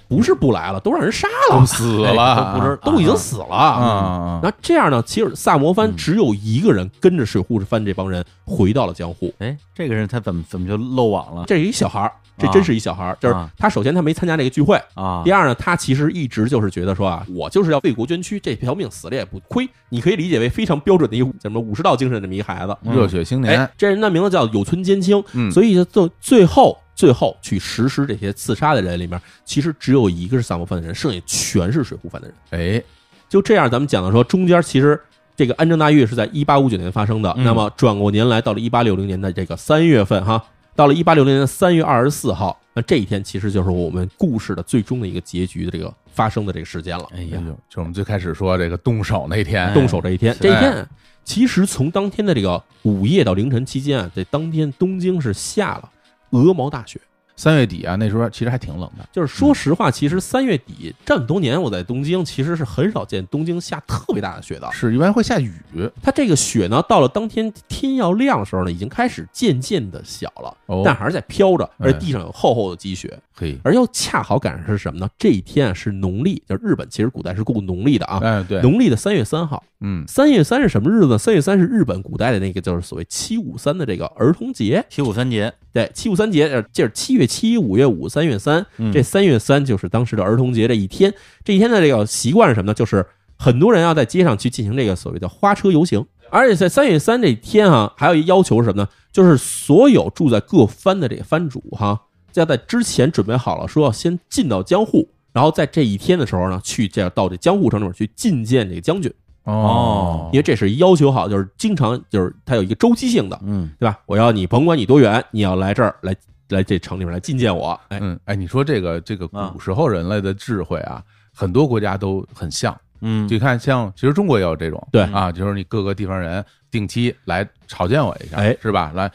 Speaker 3: 不是不来了，都让人杀了
Speaker 2: 都，死了，
Speaker 1: 哎都不知
Speaker 3: 都已经死了。
Speaker 2: 啊，
Speaker 3: 那这样呢，其实萨摩藩只有一个人跟着水户藩这帮人回到了江户，
Speaker 1: 哎，这个人他怎么怎么就漏网了
Speaker 3: 这是一小孩儿，这真是一小孩儿，
Speaker 2: 啊
Speaker 3: 就是他首先他没参加这个聚会。
Speaker 1: 啊
Speaker 3: 第？二呢，他其实一直就是觉得说啊，我就是要为国捐躯，这条命死了也不亏。你可以理解为非常标准的一个什么武士道精神这么一孩子。
Speaker 2: 嗯热血青年
Speaker 3: 哎，，这人的名字叫有村坚清，
Speaker 2: 嗯，
Speaker 3: 所以就最后最后去实施这些刺杀的人里面，其实只有一个是萨摩藩的人，剩下全是水户藩的人。
Speaker 2: 哎，
Speaker 3: 就这样，咱们讲到说，中间其实这个安政大狱是在一八五九年发生的，
Speaker 1: 嗯
Speaker 3: 那么转过年来到了一八六零年的这个三月份哈，到了一八六零年的三月二十四号，那这一天其实就是我们故事的最终的一个结局的这个发生的这个时间了。
Speaker 1: 哎
Speaker 2: 哎
Speaker 1: 呀
Speaker 2: 呦，，就是我们最开始说这个动手那天，
Speaker 3: 动手这一天
Speaker 1: 哎，
Speaker 3: 这一天其实从当天的这个午夜到凌晨期间啊，这当天东京是下了鹅毛大雪。
Speaker 2: 三月底啊，那时候其实还挺冷的，
Speaker 3: 就是说实话，其实三月底这么多年我在东京，其实是很少见东京下特别大的雪的。
Speaker 2: 是一般会下雨，
Speaker 3: 嗯它这个雪呢，到了当天天要亮的时候呢，已经开始渐渐的小了，
Speaker 2: 哦，
Speaker 3: 但还是在飘着，
Speaker 2: 哎
Speaker 3: 而地上有厚厚的积雪。
Speaker 2: 嘿，
Speaker 3: 而又恰好赶上是什么呢？这一天啊是农历，就是日本其实古代是过农历的啊，
Speaker 2: 哎，对，
Speaker 3: 农历的三月三号。
Speaker 2: 嗯，
Speaker 3: 三月三是什么日子呢？三月三是日本古代的那个就是所谓七五三的这个儿童节。
Speaker 1: 七五三节，
Speaker 3: 对，七五三节，呃这是七月七、五月五、三月三。
Speaker 1: 嗯
Speaker 3: 这三月三就是当时的儿童节这一天。这一天的这个习惯是什么呢？就是很多人要在街上去进行这个所谓的花车游行，而且在三月三这一天啊，还有一要求是什么呢？就是所有住在各藩的这个藩主哈，要在之前准备好了，说要先进到江户，然后在这一天的时候呢，去这到这江户城里面去觐见这个将军，
Speaker 2: 哦，
Speaker 3: 因为这是要求好，就是经常就是它有一个周期性的，
Speaker 1: 嗯，
Speaker 3: 对吧？我要你甭管你多远，你要来这儿来来这城里面来觐见我，哎，
Speaker 2: 嗯，哎，你说这个这个古时候人类的智慧啊，很多国家都很像。
Speaker 1: 嗯，
Speaker 2: 你看，像其实中国也有这种，
Speaker 3: 对
Speaker 2: 啊，就是你各个地方人定期来朝见我一下，
Speaker 3: 哎
Speaker 2: 是吧？来，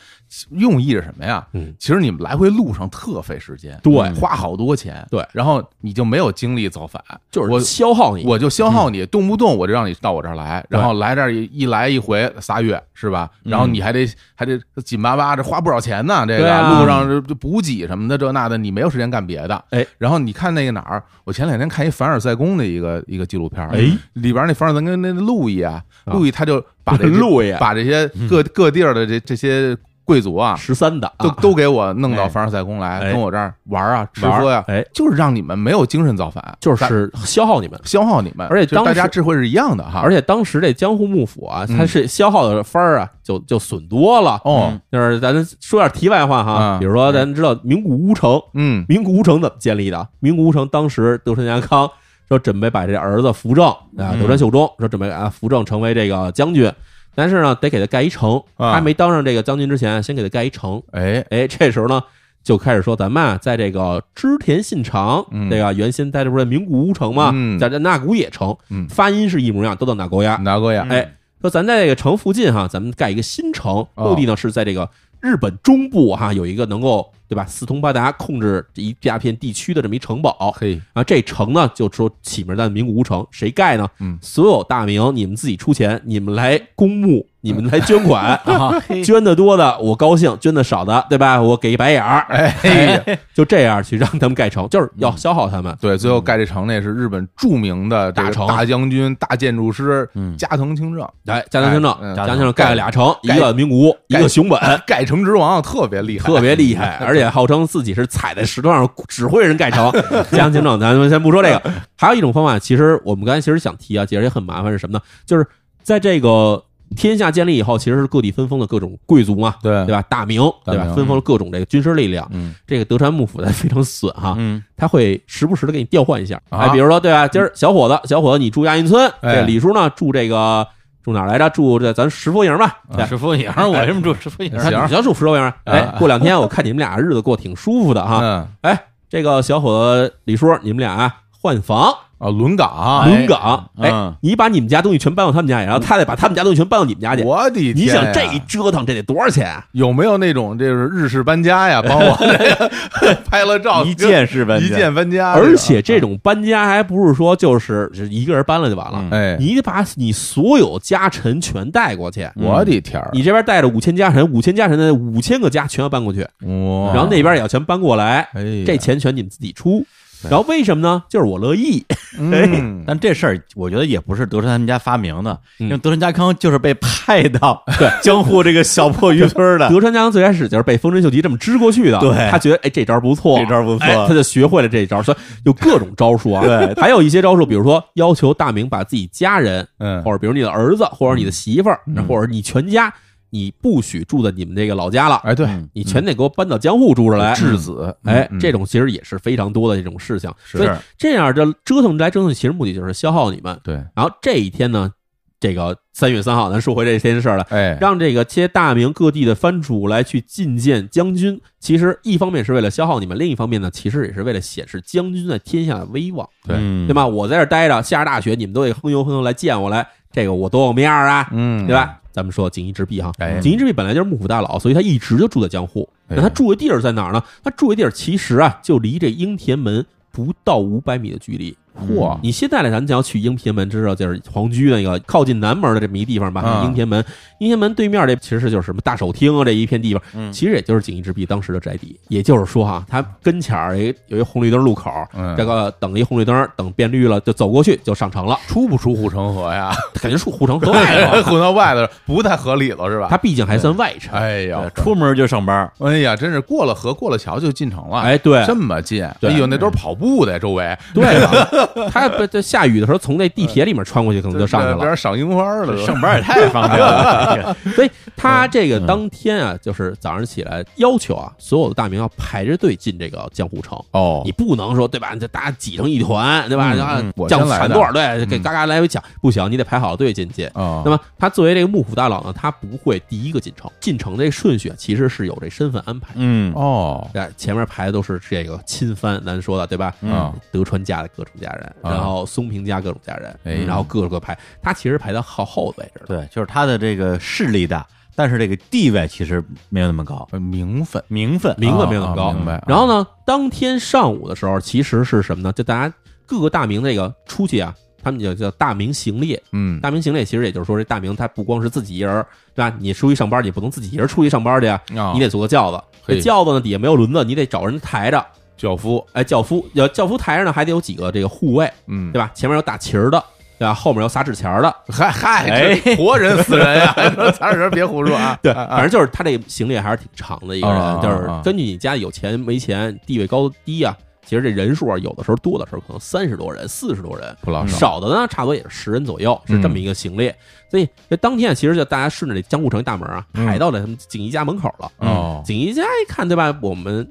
Speaker 2: 用意是什么呀？
Speaker 3: 嗯，
Speaker 2: 其实你们来回路上特费时间，
Speaker 3: 对
Speaker 2: 花好多钱，
Speaker 3: 对
Speaker 2: 然后你就没有精力造反，
Speaker 3: 就是
Speaker 2: 我
Speaker 3: 消耗你，嗯
Speaker 2: 我就消耗你，动不动我就让你到我这儿来，然后来这儿一一来一回仨月是吧？然后你还得还得紧巴巴，这花不少钱呢，这
Speaker 3: 嗯对
Speaker 2: 个
Speaker 3: 啊
Speaker 2: 路上这这补给什么的这那的，你没有时间干别的。
Speaker 3: 哎，
Speaker 2: 然后你看那个哪儿，我前两天看一凡尔赛宫的一个一个纪录片儿，
Speaker 3: 哎
Speaker 2: 里边那凡尔赛宫那那路易啊，
Speaker 3: 啊
Speaker 2: 路易他就把这
Speaker 3: 路易啊
Speaker 2: 把这些各各地儿的这这些贵族啊，
Speaker 3: 十三的
Speaker 2: 都
Speaker 3: 啊，
Speaker 2: 都给我弄到
Speaker 1: 哎
Speaker 2: 凡尔赛宫来，
Speaker 3: 哎
Speaker 2: 跟我这儿玩儿啊，吃
Speaker 3: 玩儿
Speaker 2: 喝呀，
Speaker 3: 哎，
Speaker 2: 就是让你们没有精神造反，
Speaker 3: 就是消耗你们。
Speaker 2: 消耗你们，
Speaker 3: 而且
Speaker 2: 就是大
Speaker 3: 当
Speaker 2: 家
Speaker 3: 时
Speaker 2: 智慧是一样的哈。
Speaker 3: 而且当时这江户幕府啊，
Speaker 2: 嗯
Speaker 3: 它是消耗的分儿啊，就就损多了。
Speaker 2: 哦，
Speaker 3: 就是咱说点题外话
Speaker 2: 嗯
Speaker 3: 哈，比如说咱知道名古屋城，
Speaker 2: 嗯
Speaker 3: 名古屋城怎么建立的？名古屋城当时德川家康说准备把这儿子扶正啊，
Speaker 1: 嗯
Speaker 3: 德川秀忠说准备啊扶正成为这个将军，但是呢得给他盖一城，
Speaker 2: 啊
Speaker 3: 他没当上这个将军之前，先给他盖一城。
Speaker 2: 哎，
Speaker 3: 哎，这时候呢，就开始说咱们啊，在这个织田信长，
Speaker 2: 嗯
Speaker 3: 这个原先在这不是名古屋城嘛，
Speaker 2: 嗯
Speaker 3: 在这那古野城，
Speaker 2: 嗯
Speaker 3: 发音是一模一样，都叫那国呀。
Speaker 2: 拿过呀，
Speaker 3: 哎，说咱在这个城附近哈，咱们盖一个新城，
Speaker 2: 哦
Speaker 3: 目的呢是在这个日本中部哈有一个能够对吧四通八达控制一大片地区的这么一城堡。
Speaker 2: 嘿，
Speaker 3: 啊，这城呢就说起名叫名古屋城，谁盖呢？
Speaker 2: 嗯
Speaker 3: 所有大名你们自己出钱，你们来公募，
Speaker 2: 嗯
Speaker 3: 你们来 捐款啊，
Speaker 1: 嘿
Speaker 3: 捐的多的我高兴，捐的少的对吧？我给一白眼儿，哎，就这样去让他们盖城，就是
Speaker 2: 嗯
Speaker 3: 要消耗他们。
Speaker 2: 对，最后盖这城那是日本著名的这个
Speaker 3: 嗯大城
Speaker 2: 大将军、大建筑师
Speaker 1: 嗯
Speaker 2: 加藤清正，
Speaker 3: 来，加藤清正，
Speaker 2: 哎嗯
Speaker 3: 加藤清正盖了俩城，一
Speaker 2: 盖
Speaker 3: 个名古屋，一
Speaker 2: 盖
Speaker 3: 个熊本，
Speaker 2: 盖城之王特别厉害，哎
Speaker 3: 特别厉 害，而且号称自己是踩在石头上 指挥人盖城。加藤清正，咱们先不说这个，还有一种方法，其实我们刚才其实想提啊，其实也很麻烦是什么呢？就是在这个天下建立以后，其实是各地分封的各种贵族嘛，
Speaker 2: 对
Speaker 3: 对吧？大名对
Speaker 2: 嗯大
Speaker 3: 吧？
Speaker 2: 名
Speaker 3: 分封了各种这个军事力量。
Speaker 2: 嗯，
Speaker 3: 这个德川幕府他非常损哈，
Speaker 1: 嗯，
Speaker 3: 他会时不时的给你调换一下。
Speaker 2: 啊
Speaker 3: 哎，比如说对吧？今儿小伙子，小伙子你住亚运村，
Speaker 2: 哎
Speaker 3: 对，李叔呢住这个。住哪儿来着？住这咱石佛营吧。对，
Speaker 1: 石佛营，我为什么住石佛营
Speaker 3: 你？看
Speaker 2: 行
Speaker 3: 嗯你就住石佛营。哎，过两天我看你们俩日子过挺舒服的哈。
Speaker 2: 啊
Speaker 3: 哎
Speaker 2: 嗯
Speaker 3: 这个小伙子李叔，你们俩啊换房
Speaker 2: 啊，轮岗，
Speaker 3: 轮岗，
Speaker 2: 哎
Speaker 3: 哎，你把你们家东西全搬到他们家去，然后他再把他们家东西全搬到你们家去。
Speaker 2: 我的天
Speaker 3: 你想这
Speaker 2: 呀
Speaker 3: 一折腾，这得多少钱啊？
Speaker 2: 有没有那种就是日式搬家呀？ 帮我这个拍了照，
Speaker 1: 一键式搬家
Speaker 2: 一键搬家，
Speaker 3: 而且
Speaker 2: 嗯
Speaker 3: 这种搬家还不是说就是就是一个人搬了就完了，
Speaker 1: 嗯
Speaker 2: 哎，
Speaker 3: 你得把你所有家臣全带过去。
Speaker 2: 我的天儿，
Speaker 3: 你这边带着五千家臣，五千家臣的五千个家全要搬过去，
Speaker 2: 哇，
Speaker 3: 然后那边也要全搬过来，
Speaker 2: 哎呀哎
Speaker 3: 这钱全你们自己出。
Speaker 1: 对
Speaker 3: 然后为什么呢？就是我乐意，
Speaker 2: 嗯，
Speaker 3: 哎
Speaker 1: 但这事儿我觉得也不是德川他们家发明的，
Speaker 3: 嗯
Speaker 1: 因为德川家康就是被派到对江户这个小破渔村 的，
Speaker 3: 德川家康最开始就是被丰臣秀吉这么支过去的，
Speaker 1: 对
Speaker 3: 他觉得哎这招不错，
Speaker 1: 这招不错
Speaker 3: 哎他就学会了这一招，所以有各种招数啊。
Speaker 1: 对，
Speaker 3: 还有一些招数，比如说要求大明把自己家人，
Speaker 2: 嗯
Speaker 3: 或者比如你的儿子，或者你的媳妇儿，或者你全家，你不许住在你们这个老家了，
Speaker 2: 哎对，
Speaker 1: 嗯
Speaker 3: 你全得给我搬到江户住着来。
Speaker 2: 质子，
Speaker 3: 哎，
Speaker 2: 嗯
Speaker 3: 这种其实也是非常多的这种事情，
Speaker 2: 是
Speaker 3: 所以这样这折腾来折腾去，其实目的就是消耗你们。
Speaker 2: 对，
Speaker 3: 然后这一天呢，这个三月三号，咱说回这件事儿来。
Speaker 2: 哎，
Speaker 3: 让这个些大明各地的藩主来去觐见将军，其实一方面是为了消耗你们，另一方面呢，其实也是为了显示将军在天下的威望，
Speaker 2: 对
Speaker 1: 嗯
Speaker 3: 对吧？我在这儿待着，下着大雪，你们都得哼悠哼悠来见我来，这个我多有面儿啊，
Speaker 2: 嗯，
Speaker 3: 对？吧？咱们说锦衣之弊哈，
Speaker 2: 哎
Speaker 3: 锦衣之弊本来就是幕府大佬，所以他一直就住在江户。
Speaker 2: 哎
Speaker 3: 那他住的地儿在哪儿呢？他住的地儿其实啊，就离这英田门不到五百米的距离。
Speaker 2: 嚯，
Speaker 3: 你现在来咱们要去应天门，知道就是皇居那个靠近南门的这么一地方吧？
Speaker 2: 嗯
Speaker 3: 应天门，应天门对面这其实就是什么大手厅啊这一片地方，
Speaker 1: 嗯
Speaker 3: 其实也就是锦衣之弊当时的宅邸。也就是说哈、他跟前儿有一有一红绿灯路口，
Speaker 2: 嗯
Speaker 3: 这个等一红绿灯，等变绿了就走过去就上城了，
Speaker 2: 出不出护城河 呀？
Speaker 3: 肯定是护城河外 了。
Speaker 2: 混到外头不太合理了，是吧？
Speaker 3: 他毕竟还算外城，
Speaker 2: 哎呀
Speaker 1: 对，出门就上班，
Speaker 2: 哎呀，真是过了河过了桥就进城了，
Speaker 3: 哎，对
Speaker 2: 这么近，
Speaker 3: 对
Speaker 2: 哎呦，那都是跑步的，周围
Speaker 3: 对了，他不这下雨的时候从那地铁里面穿过去，可嗯能就上去了
Speaker 2: 边。赏樱花了都，
Speaker 1: 上班也太方便了。
Speaker 3: 所以他
Speaker 2: 嗯
Speaker 3: 这个当天啊，就是早上起来要求啊，所有的大明要排着队进这个江户城。
Speaker 2: 哦
Speaker 3: 你，不能说对吧？这大家挤成一团，对吧？
Speaker 2: 嗯
Speaker 3: 然
Speaker 2: 嗯
Speaker 3: 后
Speaker 2: 我
Speaker 3: 降
Speaker 2: 先来
Speaker 3: 产
Speaker 2: 的
Speaker 3: 多少队，给
Speaker 2: 嗯
Speaker 3: 嘎嘎来回抢，不行，你得排好队进去。
Speaker 2: 啊，
Speaker 3: 那么他作为这个幕府大佬呢，他不会第一个进城，进城这个顺序啊其实是有这身份安排。
Speaker 1: 嗯
Speaker 2: 哦，
Speaker 3: 哎，前面排的都是这个亲藩，咱说的对吧？
Speaker 2: 啊
Speaker 1: 嗯，
Speaker 3: 德川家的各种家人，
Speaker 2: 啊
Speaker 3: 然后松平家各种家人，
Speaker 2: 哎
Speaker 3: 然后各个排，他其实排到靠后的位置的。
Speaker 1: 对，就是他的这个势力大，但是这个地位其实没有那么高，
Speaker 2: 呃名分
Speaker 1: 名分
Speaker 3: 名分没有那么高
Speaker 2: 啊明白。
Speaker 3: 然后呢，当天上午的时候，其实是什么呢？就大家各个大名这个出去啊，他们就叫大名行列。
Speaker 2: 嗯，
Speaker 3: 大名行列其实也就是说，这大名他不光是自己一人儿，对吧？你出去上班，你不能自己一人出去上班去呀，
Speaker 2: 啊
Speaker 3: 你得坐个轿子。
Speaker 2: 嘿
Speaker 3: 这轿子呢底下没有轮子，你得找人抬着。
Speaker 2: 轿夫，
Speaker 3: 哎，轿夫，要轿夫抬着呢，还得有几个这个护卫，
Speaker 2: 嗯啊
Speaker 3: 对，吧？前面有打旗儿的，对吧？后面有撒纸钱儿的，
Speaker 2: 嗨嗨，
Speaker 1: 哎
Speaker 2: 这活人死人呀， 咱俩人别胡说啊，
Speaker 3: 对，
Speaker 2: 啊
Speaker 3: 反正就是他这行列还是挺长的一个
Speaker 2: 啊啊啊
Speaker 3: 人，就是根据你家里有钱没钱、地位高低啊，其实这人数啊，有的时候多的时候可能三十多人、四十多人，
Speaker 2: 不老少，
Speaker 3: 少的呢差不多也是十人左右，是这
Speaker 2: 嗯
Speaker 3: 么一个行列。所以这当天啊，其实就大家顺着这江户城大门啊，
Speaker 2: 嗯
Speaker 3: 排到了他们锦衣家门口了。
Speaker 2: 哦，
Speaker 3: 锦衣家一看，对吧？我们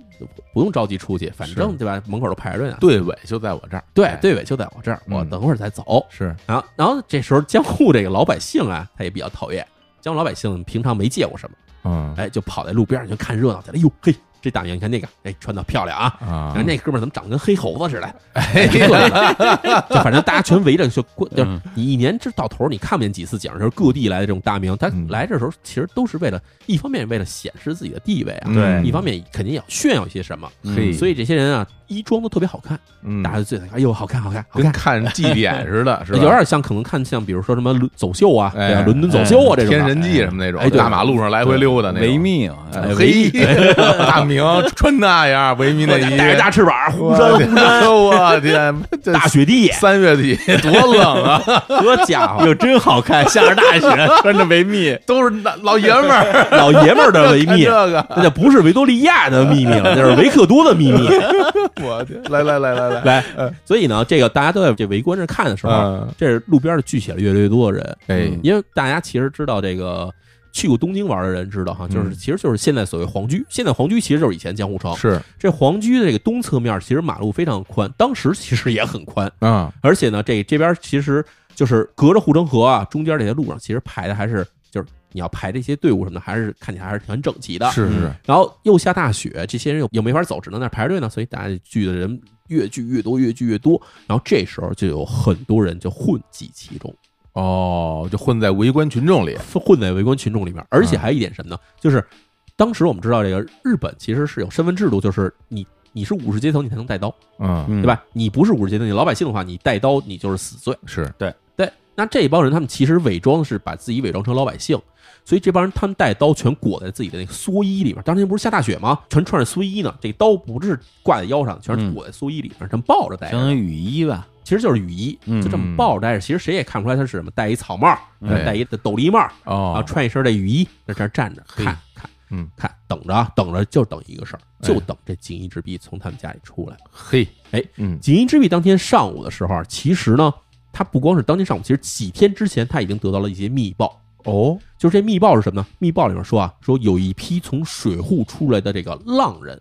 Speaker 3: 不用着急出去，反正
Speaker 2: 是
Speaker 3: 对吧？门口都排着队呢。
Speaker 2: 队尾就在我这儿，
Speaker 3: 对
Speaker 2: 哎，
Speaker 3: 队尾就在我这儿，我
Speaker 2: 嗯
Speaker 3: 等会儿再走。
Speaker 2: 是
Speaker 3: 然后，啊然后这时候江户这个老百姓啊，他也比较讨厌。江户老百姓平常没借过什么。
Speaker 2: 嗯
Speaker 3: 哎，就跑在路边上就看热闹去了。哎呦嘿，这大明你看那个，哎，穿的漂亮啊！
Speaker 2: 啊
Speaker 3: 然后，那哥们儿怎么长得跟黑猴子似的？
Speaker 2: 哎
Speaker 3: 就反正大家全围着，就过就是
Speaker 2: 嗯
Speaker 3: 你一年这到头，你看不见几次景儿，就是各地来的这种大明，他
Speaker 2: 嗯
Speaker 3: 来这时候其实都是为了，一方面为了显示自己的地位啊，
Speaker 2: 嗯
Speaker 1: 对
Speaker 3: 一方面肯定也要炫耀一些什么，
Speaker 1: 嗯
Speaker 2: 嘿，
Speaker 3: 所以这些人啊，衣装都特别好看，
Speaker 2: 嗯
Speaker 3: 大家就最哎呦好看好看好
Speaker 2: 跟
Speaker 3: 看，
Speaker 2: 看祭典似的，是吧？
Speaker 3: 有点像可能看像比如说什么伦走秀啊，
Speaker 2: 哎
Speaker 3: 对啊，伦敦走秀啊这种的
Speaker 2: 天神记什么那
Speaker 3: 哎
Speaker 2: 种，
Speaker 3: 对
Speaker 2: 大马路上来回溜达那
Speaker 1: 维
Speaker 2: 种。
Speaker 1: 密啊，
Speaker 2: 哎嘿， 大明穿那样，维密内衣，
Speaker 3: 带着大翅膀，
Speaker 2: 我
Speaker 3: 忽闪
Speaker 2: 天， 我天，这
Speaker 3: 大 雪地，
Speaker 2: 三月底多冷啊，
Speaker 3: 多家伙，
Speaker 1: 又真好看，下着大雪穿着维密，
Speaker 2: 都是大老爷们 儿
Speaker 3: 老爷们儿的维
Speaker 2: 看
Speaker 3: 密
Speaker 2: 这，个，
Speaker 3: 那就不是维多利亚的 秘密了，那是维克多的秘密。
Speaker 2: 我天，来来来来来，
Speaker 3: 来，所以呢，这个大家都在这围观着看的时候，
Speaker 2: 嗯，
Speaker 3: 这是路边儿聚起了越来越多的人，嗯
Speaker 2: 哎，
Speaker 3: 因为大家其实知道这个。去过东京玩的人知道哈，就是
Speaker 2: 嗯
Speaker 3: 其实就是现在所谓皇居，现在皇居其实就是以前江户城。
Speaker 2: 是
Speaker 3: 这皇居的这个东侧面其实马路非常宽，当时其实也很宽，
Speaker 2: 啊，
Speaker 3: 而且呢，这这边其实就是隔着护城河啊，中间这些路上其实排的还是就是你要排这些队伍什么的，还是看起来还是很整齐的。
Speaker 2: 是是是，
Speaker 3: 然后又下大雪，这些人又又没法走，只能在那儿排队呢，所以大家聚的人越聚越多，越聚越多。然后这时候就有很多人就混迹其中，
Speaker 2: 哦，就混在围观群众里，
Speaker 3: 混在围观群众里面。而且还有一点什么呢？就是当时我们知道，这个日本其实是有身份制度，就是你你是武士阶层，你才能带刀，
Speaker 2: 嗯，
Speaker 1: 嗯
Speaker 3: 对？吧？你不是武士阶层，你老百姓的话，你带刀你就是死罪。
Speaker 2: 是
Speaker 3: 对，那这帮人他们其实伪装是把自己伪装成老百姓，所以这帮人他们带刀全裹在自己的那个蓑衣里面。当天不是下大雪吗？全穿着蓑衣呢，这刀不是挂在腰上，全是裹在蓑衣里面，这么抱着戴
Speaker 1: 相
Speaker 3: 着，
Speaker 1: 当于雨衣吧，
Speaker 3: 其实就是雨衣，
Speaker 1: 嗯
Speaker 3: 就这么抱着戴着。其实谁也看不出来他是什么，戴一草帽，呃
Speaker 2: 哎
Speaker 3: 戴一斗笠帽，然后
Speaker 2: 哦，
Speaker 3: 穿一身这雨衣，在这儿站着看看。
Speaker 1: 嗯，
Speaker 3: 看，等着啊，等着，就等一个事儿，
Speaker 2: 哎
Speaker 3: 就等这锦衣之璧从他们家里出来。
Speaker 2: 嘿，
Speaker 1: 嗯
Speaker 3: 锦衣之璧当天上午的时候啊，其实呢，他不光是当天上午，其实几天之前他已经得到了一些密报。
Speaker 2: 哦，
Speaker 3: 就是这密报是什么呢？密报里面说啊，说有一批从水户出来的这个浪人。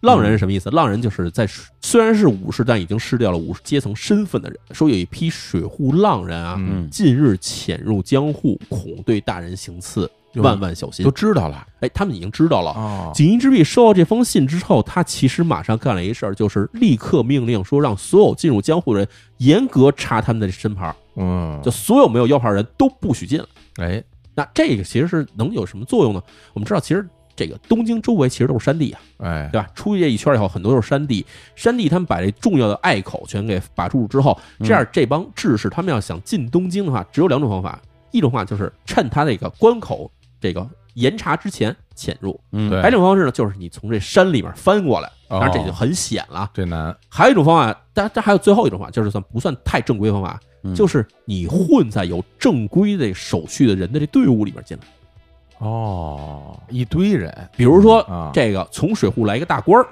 Speaker 3: 浪人是什么意
Speaker 2: 嗯
Speaker 3: 思？浪人就是在水虽然是武士，但已经失掉了武士阶层身份的人。说有一批水户浪人啊，
Speaker 2: 嗯，
Speaker 3: 近日潜入江户，恐对大人行刺，
Speaker 2: 哟
Speaker 3: 万万小心
Speaker 2: 都。知道了，
Speaker 3: 哎，他们已经知道了。
Speaker 2: 哦，
Speaker 3: 锦衣之璧收到这封信之后，他其实马上干了一事儿，就是立刻命令说，让所有进入江户的人严格查他们的身牌儿，
Speaker 2: 嗯，
Speaker 3: 就所有没有腰牌儿的人都不许进来。
Speaker 2: 哎，
Speaker 3: 那这个其实是能有什么作用呢？我们知道，其实这个东京周围其实都是山地啊，
Speaker 2: 哎，
Speaker 3: 对吧？出去这一圈以后，很多都是山地，山地他们把这重要的隘口全给把住之后，这样这帮志士他们要想进东京的话，只有两种方法，一种方法就是趁他这个关口这个严查之前潜入。
Speaker 1: 嗯，
Speaker 2: 对
Speaker 3: 还有一种方式呢，就是你从这山里面翻过来，
Speaker 2: 哦
Speaker 3: 当然这就很险了。
Speaker 2: 这难，
Speaker 3: 还有一种方法，但但还有最后一种方法，就是算不算太正规方法，
Speaker 1: 嗯
Speaker 3: 就是你混在有正规的手续的人的这队伍里面进来。
Speaker 2: 哦，一堆人
Speaker 3: 比如说，
Speaker 2: 啊，
Speaker 3: 这个从水户来一个大官儿，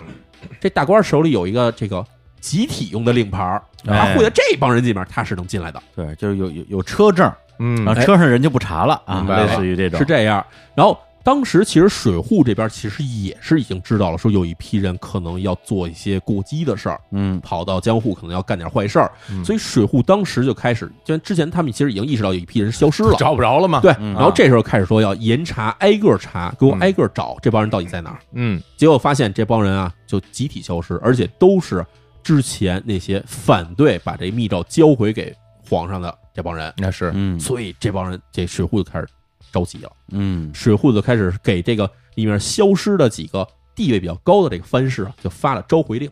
Speaker 3: 这大官儿手里有一个这个集体用的令牌儿，
Speaker 1: 哎
Speaker 3: 他混在这帮人里面，他是能进来的，
Speaker 1: 对，就是有有有车证，
Speaker 2: 嗯
Speaker 1: 然后车上人就不查哎了啊，
Speaker 2: 明白了
Speaker 1: 类似于这种
Speaker 3: 是这样。然后。当时其实水户这边其实也是已经知道了，说有一批人可能要做一些过激的事儿，
Speaker 1: 嗯
Speaker 3: 跑到江户可能要干点坏事儿，所以水户当时就开始，就之前他们其实已经意识到有一批人消失了，
Speaker 2: 找不着了嘛，，
Speaker 3: 对，
Speaker 1: 嗯
Speaker 3: 然后这时候开始说要严查，挨个查，给我挨个找这帮人到底在哪儿。
Speaker 2: 嗯，
Speaker 3: 结果发现这帮人啊就集体消失，而且都是之前那些反对把这密诏交回给皇上的这帮人，
Speaker 2: 那是，
Speaker 1: 嗯
Speaker 3: 所以这帮人这水户就开始着急了，
Speaker 1: 嗯
Speaker 3: 水户就开始给这个里面消失的几个地位比较高的这个藩士啊，就发了召回令，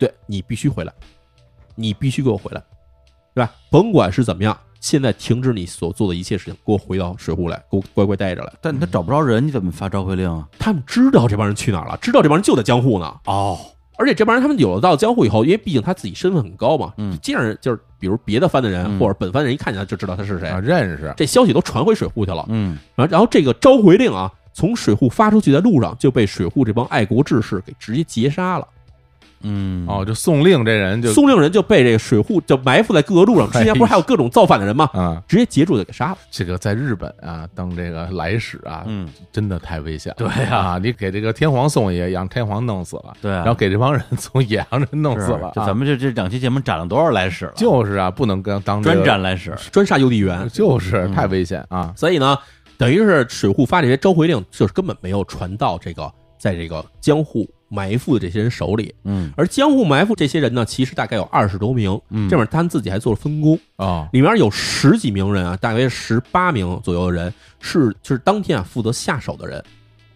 Speaker 3: 对你必须回来，你必须给我回来，对吧？甭管是怎么样，现在停止你所做的一切事情，给我回到水户来，给我乖乖待着来。
Speaker 1: 但你他找不着人，你怎么发召回令啊？
Speaker 3: 他们知道这帮人去哪儿了，知道这帮人就在江户呢。
Speaker 1: 哦，
Speaker 3: 而且这帮人他们有了到江户以后，因为毕竟他自己身份很高嘛，
Speaker 1: 嗯
Speaker 3: 这样人就是比如别的藩的人、
Speaker 1: 嗯
Speaker 3: 或者本藩人一看见他就知道他嗯是谁，
Speaker 2: 啊，认识，
Speaker 3: 这消息都传回水户去了。
Speaker 1: 嗯
Speaker 3: 啊然后然后这个召回令啊，从水户发出去的路上就被水户这帮爱国志士给直接截杀了。
Speaker 1: 嗯，
Speaker 2: 哦，就宋令这人就，
Speaker 3: 松令人就被这个水户就埋伏在各个路
Speaker 1: 哎
Speaker 3: 上，之前不是还有各种造反的人吗？
Speaker 2: 啊，
Speaker 3: 直接截住就给杀了。
Speaker 2: 这个在日本啊，当这个来使啊，
Speaker 1: 嗯，
Speaker 2: 真的太危险了。
Speaker 1: 对
Speaker 2: 啊，你给这个天皇送也让天皇弄死了，
Speaker 1: 对
Speaker 3: 嗯
Speaker 1: 啊，
Speaker 2: 然后给这帮人从野洋人弄死
Speaker 1: 是
Speaker 2: 了，
Speaker 1: 这
Speaker 2: 啊
Speaker 1: 咱们这这两期节目斩了多少来使了？
Speaker 2: 就是啊，不能跟当这
Speaker 1: 专
Speaker 2: 个
Speaker 1: 斩来使，
Speaker 3: 专杀邮递员，
Speaker 2: 就是
Speaker 1: 嗯
Speaker 2: 太危险啊！
Speaker 3: 所以呢，等于是水户发这些召回令，就是根本没有传到这个在这个江户埋伏的这些人手里。
Speaker 1: 嗯
Speaker 3: 而江户埋伏这些人呢，其实大概有二十多名，
Speaker 1: 嗯，
Speaker 3: 这面他们自己还做了分工，
Speaker 2: 哦，
Speaker 3: 里面有十几名人啊，大约十八名左右的人是就是当天啊负责下手的人，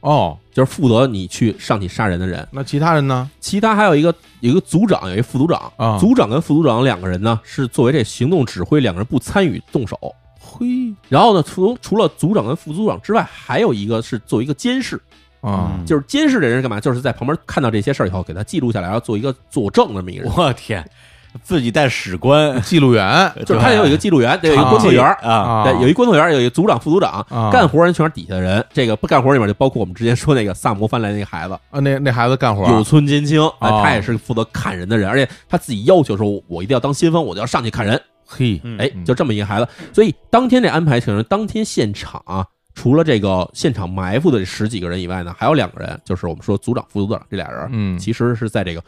Speaker 2: 哦，
Speaker 3: 就是负责你去上去杀人的人，
Speaker 2: 那其他人呢？
Speaker 3: 其他还有一个有一个组长，有一个副组长
Speaker 2: 啊
Speaker 3: 组长跟副组长两个人呢是作为这行动指挥，两个人不参与动手。嘿，然后呢，除除了组长跟副组长之外，还有一个是作为一个监视，
Speaker 1: 嗯
Speaker 2: 啊，
Speaker 3: 就是监视这人是干嘛？就是在旁边看到这些事儿以后，给他记录下来，然后做一个佐证这么一个人。
Speaker 1: 我天，自己带史 官，
Speaker 2: 记录员
Speaker 3: 就是他得有一个记录员，得有一个观测员儿，
Speaker 1: 啊，
Speaker 2: 啊，
Speaker 3: 对，有一观测员儿，有一组长、副组长
Speaker 2: 啊，
Speaker 3: 干活人全是底下的人。这个不干活里面就包括我们之前说那个萨摩翻来那个孩子，
Speaker 2: 啊，那那孩子干活
Speaker 3: 有村金清，哎
Speaker 2: 哦
Speaker 3: 他也是负责砍人的人，而且他自己要求说，我一定要当先锋，我就要上去砍人。
Speaker 2: 嘿，
Speaker 1: 嗯
Speaker 3: 哎
Speaker 2: 嗯，
Speaker 3: 就这么一个孩子，所以当天这安排可能当天现场啊，除了这个现场埋伏的这十几个人以外呢，还有两个人，就是我们说组长、副组长这俩人，
Speaker 2: 嗯
Speaker 3: 其实是在这个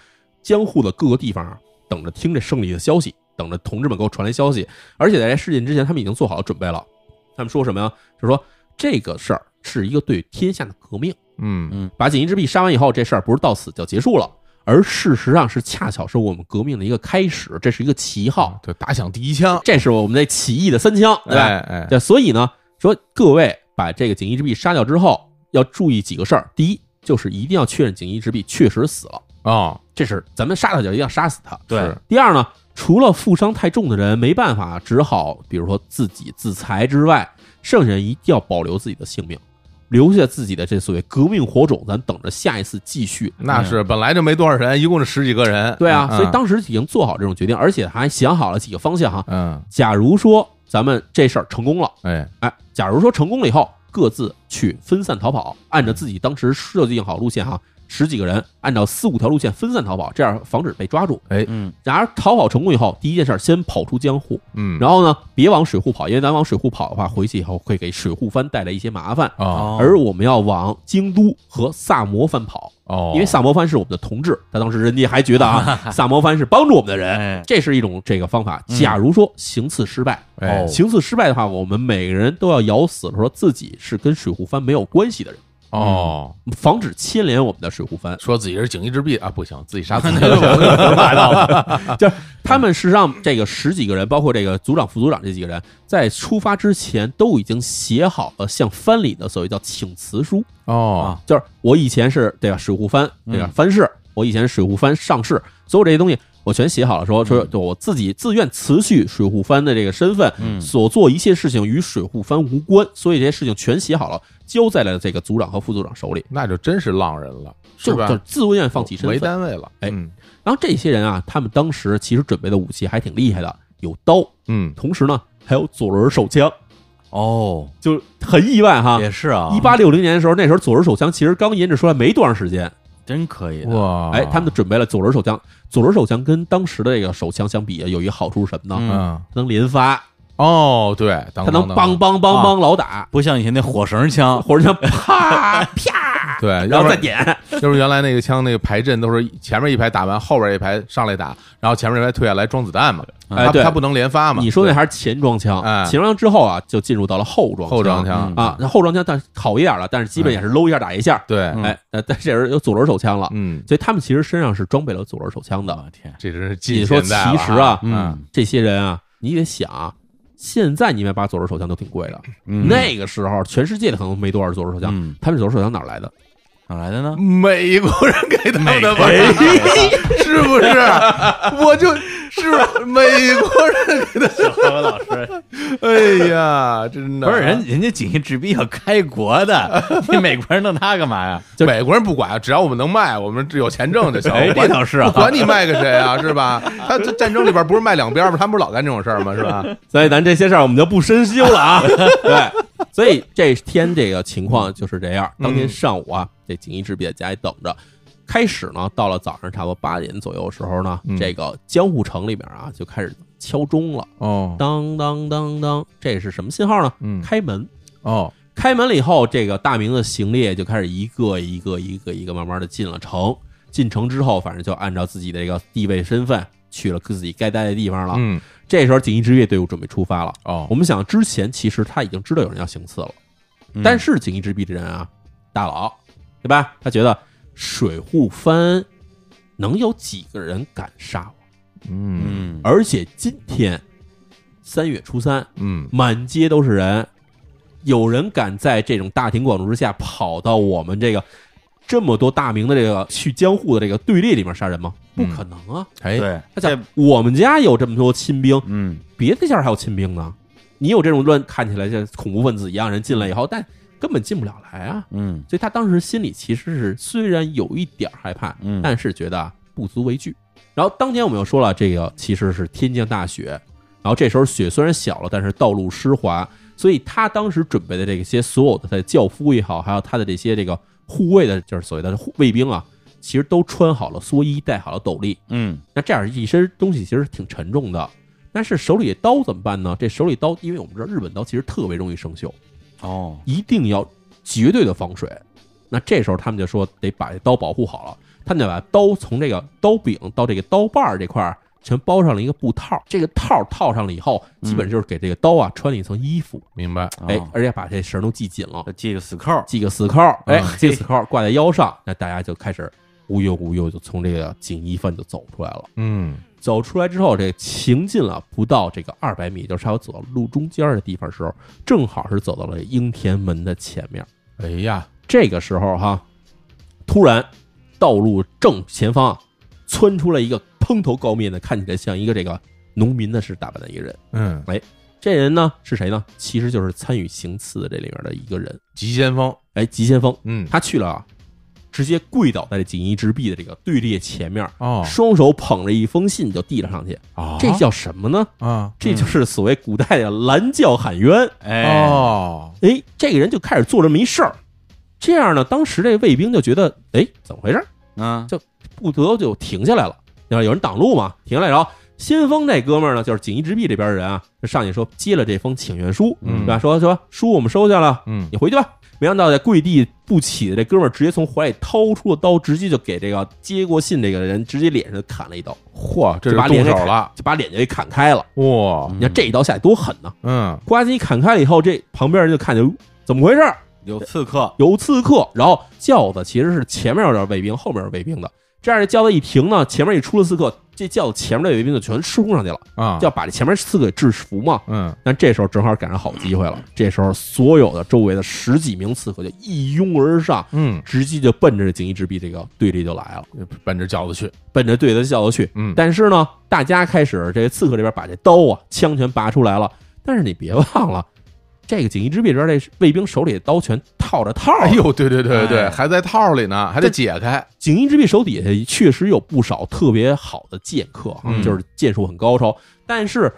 Speaker 3: 江户的各个地方啊等着听这胜利的消息，等着同志们给我传来消息。而且在这事件之前，他们已经做好了准备了。他们说什么呀？就说这个事儿是一个对天下的革命。
Speaker 1: 嗯
Speaker 3: 把锦衣之弊杀完以后，这事儿不是到此就结束了，而事实上是恰巧是我们革命的一个开始，这是一个旗号，
Speaker 2: 对，打响第一枪，
Speaker 3: 这是我们的起义的三枪，对吧？
Speaker 2: 哎哎，
Speaker 3: 对，所以呢，说各位把这个锦衣之弊杀掉之后，要注意几个事儿。第一，就是一定要确认锦衣之弊确实死了，
Speaker 2: 哦，
Speaker 3: 这是咱们杀他就一定要杀死他。
Speaker 1: 对
Speaker 2: 是
Speaker 3: 第二呢，除了负伤太重的人没办法，只好比如说自己自裁之外，剩下人一定要保留自己的性命，留下自己的这所谓革命火种，咱等着下一次继续。
Speaker 2: 那是本来就没多少人，一共是十几个人，
Speaker 3: 嗯对啊，
Speaker 2: 嗯
Speaker 3: 所以当时已经做好这种决定，而且还想好了几个方向哈。
Speaker 2: 嗯，
Speaker 3: 假如说咱们这事儿成功了，
Speaker 2: 哎，
Speaker 3: 哎，假如说成功了以后，各自去分散逃跑，按照自己当时设计好路线哈，十几个人按照四五条路线分散逃跑，这样防止被抓住。
Speaker 2: 哎
Speaker 1: 嗯
Speaker 3: 然而逃跑成功以后，第一件事儿先跑出江户，
Speaker 2: 嗯，
Speaker 3: 然后呢，别往水户跑，因为咱往水户跑的话，回去以后会给水户藩带来一些麻烦。
Speaker 1: 啊
Speaker 2: 哦
Speaker 3: 而我们要往京都和萨摩藩跑，
Speaker 2: 哦，
Speaker 3: 因为萨摩藩是我们的同志，他当时人家还觉得啊， 萨摩藩是帮助我们的
Speaker 1: 哎
Speaker 3: 人，这是一种这个方法。假如说行刺失败，
Speaker 2: 哎
Speaker 3: 行刺失败的话，我们每个人都要咬死了说自己是跟水户藩没有关系的人，
Speaker 2: 哦，
Speaker 3: 防止牵连我们的水户藩。
Speaker 2: 说自己是锦衣之弊啊，不行，自己杀自 己，
Speaker 1: 霸道了，
Speaker 3: 就是他们实际上这个十几个人，包括这个组长、副组长这几个人，在出发之前都已经写好了向藩里的所谓叫请辞书，
Speaker 2: 哦，
Speaker 3: 就是我以前是对吧水户藩对吧
Speaker 1: 嗯
Speaker 3: 藩士，我以前是水户藩上士，所有这些东西我全写好了，说
Speaker 2: 嗯
Speaker 3: 说就我自己自愿辞去水户藩的这个身份，
Speaker 1: 嗯
Speaker 3: 所做一切事情与水户藩无关，所以这些事情全写好了，交在了这个组长和副组长手里，
Speaker 2: 那就真是浪人了，是
Speaker 3: 就
Speaker 2: 吧
Speaker 3: 就？自愿放弃身
Speaker 2: 为
Speaker 3: 份。
Speaker 2: 单位了，
Speaker 3: 哎
Speaker 2: 嗯
Speaker 3: 然后这些人啊，他们当时其实准备的武器还挺厉害的，有刀。
Speaker 2: 嗯，
Speaker 3: 同时呢，还有左轮手枪，
Speaker 1: 哦，
Speaker 3: 就很意外哈。
Speaker 1: 也是啊，
Speaker 3: 一八六零年的时候，那时候左轮手枪其实刚研制出来没多长时间，
Speaker 1: 真可以的，
Speaker 2: 哇，
Speaker 3: 哎，他们就准备了左轮手枪。左轮手枪跟当时的这个手枪相比，有一个好处是什么呢？
Speaker 1: 嗯
Speaker 2: 嗯，
Speaker 3: 它能连发，
Speaker 2: 哦，对，当
Speaker 3: 它能梆，梆梆梆老打，
Speaker 1: 不像以前那火绳 枪，
Speaker 3: 火箭枪啪啪，
Speaker 2: 对，要
Speaker 3: 然
Speaker 2: 不
Speaker 3: 后再
Speaker 2: 然
Speaker 3: 点，
Speaker 2: 就是原来那个枪那个排阵都是前面一排打完，后边一排上来打，然后前面一排退下来装子弹嘛，
Speaker 3: 哎
Speaker 2: 他
Speaker 3: 对
Speaker 2: 他不能连发嘛，
Speaker 3: 你说那还是前装枪，
Speaker 2: 哎
Speaker 3: 前装之后啊，就进入到了后装
Speaker 2: 后装枪
Speaker 1: 嗯
Speaker 3: 啊，那后装枪但是好一点了，但是基本也是搂一下打一下，
Speaker 2: 对，
Speaker 1: 嗯
Speaker 3: 哎，那但这人有左轮手枪了，
Speaker 2: 嗯，
Speaker 3: 所以他们其实身上是装备了左轮手枪的。
Speaker 1: 我天，
Speaker 2: 这真是
Speaker 3: 你
Speaker 2: 近
Speaker 3: 说
Speaker 2: 现
Speaker 3: 其
Speaker 2: 代了
Speaker 3: 实啊，，
Speaker 2: 嗯，
Speaker 3: 这些人啊，你得想啊，现在你买把左轮手枪都挺贵的，
Speaker 1: 嗯
Speaker 3: 那个时候全世界可能没多少左轮手枪，
Speaker 1: 嗯
Speaker 3: 他们左轮手枪哪儿来的？
Speaker 1: 哪来的呢？
Speaker 2: 嗯美国人给他们的吧， 是不是？我就是美国人，
Speaker 1: 何文老师
Speaker 2: 哎呀，真的
Speaker 1: 不是人，人家锦衣之弊要开国 的，你美国人弄它干嘛呀？
Speaker 3: 就
Speaker 2: 美国人不管，只要我们能卖，我们有钱挣就行。
Speaker 1: 哎，这
Speaker 2: 管
Speaker 1: 倒是 啊，
Speaker 2: 管你卖给谁啊，是吧？他这战争里边不是卖两边吗？他们不是老干这种事儿吗？是 吧？
Speaker 3: 所以咱这些事儿我们就不深究了啊。 对，所以这天这个情况就是这样。当天上午啊，这锦衣之笔在家里等着。开始呢，到了早上差不多八点左右的时候呢，
Speaker 2: 嗯
Speaker 3: 这个江户城里边啊就开始敲钟了，
Speaker 2: 哦
Speaker 3: 当当当当，这是什么信号呢？
Speaker 2: 嗯
Speaker 3: 开门。
Speaker 2: 哦，
Speaker 3: 开门了以后，这个大明的行列就开始一个一个一个一个慢慢的进了城。进城之后，反正就按照自己的这个地位身份去了自己该待的地方了。
Speaker 2: 嗯
Speaker 3: 这时候锦衣之月队伍准备出发了。
Speaker 2: 哦
Speaker 3: 我，们想之前其实他已经知道有人要行刺了，
Speaker 2: 嗯
Speaker 3: 但是锦衣之弊这人啊，大佬对吧？他觉得水户藩能有几个人敢杀我？
Speaker 2: 嗯
Speaker 1: 嗯，
Speaker 3: 而且今天三月初三，
Speaker 2: 嗯
Speaker 3: 满街都是人，有人敢在这种大庭广众之下跑到我们这个这么多大明的这个去江户的这个队列里面杀人吗？不
Speaker 2: 嗯
Speaker 3: 可能啊！
Speaker 2: 哎，
Speaker 1: 对，
Speaker 3: 他讲我们家有这么多亲兵，
Speaker 1: 嗯
Speaker 3: 别的家还有亲兵呢。你有这种乱看起来像恐怖分子一样人进来以后，但根本进不了来啊。
Speaker 1: 嗯
Speaker 3: 所以他当时心里其实是虽然有一点儿害怕，
Speaker 1: 嗯
Speaker 3: 但是觉得啊不足为惧。然后当天我们又说了，这个其实是天降大雪，然后这时候雪虽然小了，但是道路湿滑，所以他当时准备的这些所有的他的轿夫也好，还有他的这些这个护卫的，就是所谓的护卫兵啊，其实都穿好了蓑衣，戴好了斗笠，
Speaker 1: 嗯
Speaker 3: 那这样一身东西其实挺沉重的。但是手里的刀怎么办呢？这手里刀，因为我们知道日本刀其实特别容易生锈，
Speaker 1: 哦，
Speaker 3: 一定要绝对的防水。那这时候他们就说得把这刀保护好了，他们就把刀从这个刀柄到这个刀把儿这块儿全包上了一个布套，这个套套上了以后，
Speaker 1: 嗯
Speaker 3: 基本就是给这个刀啊穿了一层衣服，
Speaker 2: 明白？
Speaker 3: 哎
Speaker 1: 哦，
Speaker 3: 而且把这绳都系紧了，
Speaker 1: 系个死扣儿，
Speaker 3: 系个死扣儿，哎
Speaker 1: 嗯，
Speaker 3: 系个死扣儿挂在腰上，那大家就开始无忧无忧就从这个锦衣饭就走出来了。
Speaker 2: 嗯，
Speaker 3: 走出来之后，这行进了不到这个二百米，就差不多走到路中间的地方的时候，正好是走到了应天门的前面。
Speaker 2: 哎呀，
Speaker 3: 这个时候哈，突然道路正前方啊，窜出来一个蓬头垢面的，看起来像一个这个农民的是打扮的一个人。
Speaker 2: 嗯，
Speaker 3: 这人呢是谁呢？其实就是参与行刺的这里面的一个人，
Speaker 2: 急先锋，
Speaker 3: 哎，急先锋，
Speaker 2: 嗯，
Speaker 3: 他去了啊，直接跪倒在这锦衣之壁的这个队列前面，
Speaker 2: 哦，
Speaker 3: 双手捧着一封信就递了上去。
Speaker 2: 啊
Speaker 3: 这叫什么呢？
Speaker 2: 啊，
Speaker 3: 这就是所谓古代的拦轿喊冤。
Speaker 1: 哎，
Speaker 2: 哦，
Speaker 3: 哎，这个人就开始做这么一事儿，这样呢，当时这卫兵就觉得，哎，怎么回事儿？
Speaker 1: 嗯，
Speaker 3: 不得就停下来了。然后有人挡路嘛，停下来，然后先锋这哥们儿呢，就是锦衣之壁这边的人啊，就上去说接了这封请愿书，
Speaker 2: 嗯
Speaker 3: 对吧？说说书我们收下了，
Speaker 2: 嗯，
Speaker 3: 你回去吧。没想到在跪地不起的这哥们儿，直接从怀里掏出了刀，直接就给这个接过信这个人直接脸上就砍了一刀，
Speaker 2: 嚯，这
Speaker 3: 就把
Speaker 2: 是
Speaker 3: 脸
Speaker 2: 动
Speaker 3: 给
Speaker 2: 手
Speaker 3: 砍
Speaker 2: 了，嗯
Speaker 3: 就把脸就给砍开了。
Speaker 2: 哇，
Speaker 3: 你看这一刀下去多狠呐！
Speaker 2: 嗯，
Speaker 3: 呱唧砍开了以后，这旁边人就看见哟怎么回事儿？
Speaker 1: 有刺客，
Speaker 3: 有刺客，然后轿子其实是前面有点卫兵，后面有卫兵的。这样这轿子一停呢，前面一出了刺客，这轿子前面的卫兵就全冲上去了，
Speaker 2: 啊，
Speaker 3: 就要把这前面刺客给制服嘛。
Speaker 2: 嗯，
Speaker 3: 但这时候正好赶上好机会了，这时候所有的周围的十几名刺客就一拥而上，
Speaker 2: 嗯，
Speaker 3: 直接就奔着锦衣之壁这个队列就来了，
Speaker 2: 奔着饺子去，
Speaker 3: 奔着队列的轿子去。
Speaker 2: 嗯，
Speaker 3: 但是呢，大家开始这刺客这边把这刀啊、枪全拔出来了，但是你别忘了，这个锦衣之壁这边这卫兵手里的刀全套着套儿。
Speaker 2: 哎呦，对对对对对，
Speaker 1: 哎
Speaker 2: 还在套里呢，还得解开，
Speaker 3: 锦衣之壁手底下确实有不少特别好的剑客啊，
Speaker 2: 嗯
Speaker 3: 就是剑术很高超，但是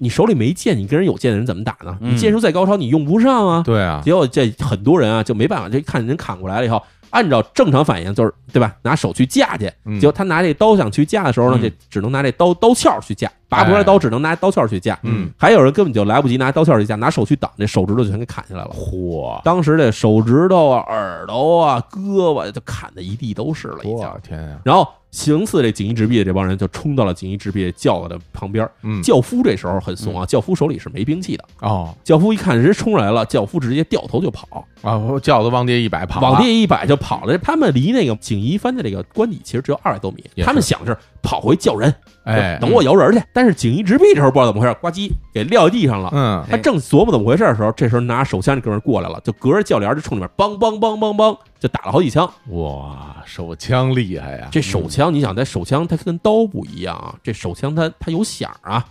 Speaker 3: 你手里没剑，你跟人有剑的人怎么打呢？
Speaker 1: 嗯
Speaker 3: 你剑术再高超，你用不上啊。
Speaker 2: 对啊，
Speaker 3: 结果这很多人啊就没办法，这看人砍过来了以后，按照正常反应就是对吧？拿手去架去，
Speaker 2: 嗯
Speaker 3: 结果他拿这刀想去架的时候呢，
Speaker 1: 嗯
Speaker 3: 这只能拿这刀刀鞘去架，拔不出来刀只能拿刀鞘去架。
Speaker 2: 哎嗯，
Speaker 3: 还有人根本就来不及拿刀鞘去架，拿手去挡，这手指头就全给砍下来了。
Speaker 2: 嚯，
Speaker 3: 当时这手指头啊、耳朵啊、胳膊就砍的一地都是了，已经。
Speaker 2: 我天啊呀，
Speaker 3: 然后行刺这锦衣之壁的这帮人就冲到了锦衣之壁轿子的旁边。
Speaker 2: 嗯，
Speaker 3: 轿夫这时候很怂啊，轿夫手里是没兵器的。
Speaker 2: 哦
Speaker 3: 轿夫一看人冲来了，轿夫直接掉头就跑，
Speaker 2: 啊，我饺子往地一摆跑了，
Speaker 3: 往地一摆就跑了。他们离那个锦衣帆的这个官邸其实只有二百多米
Speaker 2: 也，是
Speaker 3: 他们想是跑回叫人，
Speaker 2: 哎，
Speaker 3: 等我摇人去。但是锦衣之壁这时候不知道怎么回事，呱唧给撂地上了。
Speaker 2: 嗯，
Speaker 3: 他正琢磨怎么回事的时候，这时候拿手枪这哥们儿过来了，就隔着轿帘就冲里面梆梆梆梆梆就打了好几枪。
Speaker 2: 嗯哇，手枪厉害啊呀，
Speaker 3: 这手枪，你想，在手枪它跟刀不一样啊，这手枪它它有响啊，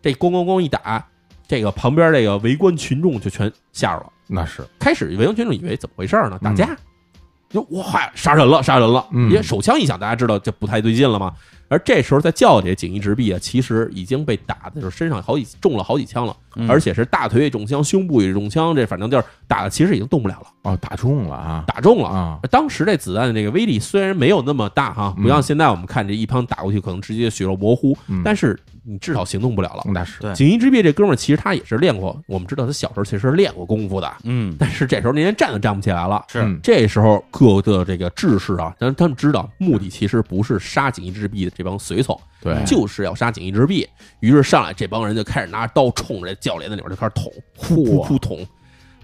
Speaker 3: 这咣咣咣一打，这个旁边这个围观群众就全吓着了。
Speaker 2: 那是，
Speaker 3: 开始围观群众以为怎么回事呢？打架，就哇杀人了，杀人了！
Speaker 2: 嗯
Speaker 3: 因为手枪一响，大家知道就不太对劲了嘛。而这时候在轿里，锦衣直臂啊，其实已经被打的就是身上好几中了好几枪了，
Speaker 2: 嗯
Speaker 3: 而且是大腿也中枪，胸部也中枪，这反正就是打的其实已经动不了了，
Speaker 2: 哦，打中了啊，
Speaker 3: 打中了
Speaker 2: 啊，
Speaker 3: 当时这子弹的这个威力虽然没有那么大哈，
Speaker 2: 嗯
Speaker 3: 不像现在我们看这一枪打过去可能直接血肉模糊，
Speaker 2: 嗯
Speaker 3: 但是你至少行动不了了。
Speaker 2: 那是，
Speaker 1: 对
Speaker 3: 锦衣之壁这哥们儿其实他也是练过，我们知道他小时候其实是练过功夫的，
Speaker 1: 嗯，
Speaker 3: 但是这时候连站都站不起来了。
Speaker 1: 是，
Speaker 2: 嗯
Speaker 3: 这时候各的这个志士啊，但是他们知道目的其实不是杀锦衣之壁的这帮随从，
Speaker 2: 对，
Speaker 3: 就是要杀锦衣之壁。于是上来这帮人就开始拿着刀冲着这教练那里边就开始捅，噗噗噗捅，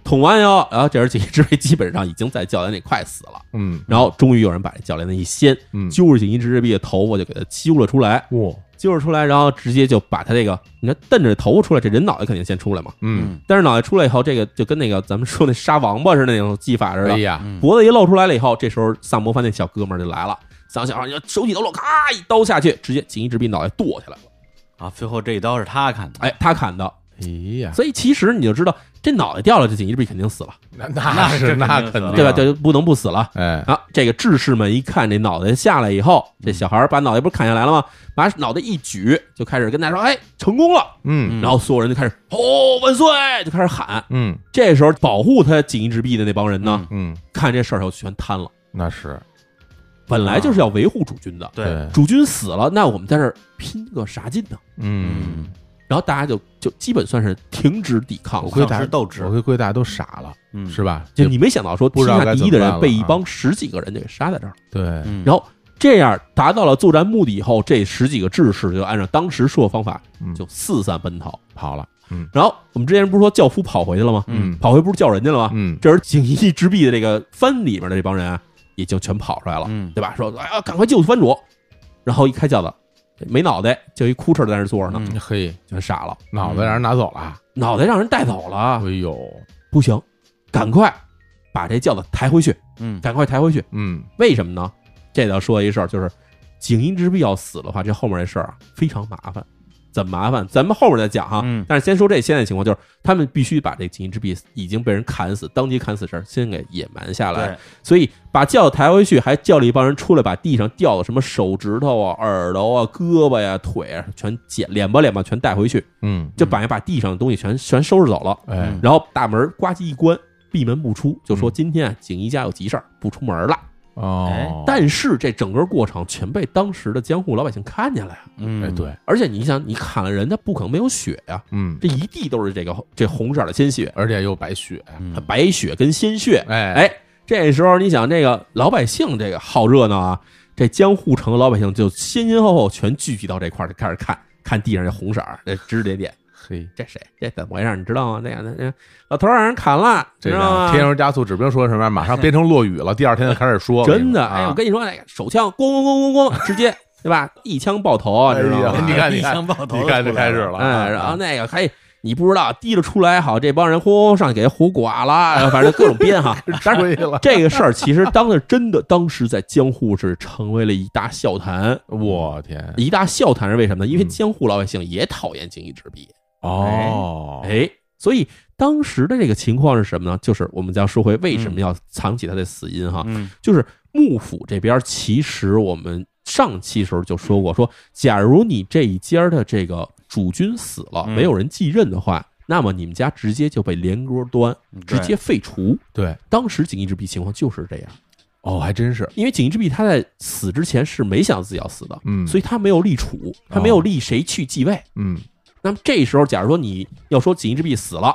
Speaker 3: 捅完以后，然后这时候锦衣之壁基本上已经在教练那快死了。
Speaker 2: 嗯
Speaker 3: 然后终于有人把这教练的一掀，
Speaker 2: 嗯，
Speaker 3: 揪着锦衣之壁的头发就给他揪了出来，
Speaker 2: 哇，
Speaker 3: 揪了出来，然后直接就把他这个，你看瞪着头发出来，这人脑袋肯定先出来嘛。
Speaker 2: 嗯，
Speaker 3: 但是脑袋出来以后，这个就跟那个咱们说那杀王八似的那种技法似
Speaker 2: 哎
Speaker 3: 的，
Speaker 2: 呀，
Speaker 1: 嗯
Speaker 3: 脖子一露出来了以后，这时候萨摩藩那小哥们儿就来了，桑小二手起刀落，咔一刀下去，直接锦衣之壁脑袋剁下来了。
Speaker 1: 啊，最后这一刀是他砍的，
Speaker 3: 哎，他砍的，
Speaker 2: 哎呀，
Speaker 3: 所以其实你就知道，这脑袋掉了，这锦衣之壁肯定死了，
Speaker 2: 那那
Speaker 1: 是
Speaker 2: 是那
Speaker 1: 肯定
Speaker 2: 肯定，
Speaker 1: 的
Speaker 3: 对吧？这就不能不死了。
Speaker 2: 哎，
Speaker 3: 啊，这个志士们一看这脑袋下来以后，这小孩儿把脑袋不是砍下来了吗？把脑袋一举，就开始跟大家说：“哎，成功了！”
Speaker 1: 嗯
Speaker 2: 嗯
Speaker 3: 然后所有人就开始“哦，万岁”，就开始喊。
Speaker 2: 嗯
Speaker 3: 这时候保护他锦衣之壁的那帮人呢，
Speaker 1: 嗯
Speaker 2: 嗯，
Speaker 3: 看这事儿就全摊了。
Speaker 2: 那是，
Speaker 3: 本
Speaker 2: 啊
Speaker 3: 来就是要维护主君的，
Speaker 1: 对，，
Speaker 3: 主君死了，那我们在这儿拼个啥劲呢？
Speaker 2: 嗯。
Speaker 1: 嗯，
Speaker 3: 然后大家就就基本算是停止抵抗
Speaker 2: 我
Speaker 3: 了。
Speaker 2: 估计大
Speaker 1: 丧失
Speaker 2: 家
Speaker 1: 斗志
Speaker 2: 我估计估计大家都傻了，
Speaker 1: 嗯
Speaker 2: 是吧？
Speaker 3: 就
Speaker 2: 也
Speaker 3: 你没想到说
Speaker 2: 不
Speaker 3: 天
Speaker 2: 知道
Speaker 3: 下
Speaker 2: 该
Speaker 3: 第
Speaker 2: 怎么
Speaker 3: 一的
Speaker 2: 办
Speaker 3: 人
Speaker 2: 了
Speaker 3: 被一
Speaker 2: 啊
Speaker 3: 帮十几个人就给杀在这儿了，
Speaker 2: 对，
Speaker 1: 嗯
Speaker 3: 然后这样达到了作战目的以后，这十几个志士就按照当时说的方法
Speaker 1: 嗯，
Speaker 3: 就四散奔逃跑了。
Speaker 1: 嗯，
Speaker 3: 然后我们之前不是说教夫跑回去了吗？
Speaker 1: 嗯
Speaker 3: 跑回不是叫人家了吗？
Speaker 1: 嗯
Speaker 3: 这时候锦衣之弊的这个藩里面的这帮人啊，已经全跑出来了，
Speaker 2: 嗯
Speaker 3: 对吧？说哎呀，赶快救藩主！然后一开轿子，没脑袋，就一哭哧在那坐着呢，
Speaker 2: 嗯嘿，
Speaker 3: 全傻了，
Speaker 2: 脑袋让人拿走了，
Speaker 3: 脑袋让人带走了
Speaker 2: 哎，呦，
Speaker 3: 不行，赶快把这轿子抬回去，
Speaker 2: 嗯
Speaker 3: 赶快抬回去。
Speaker 2: 嗯
Speaker 3: 为什么呢？这要说一事儿，就是锦衣之弊要死的话，这后面这事儿啊非常麻烦。怎么麻烦？咱们后面再
Speaker 2: 啊
Speaker 3: 讲哈。
Speaker 1: 嗯
Speaker 3: 但是先说这现在情况，就是他们必须把这锦衣之弊已经被人砍死，当即砍死这事儿先给野蛮下来
Speaker 1: 对。
Speaker 3: 所以把轿子抬回去，还叫了一帮人出来，把地上掉的什么手指头啊、耳朵啊、胳膊呀、腿啊，全捡脸吧脸吧全带回去，
Speaker 2: 嗯，
Speaker 3: 就把把地上的东西全全收拾走了。
Speaker 2: 哎
Speaker 1: 嗯
Speaker 3: 然后大门呱唧一关，闭门不出，就说今天啊景一家有急事儿，不出门了。
Speaker 2: 嗯哦，
Speaker 3: 但是这整个过程全被当时的江户老百姓看见了呀。
Speaker 1: 嗯
Speaker 2: 哎对，
Speaker 3: 而且你想，你砍了人，他不可能没有血呀，
Speaker 2: 嗯，
Speaker 3: 这一地都是这个这红色的鲜血，
Speaker 2: 而且又白雪，
Speaker 3: 白血跟鲜血。
Speaker 2: 哎
Speaker 3: 哎，这时候你想，这个老百姓这个好热闹啊，这江户城的老百姓就先先后后全聚集到这块儿，就开始看看地上这红色儿，这指指点点，
Speaker 2: 嘿，
Speaker 3: 这谁？这怎么回事儿？你知道吗？那个那那老头儿让人砍了，
Speaker 2: 这
Speaker 3: 知道
Speaker 2: 个
Speaker 3: 吗？
Speaker 2: 添油加醋，指不定说什么，马上变成落雨了，第二天就开始说，
Speaker 3: 真的，哎，
Speaker 2: 哎
Speaker 3: 我，跟你说，那个手枪咣咣咣咣咣，直接对吧？一枪爆头，啊
Speaker 2: 哎
Speaker 3: 知道
Speaker 2: 呀，
Speaker 3: 吗
Speaker 2: 你？看你
Speaker 1: 一
Speaker 2: 看
Speaker 1: 枪爆头
Speaker 2: 你看就开始了，啊
Speaker 3: 哎，然后那个还你不知道提了出来，好，这帮人轰轰上去给活剐了，然后反正就各种 编哈。当然，
Speaker 2: 吹 了，
Speaker 3: 这个事儿其实当时真的，当时在江户是成为了一大笑 谈。
Speaker 2: 我天，
Speaker 3: 一大笑谈是为什么呢？因为
Speaker 1: 嗯
Speaker 3: 江户老百姓也讨厌锦衣之弊，
Speaker 2: 哦，
Speaker 3: 哎，所以当时的这个情况是什么呢？就是我们要说回为什么要藏起他的死因哈，
Speaker 1: 嗯
Speaker 3: 就是幕府这边，其实我们上期时候就说过，说假如你这一家的这个主君死了，
Speaker 1: 嗯
Speaker 3: 没有人继任的话，那么你们家直接就被连锅端，直接废除。
Speaker 2: 对，
Speaker 3: 当时锦衣之弊情况就是这样，
Speaker 2: 哦，还真是，
Speaker 3: 因为锦衣之弊他在死之前是没想自己要死的，
Speaker 2: 嗯，
Speaker 3: 所以
Speaker 2: 以，
Speaker 3: 他没有立储，他没有立谁去继位。
Speaker 2: 嗯，
Speaker 3: 那么这时候，假如说你要说锦衣之弊死了，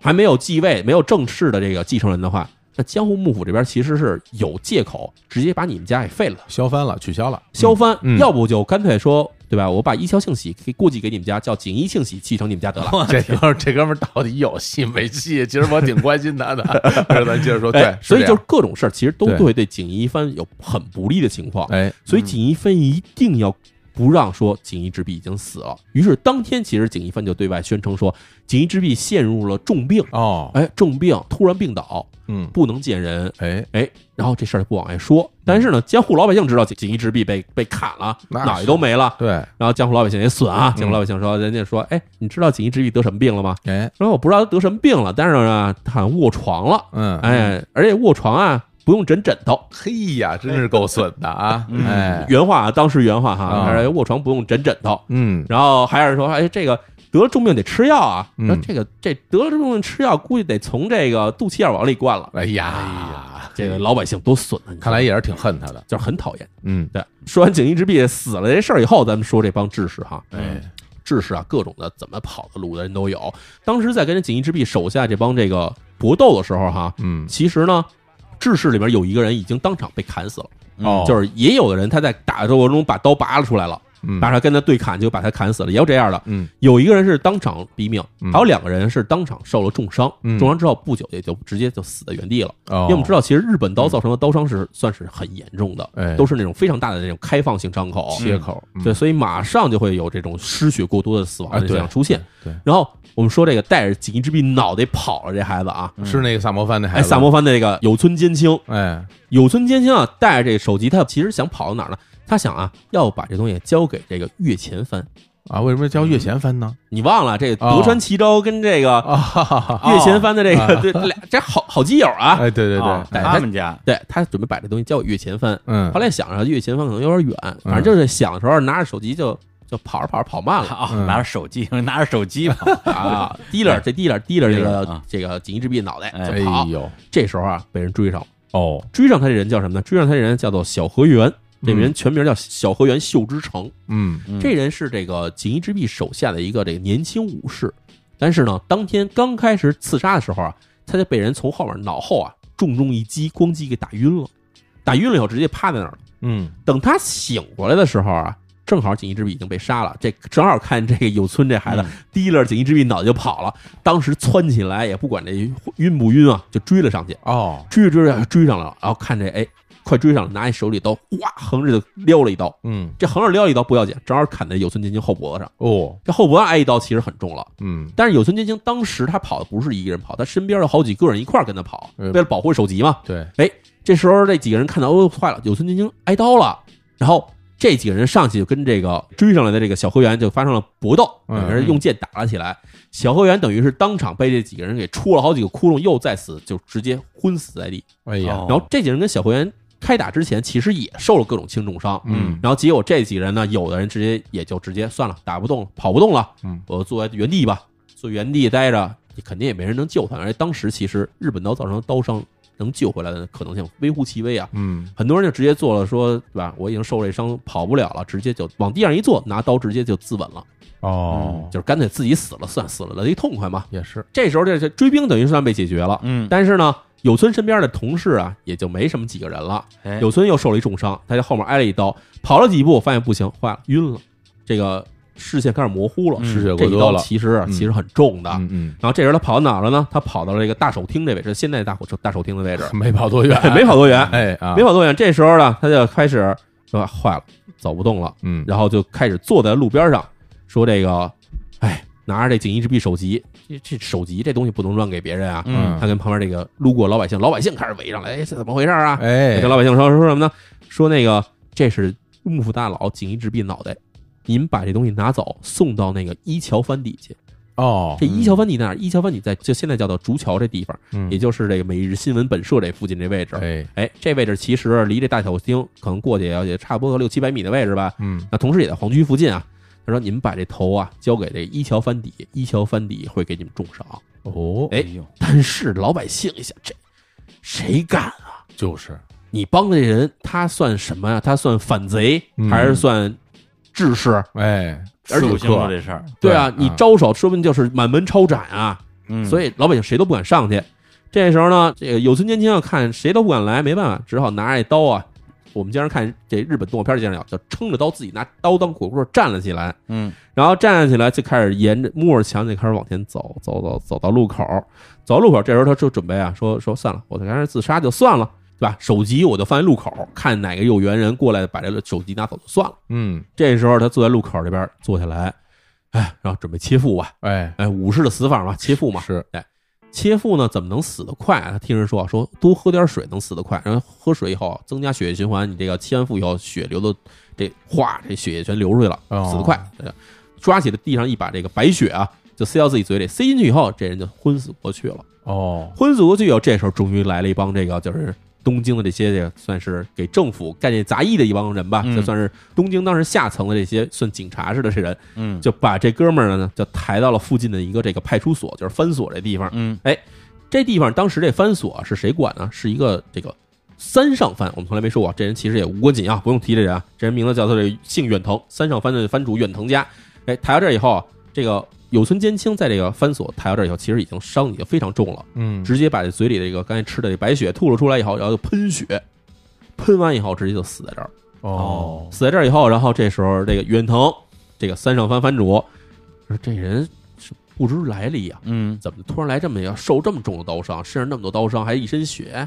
Speaker 3: 还没有继位，没有正式的这个继承人的话，那江户幕府这边其实是有借口，直接把你们家给废了，
Speaker 2: 削藩了，取消了，
Speaker 3: 削藩，
Speaker 2: 嗯嗯
Speaker 3: 要不就干脆说，对吧？我把一桥庆喜给过继给你们家，叫锦衣庆喜继承你们家得了。
Speaker 2: 这哥们儿这哥们儿到底有戏没戏？其实我挺关心他的。但是咱接着说， 对
Speaker 3: 哎，所以
Speaker 2: 是这
Speaker 3: 就
Speaker 2: 样
Speaker 3: 是各种事儿，其实都
Speaker 2: 对
Speaker 3: 会对锦衣藩有很不利的情况。
Speaker 2: 哎，
Speaker 3: 所以锦衣藩一定要不让说锦衣之弊已经死了。于是当天，其实锦衣藩就对外宣称说，锦衣之弊陷入了重病，
Speaker 2: 哦，
Speaker 3: 哎，重病突然病倒，
Speaker 2: 嗯，
Speaker 3: 不能见人。
Speaker 2: 哎，
Speaker 3: 哎，然后这事儿不往外说，但是呢，江户老百姓知道锦锦衣之弊被被砍了，
Speaker 2: 嗯那
Speaker 3: 脑袋
Speaker 2: 是
Speaker 3: 都没了。
Speaker 2: 对，
Speaker 3: 然后江湖老百姓也损啊，
Speaker 2: 嗯
Speaker 3: 江湖老百姓说，人家说，哎，你知道锦衣之弊得什么病了吗？
Speaker 2: 哎，
Speaker 3: 说我不知道他得什么病了，但是呢，他好像卧床了，
Speaker 2: 嗯，，
Speaker 3: 哎，而且卧床啊不用枕枕头，
Speaker 2: 嘿呀，真是够损的 啊！
Speaker 1: 嗯
Speaker 2: 哎，
Speaker 3: 原话啊，当时原话哈，
Speaker 2: 啊
Speaker 3: 他说卧床不用枕枕头，
Speaker 2: 嗯，
Speaker 3: 然后还有人说，哎，这个得了重病得吃药啊，
Speaker 2: 嗯
Speaker 3: 那这个这得了重病吃药，估计得从这个肚脐眼往里灌了，
Speaker 2: 哎
Speaker 3: 哎
Speaker 2: 呀，
Speaker 3: 这个老百姓多损啊，你
Speaker 2: 看来也是挺恨他的。
Speaker 3: 就是很讨厌。
Speaker 2: 嗯，
Speaker 3: 对，说完锦衣之弊死了这事儿以后，咱们说这帮志士哈，
Speaker 2: 哎，
Speaker 3: 志士啊，各种的怎么跑的路的人都有。当时在跟锦衣之弊手下这帮这个搏斗的时候哈，
Speaker 2: 嗯，
Speaker 3: 其实呢，志士里面有一个人已经当场被砍死了，
Speaker 2: 哦，
Speaker 3: 就是是也有的人他在打斗中把刀拔了出来了，拔出来跟他对砍就把他砍死了，也有这样的。
Speaker 2: 嗯，
Speaker 3: 有一个人是当场毙命，
Speaker 2: 嗯
Speaker 3: 还有两个人是当场受了重伤，
Speaker 2: 嗯
Speaker 3: 重伤之后不久也就直接就死在原地了。
Speaker 2: 哦，
Speaker 3: 因为我们知道，其实日本刀造成的刀伤是算是很严重的，
Speaker 2: 哎
Speaker 3: 都是那种非常大的那种开放性伤口，
Speaker 2: 切口，嗯
Speaker 3: 对，所以马上就会有这种失血过多的死亡
Speaker 2: 啊
Speaker 3: 的现象出现。
Speaker 2: 对对
Speaker 3: 然后我们说这个带着锦衣之弊脑袋跑了这孩子啊，
Speaker 2: 是那个萨摩藩那孩
Speaker 3: 哎，
Speaker 2: 子，
Speaker 3: 萨，摩藩的这个有村监清，
Speaker 2: 哎，
Speaker 3: 有村监清啊，带着这个手机，他其实想跑到哪儿呢？他想啊，要把这东西交给这个越前藩。
Speaker 2: 啊，为什么叫
Speaker 3: 嗯
Speaker 2: 越前藩呢？
Speaker 3: 你忘了这德川齐昭跟这个
Speaker 2: 啊，哈哈哈
Speaker 3: 越前藩的这个对俩这好好基友啊，
Speaker 2: 哎，对对
Speaker 1: 哦
Speaker 2: 对，
Speaker 1: 他们家
Speaker 3: 对他准备把这东西交给越前藩，
Speaker 2: 嗯
Speaker 3: 后，来想着越前方可能有点远，反正就是想的时候拿着手机就就跑着跑着跑慢 了
Speaker 1: 啊，
Speaker 2: 嗯
Speaker 1: 拿着手机，拿着手机跑，
Speaker 3: 啊，提溜儿这提溜儿提溜儿这
Speaker 1: 提溜儿
Speaker 3: 个
Speaker 1: 啊
Speaker 3: 这个锦衣之弊脑袋
Speaker 2: 哎
Speaker 3: 就跑。
Speaker 2: 呦，
Speaker 3: 这时候啊，被人追上了，
Speaker 2: 哦，
Speaker 3: 追上他这人叫什么呢？追上他这人叫做小河原，这
Speaker 2: 嗯
Speaker 3: 人全名叫小河原秀之诚。
Speaker 2: 嗯，
Speaker 1: 嗯
Speaker 3: 这人是这个锦衣之弊手下的一个这个年轻武士，但是呢，当天刚开始刺杀的时候啊，他就被人从后面脑后啊重重一击，咣击给打晕了，打晕了以后直接趴在那儿了。
Speaker 1: 嗯
Speaker 3: 等他醒过来的时候啊，正好锦衣之壁已经被杀了。这正好看这个有村这孩子
Speaker 1: 嗯
Speaker 3: 提了锦衣之壁脑袋就跑了，当时窜起来也不管这晕不晕啊，就追了上去，
Speaker 2: 哦，
Speaker 3: 追着追着追上来了，然后看这哎快追上了，拿一手里刀哗横着就撩了一刀。
Speaker 1: 嗯
Speaker 3: 这横着撩一刀不要紧，正好砍在有村金星后脖子上。
Speaker 1: 哦
Speaker 3: 这后脖子挨一刀其实很重了，
Speaker 1: 嗯
Speaker 3: 但是有村金星当时他跑的不是一个人跑，他身边有好几个人一块儿跟他跑，
Speaker 2: 嗯
Speaker 3: 为了保护首级嘛。
Speaker 2: 对，
Speaker 3: 哎，这时候这几个人看到，哦，坏了，有村金星挨刀了。然后这几个人上去就跟这个追上来的这个小河源就发生了搏斗，
Speaker 1: 嗯
Speaker 3: 两人用剑打了起来。小河源等于是当场被这几个人给戳了好几个窟窿，又再死，就直接昏死在地。
Speaker 2: 哎
Speaker 1: 呀
Speaker 2: 呀，
Speaker 1: 哦
Speaker 3: 然后这几个人跟小河源开打之前，其实也受了各种轻重伤。
Speaker 1: 嗯
Speaker 3: 然后结果这几个人呢，有的人直接也就直接算了，打不动了，跑不动了，
Speaker 2: 嗯，
Speaker 3: 我坐在原地吧，坐原地待着，肯定也没人能救他。而且当时其实日本刀造成的刀伤能救回来的可能性微乎其微啊，
Speaker 1: 嗯
Speaker 3: 很多人就直接做了说，对吧？我已经受这伤，跑不了了，直接就往地上一坐，拿刀直接就自刎了，
Speaker 2: 哦，
Speaker 3: 就是干脆自己死了算，死了来一痛快嘛。
Speaker 2: 也是，
Speaker 3: 这时候这这追兵等于算被解决了，
Speaker 1: 嗯，
Speaker 3: 但是呢，有村身边的同事啊，也就没什么几个人了。
Speaker 1: 哎
Speaker 3: 有村又受了一重伤，他在后面挨了一刀，跑了几步，发现不行，坏了，晕了，这个视线开始模糊了。
Speaker 1: 嗯
Speaker 2: 失血
Speaker 3: 这
Speaker 2: 过
Speaker 3: 一
Speaker 2: 多
Speaker 3: 刀
Speaker 2: 了，
Speaker 3: 其实
Speaker 2: 嗯
Speaker 3: 其实很重的。
Speaker 2: 嗯
Speaker 3: 然后这人他跑到哪儿了呢？他跑到了这个大手厅这位置，现在大火大手厅的位 置，，
Speaker 2: 嗯， 没跑多远
Speaker 3: 没跑多 远，
Speaker 2: 哎啊，
Speaker 3: 没跑多远。这时候呢，他就开始说坏了，走不动了，
Speaker 2: 嗯，
Speaker 3: 然后就开始坐在路边上，说这个，哎，拿着这锦衣之璧首级，这这首级这东西不能乱给别人啊。
Speaker 1: 嗯
Speaker 3: 他跟旁边这个路过老百姓，老百姓开始围上来，哎，这怎么回事啊？
Speaker 2: 哎
Speaker 3: 这老百姓说说什么呢？说那个这是幕府大佬锦衣之璧脑袋，您把这东西拿走，送到那个一桥藩邸去。
Speaker 2: 哦，
Speaker 3: 这一桥藩邸在哪儿？一桥藩邸在就现在叫做竹桥这地方，
Speaker 1: 嗯
Speaker 3: 也就是这个每日新闻本社这附近这位置。
Speaker 2: 哎，
Speaker 3: 哎，这位置其实离这大小厅可能过去也要也差不多六七百米的位置吧。
Speaker 2: 嗯，
Speaker 3: 那同时也在皇居附近啊。他说：“你们把这头啊交给这一桥藩邸，一桥藩邸会给你们重赏。
Speaker 2: 哦，
Speaker 3: 哎
Speaker 1: 呦”
Speaker 3: 但是老百姓一想，这谁敢啊？
Speaker 2: 就是，
Speaker 3: 你帮这人，他算什么呀、他算反贼
Speaker 2: 嗯
Speaker 3: 还是算志士？
Speaker 2: 哎，
Speaker 1: 而
Speaker 2: 刺
Speaker 1: 且
Speaker 2: 客
Speaker 1: 清楚这事儿，
Speaker 3: 对啊，
Speaker 2: 对
Speaker 3: 你
Speaker 2: 啊
Speaker 3: 招手，说不定就是满门抄斩啊！
Speaker 1: 嗯，
Speaker 3: 所以老百姓谁都不敢上去。这时候呢，这个有村年轻啊，看谁都不敢来，没办法，只好拿着刀啊。我们经常看这日本动画片儿经常有，就撑着刀自己拿刀当火棍儿站了起来，
Speaker 1: 嗯
Speaker 3: 然后站起来就开始沿着木耳墙就开始往前走，走走走到路口，走到路口，这时候他就准备啊，说说算了，我就干脆自杀就算了，对吧？手机我就放在路口，看哪个有缘人过来把这个手机拿走就算了。
Speaker 2: 嗯，
Speaker 3: 这时候他坐在路口这边坐下来，哎，然后准备切腹吧，
Speaker 2: 哎，
Speaker 3: 哎，武士的死法嘛，切腹嘛。
Speaker 2: 是，
Speaker 3: 切腹呢怎么能死得快啊？他听人说啊，说多喝点水能死得快，然后喝水以后啊增加血液循环，你这个切完腹以后血流的这哗，这血液全流出去了，
Speaker 2: 哦
Speaker 3: 死得快。对抓起了地上一把这个白雪啊，就塞到自己嘴里，塞进去以后，这人就昏死过去了。
Speaker 2: 哦，
Speaker 3: 昏死过去以后，这时候终于来了一帮这个就是东京的这些这个算是给政府干这杂役的一帮人吧，
Speaker 1: 嗯
Speaker 3: 就算是东京当时下层的这些算警察似的这人，
Speaker 1: 嗯
Speaker 3: 就把这哥们儿呢就抬到了附近的一个这个派出所，就是藩所这地方。哎
Speaker 1: 嗯
Speaker 3: 这地方当时这藩所是谁管呢？是一个这个三上藩，我们从来没说过，这人其实也无关紧要，不用提这人啊。这人名字叫做这姓远藤，三上藩的藩主远藤家。哎，抬到这儿以后啊，这个有村监清在这个藩所抬到这儿以后，其实已经伤已经非常重了，
Speaker 2: 嗯，
Speaker 3: 直接把这嘴里的这个刚才吃的这白血吐了出来以后，然后就喷血，喷完以后直接就死在这儿。
Speaker 2: 哦，
Speaker 3: 死在这儿以后，然后这时候这个远藤，这个三上藩藩主说这人是不知来历啊。
Speaker 1: 嗯
Speaker 3: 怎么突然来这么一个受这么重的刀伤，身上那么多刀伤，还一身血，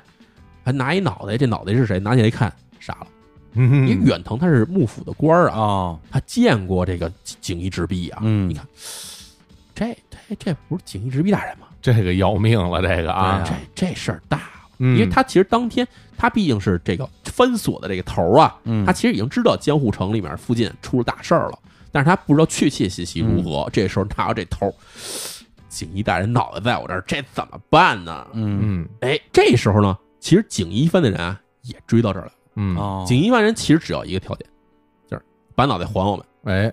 Speaker 3: 还拿一脑袋，这脑袋是谁？拿起来一看，傻了。因为
Speaker 2: 嗯，
Speaker 3: 远藤他是幕府的官儿啊，
Speaker 1: 哦
Speaker 3: 他见过这个锦衣之弊啊。
Speaker 1: 嗯
Speaker 3: 你看，这这这不是锦衣之弊大人吗？
Speaker 2: 这个要命了，这个啊，
Speaker 3: 这这事儿大了，
Speaker 2: 嗯
Speaker 3: 因为他其实当天他毕竟是这个藩所的这个头儿啊，
Speaker 1: 嗯
Speaker 3: 他其实已经知道江户城里面附近出了大事儿了，但是他不知道确切信息如
Speaker 1: 嗯
Speaker 3: 何。这时候拿到这头儿，锦衣大人脑袋在我这儿，这怎么办呢？
Speaker 1: 嗯
Speaker 2: 嗯
Speaker 3: 哎，这时候呢，其实锦衣藩的人啊也追到这儿来了。
Speaker 2: 嗯，
Speaker 1: 哦
Speaker 3: 锦衣藩人其实只要一个条件，就是把脑袋还我们，
Speaker 2: 哎，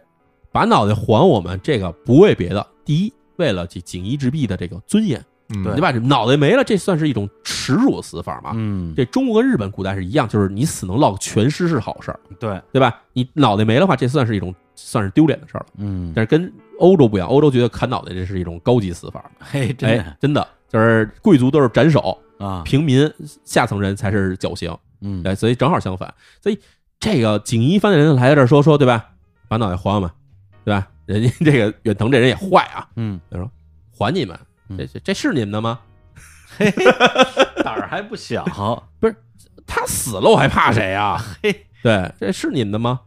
Speaker 3: 把脑袋还我们。这个不为别的，第一，为了这锦衣之弊的这个尊严，
Speaker 2: 嗯
Speaker 1: 对
Speaker 3: 对吧？这脑袋没了，这算是一种耻辱的死法嘛。
Speaker 1: 嗯
Speaker 3: 这中国跟日本古代是一样，就是你死能落个全尸是好事儿，
Speaker 1: 对
Speaker 3: 对吧？你脑袋没了的话，这算是一种算是丢脸的事儿了。
Speaker 1: 嗯
Speaker 3: 但是跟欧洲不一样，欧洲觉得砍脑袋这是一种高级死法，
Speaker 1: 嘿真
Speaker 3: 哎，真的就是贵族都是斩首，
Speaker 1: 的啊
Speaker 3: 平民下层人才是绞刑，
Speaker 1: 嗯
Speaker 3: 哎，所以正好相反。所以这个锦衣翻的人来到这儿说说对吧？把脑袋还我们，对吧？人家这个远藤这人也坏啊，
Speaker 4: 嗯，
Speaker 3: 还你们，
Speaker 4: 嗯
Speaker 3: 这这这是你们的吗？
Speaker 4: 胆儿还不 小，
Speaker 3: 他死了我还怕 谁啊？
Speaker 4: 嘿，
Speaker 3: 对，这是你们的吗？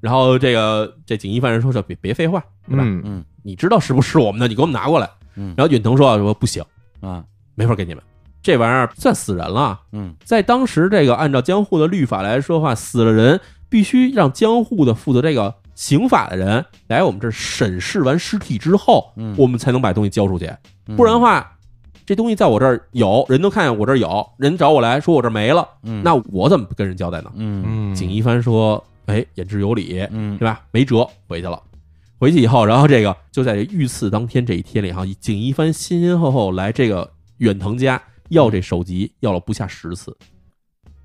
Speaker 3: 然后这个这锦衣犯人说说别别废话，对吧？
Speaker 1: 嗯
Speaker 3: 你知道是不是我们的，你给我们拿过来。
Speaker 4: 嗯
Speaker 3: 然后远藤说说不行，
Speaker 4: 啊，
Speaker 3: 没法给你们，这玩意儿算死人了。
Speaker 4: 嗯
Speaker 3: 在当时这个按照江户的律法来说的话，死了人必须让江户的负责这个刑法的人来我们这儿审视完尸体之后，
Speaker 4: 嗯
Speaker 3: 我们才能把东西交出去，
Speaker 4: 嗯
Speaker 3: 不然的话。这东西在我这儿有人都看见我这儿有人找我来说我这儿没了，
Speaker 4: 嗯
Speaker 3: 那我怎么跟人交代呢？
Speaker 4: 嗯
Speaker 2: 嗯
Speaker 3: 锦衣帆说：“哎，言之有理，
Speaker 4: 嗯
Speaker 3: 对吧？没辙，回去了。回去以后，然后这个就在这遇刺当天这一天里哈，锦衣帆先先后后来这个远藤家要这首级，要了不下十次，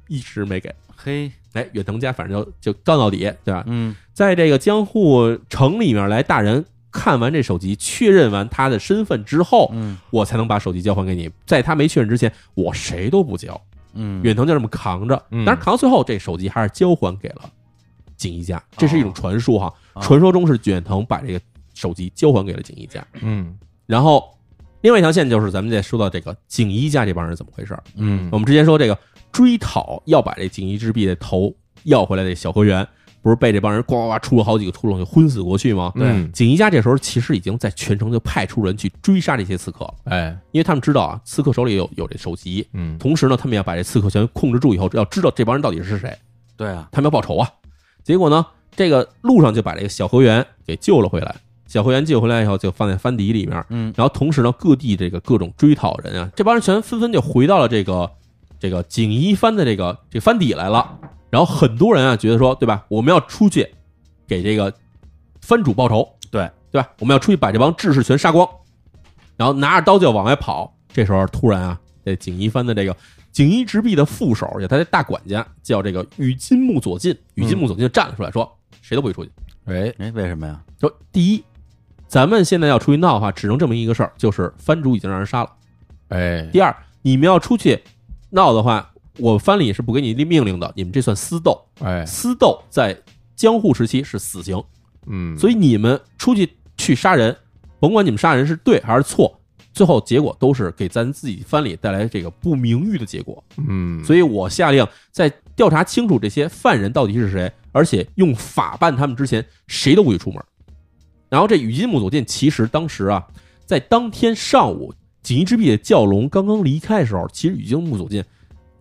Speaker 3: 一直没给。
Speaker 4: 嘿，
Speaker 3: 哎，远藤家反正就就杠到底，对吧？
Speaker 4: 嗯
Speaker 3: 在这个江户城里面来，大人看完这手机，确认完他的身份之后，
Speaker 4: 嗯
Speaker 3: 我才能把手机交还给你。在他没确认之前，我谁都不交。
Speaker 4: 嗯，
Speaker 3: 远藤就这么扛着，
Speaker 1: 嗯
Speaker 3: 但是扛到最后，这手机还是交还给了锦衣家，这是一种传说哈。
Speaker 4: 哦
Speaker 3: 传说中是远藤把这个手机交还给了锦衣家，
Speaker 1: 嗯
Speaker 3: 然后另外一条线就是咱们再说到这个锦衣家这帮人怎么回事儿。
Speaker 1: 嗯
Speaker 3: 我们之前说这个追讨要把这锦衣之璧的头要回来的小河原，不是被这帮人呱呱呱出了好几个窟窿就昏死过去吗？
Speaker 1: 嗯
Speaker 3: 锦衣家这时候其实已经在全城就派出人去追杀这些刺客了，
Speaker 1: 哎
Speaker 3: 因为他们知道啊，刺客手里有有这首级，
Speaker 1: 嗯
Speaker 3: 同时呢，他们要把这刺客全控制住以后，要知道这帮人到底是谁，
Speaker 4: 对啊，
Speaker 3: 他们要报仇啊。结果呢，这个路上就把这个小河原给救了回来。小河原救回来以后，就放在藩邸里面。
Speaker 4: 嗯
Speaker 3: 然后同时呢，各地这个各种追讨人啊，这帮人全纷纷就回到了这个这个锦衣藩的这个这藩邸来了。然后很多人啊，觉得说，对吧？我们要出去给这个藩主报仇，
Speaker 4: 对
Speaker 3: 对吧？我们要出去把这帮志士全杀光，然后拿着刀就要往外跑。这时候突然啊，这锦衣藩的这个锦衣直弼的副手，也他的大管家叫这个羽金木左近，羽金木左近就站了出来说，谁都不许出去。
Speaker 1: 哎
Speaker 4: 哎，为什么呀？
Speaker 3: 说第一，咱们现在要出去闹的话，只能证明一个事儿，就是藩主已经让人杀了。
Speaker 2: 哎，
Speaker 3: 第二，你们要出去闹的话，我藩里是不给你立命令的，你们这算私斗，
Speaker 2: 哎，
Speaker 3: 私斗在江户时期是死刑，
Speaker 2: 嗯，
Speaker 3: 所以你们出去去杀人，甭管你们杀人是对还是错，最后结果都是给咱自己藩里带来这个不名誉的结果。
Speaker 2: 嗯，
Speaker 3: 所以我下令在调查清楚这些犯人到底是谁，而且用法办他们之前，谁都不许出门。然后这羽金木佐见其实当时啊，在当天上午，锦衣之壁的教龙刚刚离开的时候，其实羽金木佐见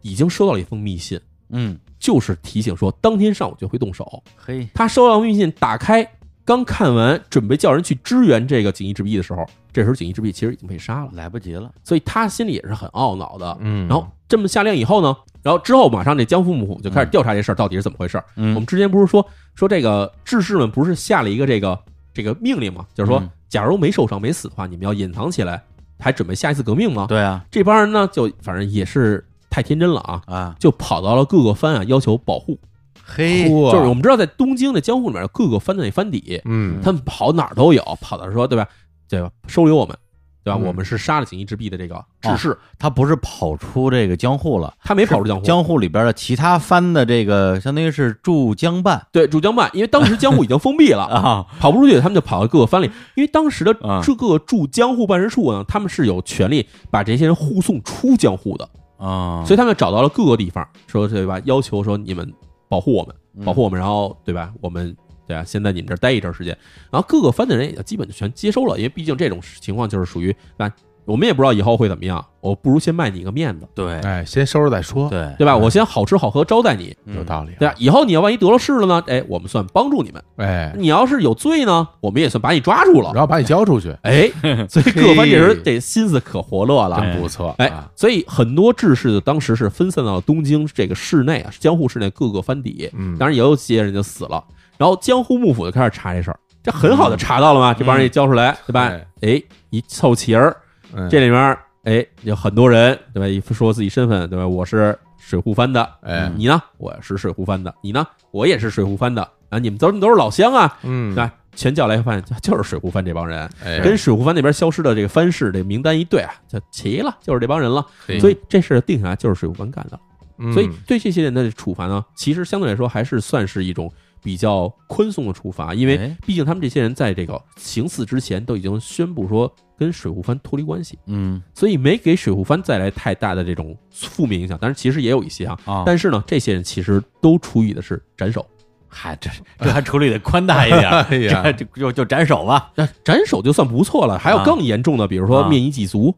Speaker 3: 已经收到了一封密信，
Speaker 4: 嗯
Speaker 3: 就是提醒说当天上午就会动手。
Speaker 4: 嘿，
Speaker 3: 他收到密信，打开刚看完，准备叫人去支援这个锦衣之壁的时候，这时候锦衣之壁其实已经被杀了，
Speaker 4: 来不及了，
Speaker 3: 所以他心里也是很懊恼的。
Speaker 1: 嗯
Speaker 3: 然后这么下令以后呢，然后之后马上这江父母虎就开始调查这事儿到底是怎么回事儿。
Speaker 4: 嗯
Speaker 3: 我们之前不是说说这个志士们不是下了一个这个这个命令吗？就是说
Speaker 4: 嗯，
Speaker 3: 假如没受伤没死的话，你们要隐藏起来，还准备下一次革命吗？
Speaker 4: 对啊
Speaker 3: 这帮人呢，就反正也是太天真了啊，
Speaker 4: 啊，
Speaker 3: 就跑到了各个藩啊，要求保护。
Speaker 4: 嘿，
Speaker 2: 嚯
Speaker 3: 哎就是我们知道，在东京的江户里面有各个藩的那藩邸，
Speaker 2: 嗯
Speaker 3: 他们跑哪儿都有，跑到说对吧？对吧？收留我们，对吧？
Speaker 2: 嗯
Speaker 3: 我们是杀了锦衣之弊的这个志士，
Speaker 4: 他不是跑出这个江户了，
Speaker 3: 他没跑出江户，
Speaker 4: 江户里边的其他藩的这个，相当于是驻江办
Speaker 3: 对驻江办，因为当时江户已经封闭了，
Speaker 4: 啊，
Speaker 3: 跑不出去，他们就跑到各个藩里，因为当时的
Speaker 4: 啊
Speaker 3: 这个驻江户办事处呢，他们是有权利把这些人护送出江户的，
Speaker 4: 啊，
Speaker 3: 所以他们找到了各个地方，说对吧？要求说你们保护我们，
Speaker 4: 以
Speaker 3: 保护，我们，然后对吧？我们对啊，先在你们这儿待一阵儿时间，然后各个藩的人也基本就全接收了，因为毕竟这种情况就是属于那我们也不知道以后会怎么样，我不如先卖你一个面子，
Speaker 4: 对
Speaker 2: 哎，先收拾再
Speaker 1: 嗯
Speaker 2: 说，
Speaker 4: 对嗯
Speaker 3: 对吧？我先好吃好喝招待你，
Speaker 2: 有道
Speaker 5: 啊
Speaker 2: 理，
Speaker 3: 对啊吧？，以后你要万一得了势了呢，哎，我们算帮助你们；
Speaker 2: 哎，
Speaker 3: 你要是有罪呢，我们也算把你抓住了
Speaker 2: 然。后把你交出去，
Speaker 3: 哎， 所以各藩这人这心思可活络了。
Speaker 2: 真不错，
Speaker 3: 哎
Speaker 2: 啊，
Speaker 3: 所以很多志士就当时是分散到了东京这个市内啊，江户市内各个藩邸，
Speaker 2: 嗯
Speaker 3: 当然也有些人就死了。然后江户幕府就开始查这事儿，这很好的
Speaker 2: 嗯
Speaker 3: 查到了嘛，这帮人一交出来，对吧？哎，一凑齐人儿，
Speaker 2: 嗯
Speaker 3: 这里面儿哎有很多人，对吧？一说自己身份，对吧？我是水户藩的，
Speaker 2: 哎，
Speaker 3: 你呢？我是水户藩的，你呢？我也是水户藩的啊，你们都都是老乡啊，
Speaker 2: 嗯
Speaker 3: 对吧？全叫来一看， 就是水户藩这帮人，
Speaker 2: 哎，
Speaker 3: 跟水户藩那边消失的这个藩士这名单一对啊，就齐了，就是这帮人了。
Speaker 2: 嘿
Speaker 3: 所以这事儿定下来就是水户藩干的。
Speaker 5: 嗯
Speaker 3: 所以对这些人的处罚呢，其实相对来说还是算是一种比较宽松的处罚，因为
Speaker 1: 哎
Speaker 3: 毕竟他们这些人在这个行刺之前都已经宣布说跟水户藩脱离关系，
Speaker 1: 嗯
Speaker 3: 所以没给水户藩带来太大的这种负面影响。当然，其实也有一些啊，
Speaker 1: 啊，
Speaker 3: 但是呢，这些人其实都处以的是斩首。
Speaker 1: 嗨，这这还处理的宽大一点 儿，
Speaker 2: 哎呀
Speaker 1: 这这就就斩首吧，
Speaker 3: 那斩首就算不错了，还有更严重的，比如说
Speaker 1: 啊
Speaker 3: 灭夷祭族，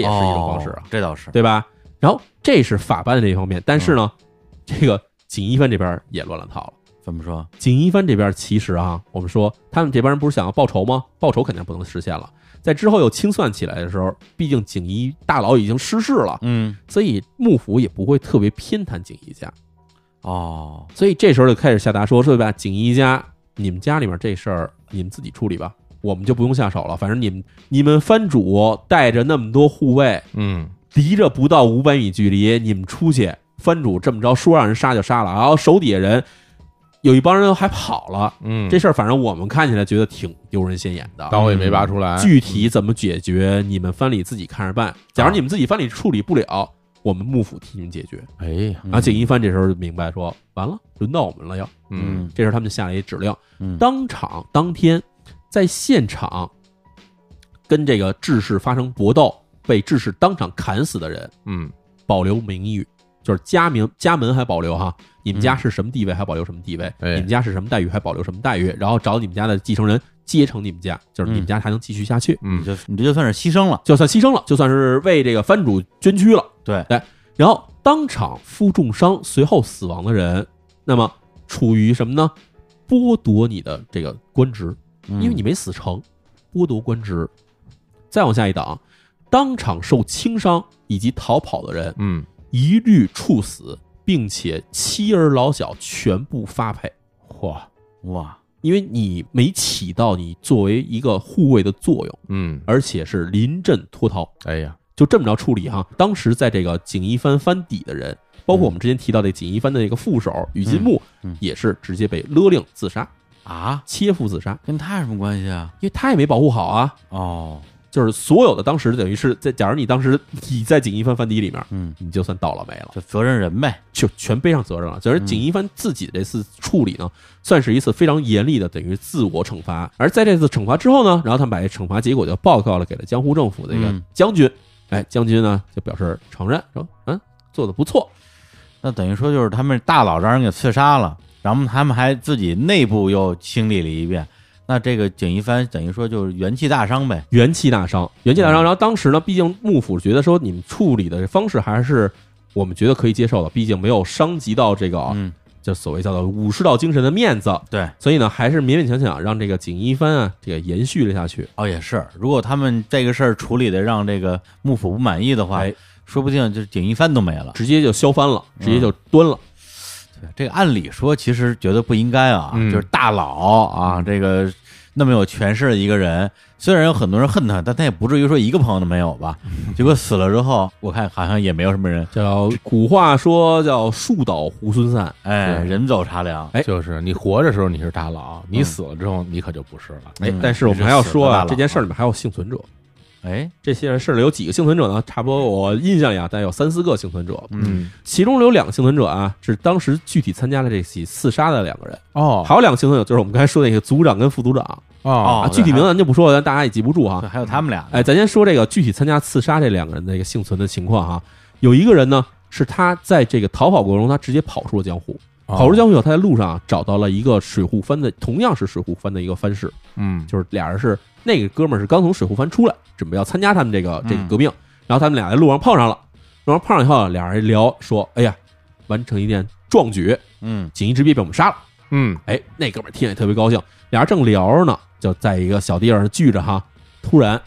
Speaker 1: 这
Speaker 3: 也是一种方式啊，
Speaker 1: 哦这倒是，
Speaker 3: 对吧？然后这是法办的这一方面，但是呢，这个锦衣藩这边也乱了套了。
Speaker 1: 怎么说？
Speaker 3: 锦衣藩这边其实啊，我们说他们这帮人不是想要报仇吗？报仇肯定不能实现了。在之后又清算起来的时候，毕竟锦衣大佬已经失势了，
Speaker 1: 嗯，
Speaker 3: 所以幕府也不会特别偏袒锦衣家。
Speaker 1: 哦，
Speaker 3: 所以这时候就开始下达说，对吧？锦衣家，你们家里面这事儿你们自己处理吧，我们就不用下手了。反正你们你们藩主带着那么多护卫，
Speaker 5: 嗯
Speaker 3: 离着不到五百米距离，你们出去，藩主这么着说让人杀就杀了，然后手底下人有一帮人还跑了，
Speaker 5: 嗯，
Speaker 3: 这事儿反正我们看起来觉得挺丢人现眼的。
Speaker 2: 刀也没拔出来，
Speaker 3: 具体怎么解决，你们藩里自己看着办。假如你们自己藩里处理不了，我们幕府替你们解决。
Speaker 5: 哎呀，
Speaker 1: 嗯
Speaker 3: 然后锦衣藩这时候就明白说，完了，轮到我们了要。
Speaker 5: 嗯
Speaker 3: 这时候他们就下了一指令，
Speaker 1: 嗯
Speaker 3: 当场当天在现场跟这个志士发生搏斗，被志士当场砍死的人
Speaker 5: 嗯
Speaker 3: 保留名誉，就是家名家门还保留哈，你们家是什么地位还保留什么地位，
Speaker 5: 哎
Speaker 3: 你们家是什么待遇还保留什么待遇，然后找你们家的继承人接承你们家，就是你们家还能继续下去，
Speaker 1: 你
Speaker 5: 嗯
Speaker 1: 就你这就算是牺牲了，
Speaker 3: 就算牺牲了，就算是为这个藩主捐躯了。
Speaker 1: 对，
Speaker 3: 哎，然后当场负重伤，随后死亡的人，那么处于什么呢？剥夺你的这个官职，
Speaker 1: 嗯
Speaker 3: 因为你没死成，剥夺官职。再往下一档，当场受轻伤以及逃跑的人，
Speaker 5: 嗯，
Speaker 3: 一律处死，并且妻儿老小全部发配。哎
Speaker 5: 嚯，
Speaker 1: 嗯哇，
Speaker 3: 因为你没起到你作为一个护卫的作用，
Speaker 5: 嗯，
Speaker 3: 而且是临阵脱逃，
Speaker 5: 哎呀，
Speaker 3: 就这么着处理哈。当时在这个锦衣藩藩邸的人，包括我们之前提到的锦衣藩的那个副手宇津木，
Speaker 1: 嗯嗯
Speaker 3: 也是直接被勒令自杀，
Speaker 1: 啊，
Speaker 3: 切腹自杀，
Speaker 1: 跟他有什么关系啊？
Speaker 3: 因为他也没保护好啊。
Speaker 1: 哦，
Speaker 3: 就是所有的当时等于是在，假如你当时你在锦衣藩藩邸里面，
Speaker 1: 嗯，
Speaker 3: 你就算倒了霉了，
Speaker 1: 就责任人呗，
Speaker 3: 就全背上责任了。就是
Speaker 1: 嗯
Speaker 3: 锦衣藩自己这次处理呢，算是一次非常严厉的等于自我惩罚。而在这次惩罚之后呢，然后他们把这惩罚结果就报告了给了江湖政府的一个
Speaker 1: 嗯
Speaker 3: 将军。哎，将军呢就表示承认说，嗯，做的不错，
Speaker 1: 那等于说就是他们大佬让人给刺杀了，然后他们还自己内部又清理了一遍，那这个锦衣藩等于说就是元气大伤呗，
Speaker 3: 元气大伤，元气大
Speaker 1: 嗯
Speaker 3: 伤。然后当时呢，毕竟幕府觉得说你们处理的方式还是我们觉得可以接受的，毕竟没有伤及到这个啊
Speaker 1: 嗯，
Speaker 3: 就所谓叫做武士道精神的面子，
Speaker 1: 对，
Speaker 3: 所以呢，还是勉勉强强让这个锦衣藩啊这个延续了下去。
Speaker 1: 哦，也是，如果他们这个事儿处理的让这个幕府不满意的话，
Speaker 3: 哎
Speaker 1: 说不定就是锦衣藩都没了。
Speaker 3: 直接就削藩了，直接就端了。
Speaker 1: 这个按理说其实觉得不应该啊，
Speaker 5: 嗯
Speaker 1: 就是大佬啊，这个那么有权势的一个人，虽然有很多人恨他，但他也不至于说一个朋友都没有 吧。结果死了之后，我看好像也没有什么人，
Speaker 3: 叫古话说叫树倒猢狲散，
Speaker 1: 哎，
Speaker 5: 是
Speaker 1: 人走茶凉。
Speaker 3: 哎
Speaker 5: 就是你活着时候你是大佬，你
Speaker 1: 嗯
Speaker 5: 死了之后你可就不是了。
Speaker 3: 哎
Speaker 1: 嗯，
Speaker 3: 但是我们还要说
Speaker 1: 这是死的大
Speaker 3: 啊，
Speaker 1: 佬
Speaker 3: 这件事儿里面还有幸存者。
Speaker 1: 哎，
Speaker 3: 这些事儿里有几个幸存者呢？差不多我印象里啊，大概有三四个幸存者，
Speaker 1: 嗯，
Speaker 3: 其中有两个幸存者啊，是当时具体参加了这起刺杀的两个人，
Speaker 5: 哦，
Speaker 3: 还有两个幸存者就是我们刚才说的那个组长跟副组长
Speaker 5: 哦
Speaker 1: 哦
Speaker 3: 啊，具体名字咱就不说了，大家也记不住
Speaker 1: 对
Speaker 3: 啊。
Speaker 1: 还有他们俩呢，
Speaker 3: 哎，咱先说这个具体参加刺杀这两个人的一个幸存的情况啊，有一个人呢是他在这个逃跑过程中，他直接跑出了江湖，
Speaker 5: 哦
Speaker 3: 跑出江湖以后，他在路上啊找到了一个水户藩的，同样是水户藩的一个藩士，
Speaker 5: 嗯，
Speaker 3: 就是俩人是那个哥们儿是刚从水户藩出来，准备要参加他们这个这个
Speaker 1: 嗯
Speaker 3: 革命，然后他们俩在路上碰上了，路上碰上以后，俩人一聊说，哎呀，完成一件壮举，
Speaker 1: 嗯
Speaker 3: 锦衣之别被我们杀了。
Speaker 5: 嗯，
Speaker 3: 哎，那哥们儿听也特别高兴，俩人正聊着呢，就在一个小地方聚着哈，突然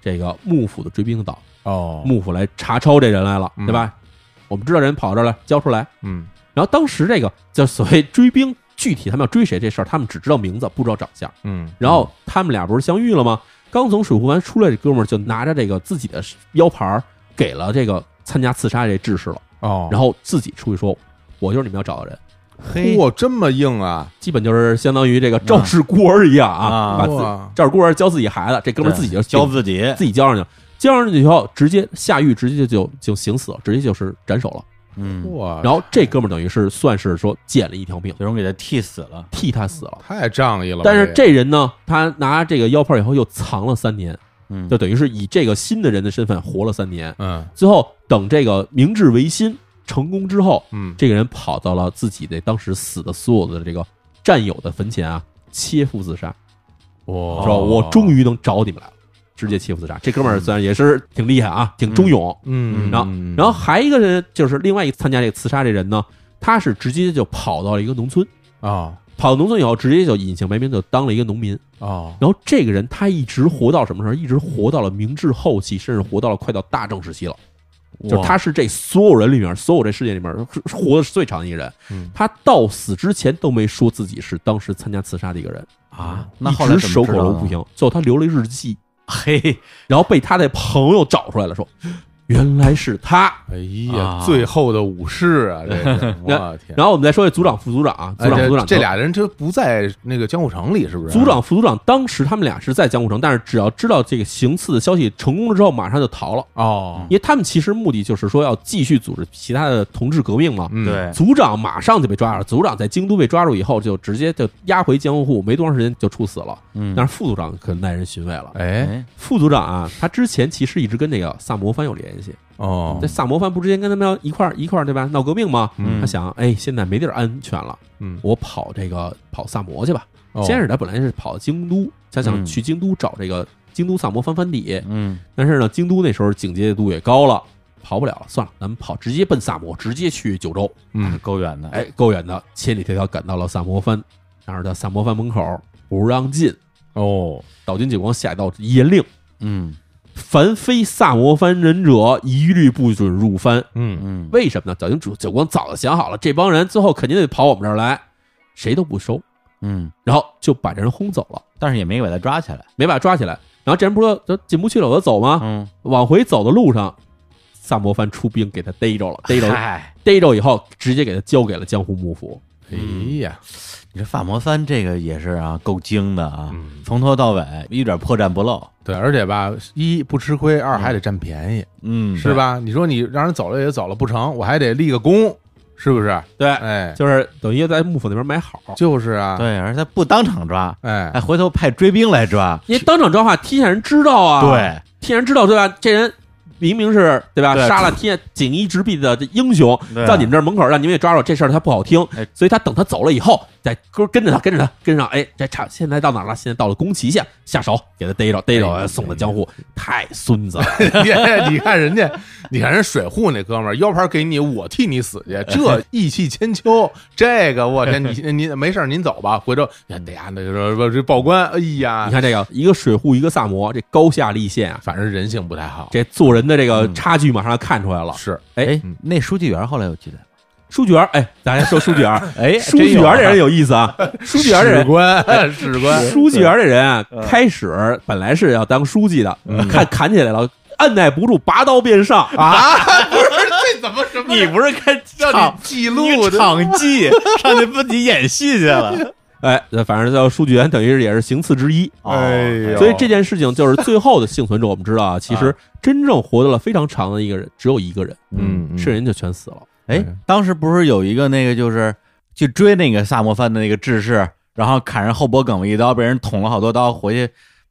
Speaker 3: 这个幕府的追兵到，
Speaker 5: 哦，
Speaker 3: 幕府来查抄这人来了，
Speaker 5: 嗯
Speaker 3: 对吧？我们知道人跑这儿了，交出来。
Speaker 5: 嗯，
Speaker 3: 然后当时这个就所谓追兵，具体他们要追谁这事儿，他们只知道名字，不知道长相。
Speaker 5: 嗯，
Speaker 3: 然后他们俩不是相遇了吗？刚从水户湾出来，这哥们儿就拿着这个自己的腰牌儿给了这个参加刺杀这志士了，
Speaker 5: 哦，
Speaker 3: 然后自己出去说：“我就是你们要找的人。”
Speaker 1: 嘿
Speaker 5: 哇，这么硬啊
Speaker 3: 基本就是相当于这个肇事孤儿一样啊，
Speaker 1: 啊
Speaker 3: 把自己
Speaker 5: 哇
Speaker 3: 肇事孤儿教自己孩子，这哥们儿自己就
Speaker 1: 教自己，
Speaker 3: 自己交上去了，交上去以后直接下狱，直接就就就行死了，直接就是斩首了。
Speaker 1: 嗯，
Speaker 2: 哎
Speaker 5: 哇，
Speaker 3: 然后这哥们儿等于是算是说捡了一条命，
Speaker 1: 最终给他替死了。
Speaker 3: 替他死了。
Speaker 5: 太仗义了吧。
Speaker 3: 但是
Speaker 5: 个
Speaker 3: 这人呢，他拿这个腰炮以后又藏了三年，
Speaker 1: 嗯，
Speaker 3: 就等于是以这个新的人的身份活了三年。
Speaker 5: 嗯
Speaker 3: 最后等这个明治维新成功之后，
Speaker 5: 嗯
Speaker 3: 这个人跑到了自己的当时死的所有的这个战友的坟前啊，切腹自杀，
Speaker 2: 哦
Speaker 5: 哇，
Speaker 3: 说我终于能找你们来了，直接切腹自杀。这哥们儿虽然也是挺厉害啊，挺忠勇。
Speaker 5: 嗯，
Speaker 3: 然后
Speaker 5: 嗯
Speaker 3: 然后还一个人就是另外一个参加这个刺杀这人呢，他是直接就跑到了一个农村，
Speaker 5: 啊
Speaker 3: 跑到农村以后直接就隐姓埋名就当了一个农民。
Speaker 5: 哦
Speaker 3: 然后这个人他一直活到什么时候？一直活到了明治后期，甚至活到了快到大正时期了。就是他是这所有人里面，所有这世界里面是是活的是最长的一个人。
Speaker 5: 嗯
Speaker 3: 他到死之前都没说自己是当时参加刺杀的一个人，
Speaker 1: 啊，那
Speaker 3: 一
Speaker 1: 后来
Speaker 3: 直
Speaker 1: 怎么
Speaker 3: 守
Speaker 1: 知
Speaker 3: 口
Speaker 1: 道
Speaker 3: 如
Speaker 1: 的
Speaker 3: 瓶。最后他留了一日记，
Speaker 1: 嘿，
Speaker 3: 然后被他的朋友找出来了，说原来是他。
Speaker 5: 哎呀，
Speaker 1: 啊
Speaker 5: 最后的武士啊，这是我天！
Speaker 3: 然后我们再说这组长、副组长啊，组
Speaker 5: 哎
Speaker 3: 长、
Speaker 5: 这
Speaker 3: 副组长，
Speaker 5: 这俩人就不在那个江户城里，是不是？
Speaker 3: 组长、副组长，当时他们俩是在江户城，但是只要知道这个行刺的消息成功了之后，马上就逃了，
Speaker 5: 哦，
Speaker 3: 因为他们其实目的就是说要继续组织其他的同志革命嘛。
Speaker 5: 嗯，
Speaker 1: 对，
Speaker 3: 组长马上就被抓了，组长在京都被抓住以后，就直接就押回江户，没多长时间就处死了。
Speaker 1: 嗯
Speaker 3: 但是副组长可耐人寻味了。
Speaker 5: 哎，
Speaker 1: 哎，
Speaker 3: 副组长啊，他之前其实一直跟那个萨摩藩有联系。
Speaker 5: 哦
Speaker 3: 这，萨摩藩不之前跟他们要一块儿一块儿对吧？闹革命嘛。
Speaker 1: 嗯
Speaker 3: 他想，哎，现在没地儿安全了，
Speaker 5: 嗯，
Speaker 3: 我跑这个跑萨摩去吧。
Speaker 5: 哦
Speaker 3: 先是他本来是跑京都，他想
Speaker 1: 嗯
Speaker 3: 去京都找这个京都萨摩藩藩邸，
Speaker 1: 嗯
Speaker 3: 但是呢，京都那时候警戒度也高了，跑不了了，算了，咱们跑直接奔萨摩，直接去九州。
Speaker 5: 嗯，
Speaker 1: 够远的，
Speaker 3: 哎，够远的，千里迢迢赶到了萨摩藩，但是在萨摩藩门口不让进，
Speaker 5: 哦，
Speaker 3: 岛津久光下一道严令，
Speaker 1: 嗯
Speaker 3: 凡非萨摩藩忍者，一律不准入藩。
Speaker 5: 嗯
Speaker 1: 嗯，
Speaker 3: 为什么呢？岛津久久光早就想好了，这帮人最后肯定得跑我们这儿来，谁都不收，
Speaker 1: 嗯，
Speaker 3: 然后就把这人轰走了，
Speaker 1: 但是也没把他抓起来，
Speaker 3: 没把他抓起来。然后这人不是说都进不去了，我就走吗？
Speaker 1: 嗯，
Speaker 3: 往回走的路上，萨摩藩出兵给他逮着了，逮着
Speaker 1: 嗨，
Speaker 3: 逮着以后，直接给他交给了江户幕府。
Speaker 5: 哎呀，
Speaker 1: 你这法魔三这个也是啊，够精的啊，
Speaker 5: 嗯，
Speaker 1: 从头到尾一点破绽不露，
Speaker 5: 对，而且吧，一不吃亏，二还得占便宜，
Speaker 1: 嗯，
Speaker 5: 是？吧？你说你让人走了也走了不成，我还得立个功，是不是？
Speaker 3: 对，
Speaker 5: 哎，
Speaker 3: 就是等于在幕府那边买好，
Speaker 5: 就是啊，
Speaker 1: 对，而且他不当场抓，
Speaker 5: 哎
Speaker 1: 还，回头派追兵来抓，
Speaker 3: 因为当场抓话，天下人知道啊，，
Speaker 1: 对，
Speaker 3: 天下人知道对吧？这人明明是对吧，
Speaker 1: 对
Speaker 3: 杀了天下锦衣直臂的这英雄，
Speaker 1: 对
Speaker 3: 到你们这儿门口让你们给抓住，这事儿他不好听
Speaker 1: 哎，
Speaker 3: 所以他等他走了以后，再跟跟着他，跟着他，跟上，哎，这差现在到哪儿了？现在到了宫崎县，下手给他逮着，逮
Speaker 5: 哎
Speaker 3: 着
Speaker 5: 呀
Speaker 3: 送到江户，太孙子了，
Speaker 5: 你看人家，你看人水户那哥们儿，腰牌给你，我替你死去，这义气千秋，这个我天，你您没事儿您走吧，回头呀，得呀，那个这报官，哎呀
Speaker 3: 你，看这个一个水户，一个萨摩，这高下立现啊，
Speaker 5: 反正人性不太好，
Speaker 3: 这做人的这个
Speaker 1: 嗯
Speaker 3: 差距马上要看出来了。
Speaker 5: 是
Speaker 1: 哎
Speaker 5: 嗯，
Speaker 1: 那书记员后来有记载吗，
Speaker 3: 书记员，哎，咱来说书记员，
Speaker 1: 哎，
Speaker 3: 书记员 这人有意思啊，书记员这
Speaker 5: 史
Speaker 3: 人。
Speaker 5: 官，史官，
Speaker 3: 书记员这人啊，开始本来是要当书记的，看砍起来了，按耐不住，拔刀便上。
Speaker 5: 啊，不是 这怎么什么？
Speaker 1: 你不是该
Speaker 5: 让
Speaker 1: 唱
Speaker 5: 你记
Speaker 1: 一
Speaker 5: 录
Speaker 1: 个
Speaker 5: 的
Speaker 1: 场记上去不你演戏去了，
Speaker 3: 哎，那反正叫书记员，等于是也是行刺之一。
Speaker 5: 哎
Speaker 1: 哦
Speaker 5: 呦
Speaker 3: 所以这件事情就是最后的幸存者，我们知道啊，其实真正活到了非常长的一个人只有一个人，
Speaker 5: 嗯
Speaker 3: 剩人就全死了。
Speaker 1: 哎，当时不是有一个那个就是去追那个萨摩藩的那个志士，然后砍人后脖梗一刀，被人捅了好多刀，回去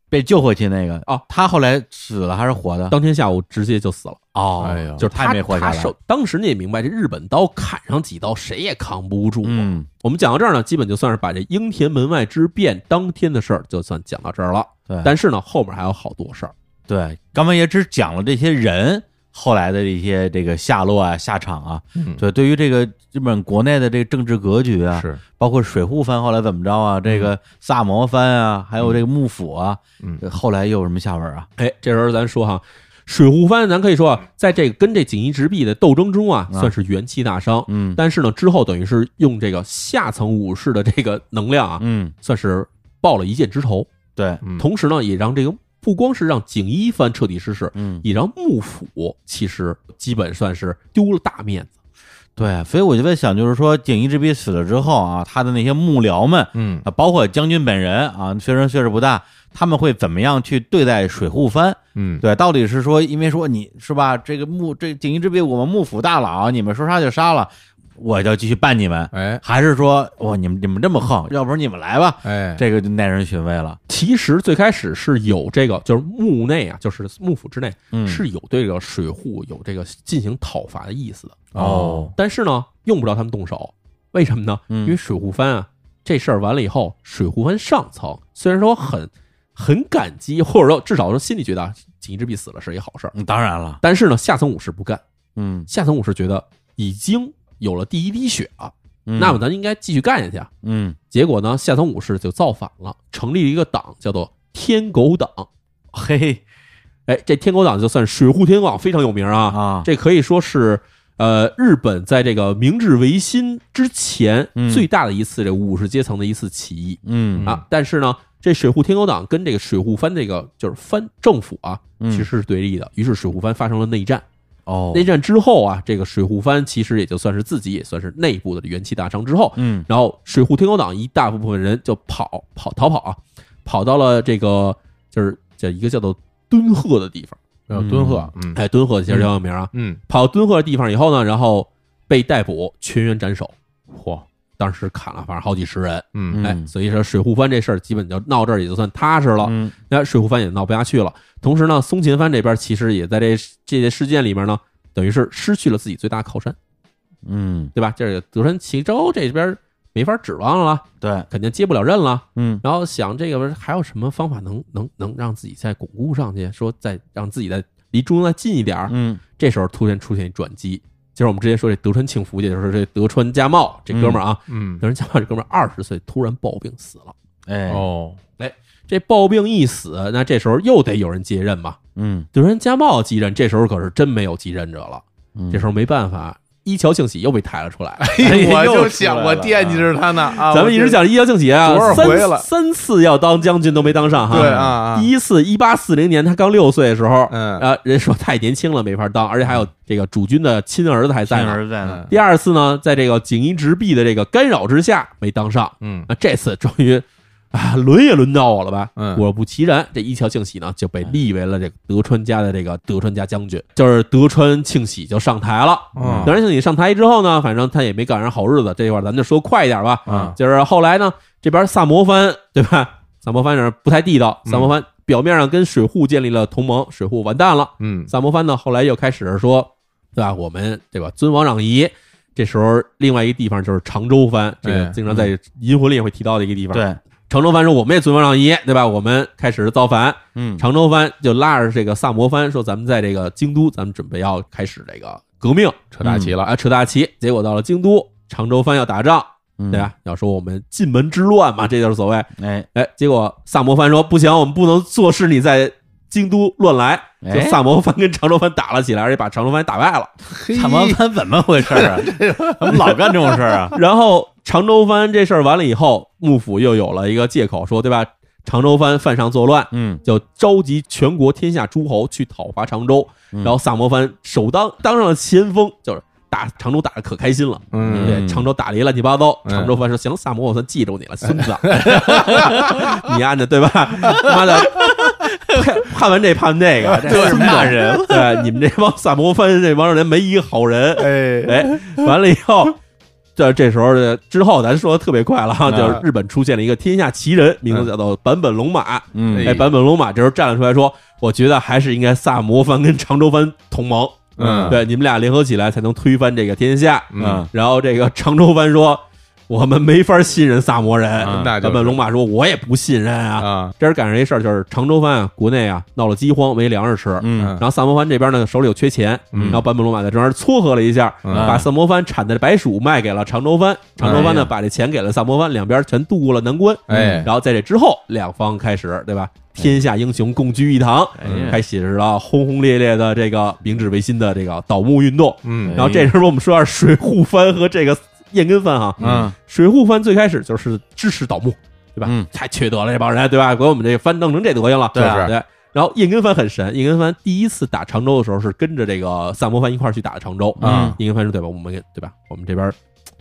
Speaker 1: 被救回去那个
Speaker 3: 哦
Speaker 1: 他后来死了还是活的？
Speaker 3: 当天下午直接就死了，
Speaker 1: 哦
Speaker 5: 哎呦
Speaker 3: 就是
Speaker 1: 他
Speaker 3: 他
Speaker 1: 没活下
Speaker 3: 他
Speaker 1: 来。
Speaker 3: 受当时你也明白，这日本刀砍上几刀谁也扛不住。啊
Speaker 1: 嗯，
Speaker 3: 我们讲到这儿呢，基本就算是把这英田门外之变当天的事儿就算讲到这儿了。
Speaker 1: 对
Speaker 3: 但是呢，后面还有好多事儿。
Speaker 1: 对，刚才也只讲了这些人后来的这些这个下落啊、下场啊。
Speaker 5: 嗯
Speaker 1: 对，对于这个日本国内的这个政治格局啊，
Speaker 5: 是
Speaker 1: 包括水户藩后来怎么着啊，这个萨摩藩啊，还有这个幕府啊，
Speaker 5: 嗯
Speaker 1: 这后来又有什么下文啊？
Speaker 3: 哎，这时候咱说哈，水户藩，咱可以说啊，在这个跟这锦衣直弼的斗争中啊，
Speaker 1: 啊
Speaker 3: 算是元气大伤。
Speaker 1: 嗯
Speaker 3: 但是呢，之后等于是用这个下层武士的这个能量啊，
Speaker 1: 嗯，
Speaker 3: 算是报了一箭之仇。
Speaker 1: 对，
Speaker 5: 嗯
Speaker 3: 同时呢，也让这个不光是让锦衣藩彻底失势，
Speaker 1: 嗯，
Speaker 3: 也让幕府其实基本算是丢了大面子。
Speaker 1: 对，所以我就在想，就是说锦衣之笔死了之后啊，他的那些幕僚们
Speaker 5: 嗯
Speaker 1: 啊，包括将军本人啊，虽然岁数不大，他们会怎么样去对待水户藩？
Speaker 5: 嗯，
Speaker 4: 对，到底是说，因为说你是吧，这个幕这锦衣之弊，我们幕府大佬，你们说杀就杀了，我就继续办你们，
Speaker 5: 哎
Speaker 4: 还是说，哇，你们你们这么横，要不然你们来吧，
Speaker 5: 哎，
Speaker 4: 这个就耐人寻味了。
Speaker 3: 其实最开始是有这个，就是幕内啊，就是幕府之内、
Speaker 4: 嗯，
Speaker 3: 是有对这个水户有这个进行讨伐的意思的。
Speaker 4: 哦，
Speaker 3: 但是呢，用不着他们动手，为什么呢？
Speaker 4: 嗯
Speaker 3: 因为水户藩啊，这事儿完了以后，水户藩上层虽然说很很感激，或者说至少说心里觉得啊，锦衣之弊死了是一好事儿，
Speaker 4: 嗯当然了，
Speaker 3: 但是呢，下层武士不干，
Speaker 4: 嗯，
Speaker 3: 下层武士觉得已经有了第一滴血了，
Speaker 4: 嗯
Speaker 3: 那么咱应该继续干下去啊。
Speaker 4: 嗯
Speaker 3: 结果呢，下层武士就造反了，成立了一个党，叫做天狗党。
Speaker 4: 嘿
Speaker 3: 哎，这天狗党就算是水户天狗党非常有名啊，
Speaker 4: 啊，
Speaker 3: 这可以说是呃日本在这个明治维新之前
Speaker 4: 嗯
Speaker 3: 最大的一次这武士阶层的一次起义、
Speaker 4: 嗯
Speaker 3: 啊。但是呢，这水户天狗党跟这个水户藩这个就是藩政府啊，
Speaker 4: 嗯
Speaker 3: 其实是对立的。于是水户藩发生了内战。
Speaker 4: 哦，
Speaker 3: 内战之后啊，这个水户藩其实也就算是自己也算是内部的元气大伤之后，
Speaker 4: 嗯
Speaker 3: 然后水户天狗党一大部分人就跑跑逃跑啊，跑到了这个就是叫一个叫做敦贺的地方。
Speaker 5: 要敦贺，嗯
Speaker 3: 哎，敦贺其实挺有名啊。
Speaker 5: 嗯，
Speaker 3: 跑到敦贺的地方以后呢，然后被逮捕，全员斩首。嚯！当时砍了，反正好几十人。
Speaker 5: 嗯
Speaker 3: 哎，
Speaker 4: 嗯
Speaker 3: 所以说水户藩这事儿基本就闹这儿也就算踏实了。
Speaker 4: 嗯
Speaker 3: 那、水户藩也闹不下去了。同时呢，松前藩这边其实也在这这些事件里面呢，等于是失去了自己最大靠山，
Speaker 4: 嗯，
Speaker 3: 对吧？这个德川齐州这边没法指望了，
Speaker 4: 对，
Speaker 3: 肯定接不了任了。
Speaker 4: 嗯
Speaker 3: 然后想这个不是还有什么方法能能能让自己再巩固上去，说再让自己再离中央再近一点儿。
Speaker 4: 嗯
Speaker 3: 这时候突然出现一转机，就是我们之前说这德川庆福，也就是这德川家茂这哥们儿啊，
Speaker 5: 嗯
Speaker 3: 德川家茂这哥们儿二十岁突然暴病死了。
Speaker 4: 哎
Speaker 5: 哦，
Speaker 3: 这暴病一死，那这时候又得有人接任嘛。
Speaker 4: 嗯，
Speaker 3: 德川家茂继任，这时候可是真没有继任者了。
Speaker 4: 嗯
Speaker 3: 这时候没办法，一桥庆哎喜又被抬了出来。
Speaker 5: 我
Speaker 4: 又
Speaker 5: 就
Speaker 4: 出
Speaker 5: 哎想
Speaker 4: 来
Speaker 5: 我
Speaker 4: 了
Speaker 5: 惦记着他呢啊，
Speaker 3: 咱们一直
Speaker 5: 想
Speaker 3: 讲一桥庆喜啊，
Speaker 5: 多少
Speaker 3: 三
Speaker 5: 回了
Speaker 3: 三次要当将军都没当上哈。
Speaker 5: 对啊啊
Speaker 3: 第一次一八四零年他刚六岁的时候，
Speaker 5: 嗯
Speaker 3: 啊，人说太年轻了没法当，而且还有这个主君的亲儿子还在
Speaker 4: 亲
Speaker 3: 呢。
Speaker 4: 儿子在呢，
Speaker 3: 第二次呢，在这个锦衣直弼的这个干扰之下没当上，
Speaker 5: 嗯
Speaker 3: 那这次终于啊，轮也轮到我了吧？
Speaker 5: 嗯
Speaker 3: 果不其然，这一桥庆喜呢就被立为了这个德川家的这个德川家将军，就是德川庆喜就上台了。
Speaker 5: 嗯
Speaker 3: 德川庆喜上台之后呢，反正他也没赶上好日子，这块儿咱就说快一点吧。
Speaker 5: 嗯
Speaker 3: 就是后来呢，这边萨摩藩对吧？萨摩藩有点不太地道，
Speaker 5: 嗯
Speaker 3: 萨摩藩表面上跟水户建立了同盟，水户完蛋了。
Speaker 5: 嗯
Speaker 3: 萨摩藩呢，后来又开始说，对吧？我们对吧？尊王攘夷。这时候，另外一个地方就是常州藩，这个
Speaker 5: 哎
Speaker 3: 经常在《银魂》里也会提到的一个
Speaker 1: 嗯
Speaker 3: 地方。，
Speaker 4: 对，
Speaker 3: 常州藩说我们也尊王攘夷，对吧？我们开始造反。
Speaker 4: 嗯
Speaker 3: 常州藩就拉着这个萨摩藩说，咱们在这个京都，咱们准备要开始这个革命，
Speaker 5: 扯大旗了，
Speaker 3: 啊，扯大旗。结果到了京都，常州藩要打仗，
Speaker 4: 嗯
Speaker 3: 对吧？啊要说我们进门之乱嘛，这就是所谓。
Speaker 4: 哎
Speaker 3: 哎，结果萨摩藩说不行，我们不能坐视你在京都乱来，就
Speaker 4: 哎
Speaker 3: 萨摩藩跟常州藩打了起来，而且把常州藩打败 了。
Speaker 4: 萨摩藩怎么回事儿啊？怎么老干这种事儿 啊？
Speaker 3: 然后常州藩这事儿完了以后，幕府又有了一个借口说，对吧？常州藩犯上作乱，
Speaker 4: 嗯
Speaker 3: 就召集全国天下诸侯去讨伐常州，
Speaker 4: 嗯
Speaker 3: 然后萨摩藩首当当上了前锋，就是打常州打的可开心了。
Speaker 5: 嗯
Speaker 3: 对，常州打了一乱七八糟，常州藩说：“行，萨摩，我算记 住你了，孙子，你按着对吧？ 妈的，判判完这判那个，这是骂人。对，你们这帮萨摩藩这帮人没一个好 人。
Speaker 5: 哎
Speaker 3: 哎，完了以后，这这时候这之后，咱说的特别快了哈，就是日本出现了一个天下奇人，名字叫做坂本龙马。
Speaker 4: 嗯
Speaker 3: 嗯哎，坂本龙马这时候站了出来说：“我觉得还是应该萨摩藩跟常州藩同盟，
Speaker 5: 嗯
Speaker 3: 对，你们俩联合起来才能推翻这个天下。”
Speaker 5: 嗯，
Speaker 3: 然后这个常州藩说：“我们没法信任萨摩人。
Speaker 5: 嗯那就是
Speaker 3: 坂本龙马说：“我也不信任啊。
Speaker 5: 啊
Speaker 3: 这时赶上一事儿，就是常州藩啊，国内啊闹了饥荒，没粮食吃。
Speaker 5: 嗯
Speaker 3: 然后萨摩藩这边呢手里有缺钱，
Speaker 5: 嗯
Speaker 3: 然后坂本龙马在中间撮合了一下，
Speaker 5: 嗯
Speaker 3: 把萨摩藩产的白薯卖给了常州藩，常州藩呢、
Speaker 5: 哎呀
Speaker 3: 把这钱给了萨摩藩，两边全渡过了难关。
Speaker 5: 哎
Speaker 3: 然后在这之后，两方开始对吧？天下英雄共聚一堂，
Speaker 5: 哎
Speaker 1: 哎
Speaker 5: 呀
Speaker 3: 开始了轰轰烈烈的这个明治维新的这个倒幕运动。
Speaker 5: 嗯
Speaker 3: 然后这时候我们说下水户藩和这个燕根藩哈，
Speaker 5: 嗯
Speaker 3: 水户藩最开始就是支持倒幕，对吧？
Speaker 4: 嗯
Speaker 3: 太缺德了这帮人，对吧？给我们这个藩弄成这德行了，
Speaker 5: 对啊
Speaker 3: 对。然后燕根藩很神，燕根藩第一次打常州的时候是跟着这个萨摩藩一块儿去打的常州
Speaker 5: 啊
Speaker 3: 燕根藩说对吧？我们给对吧？我们这边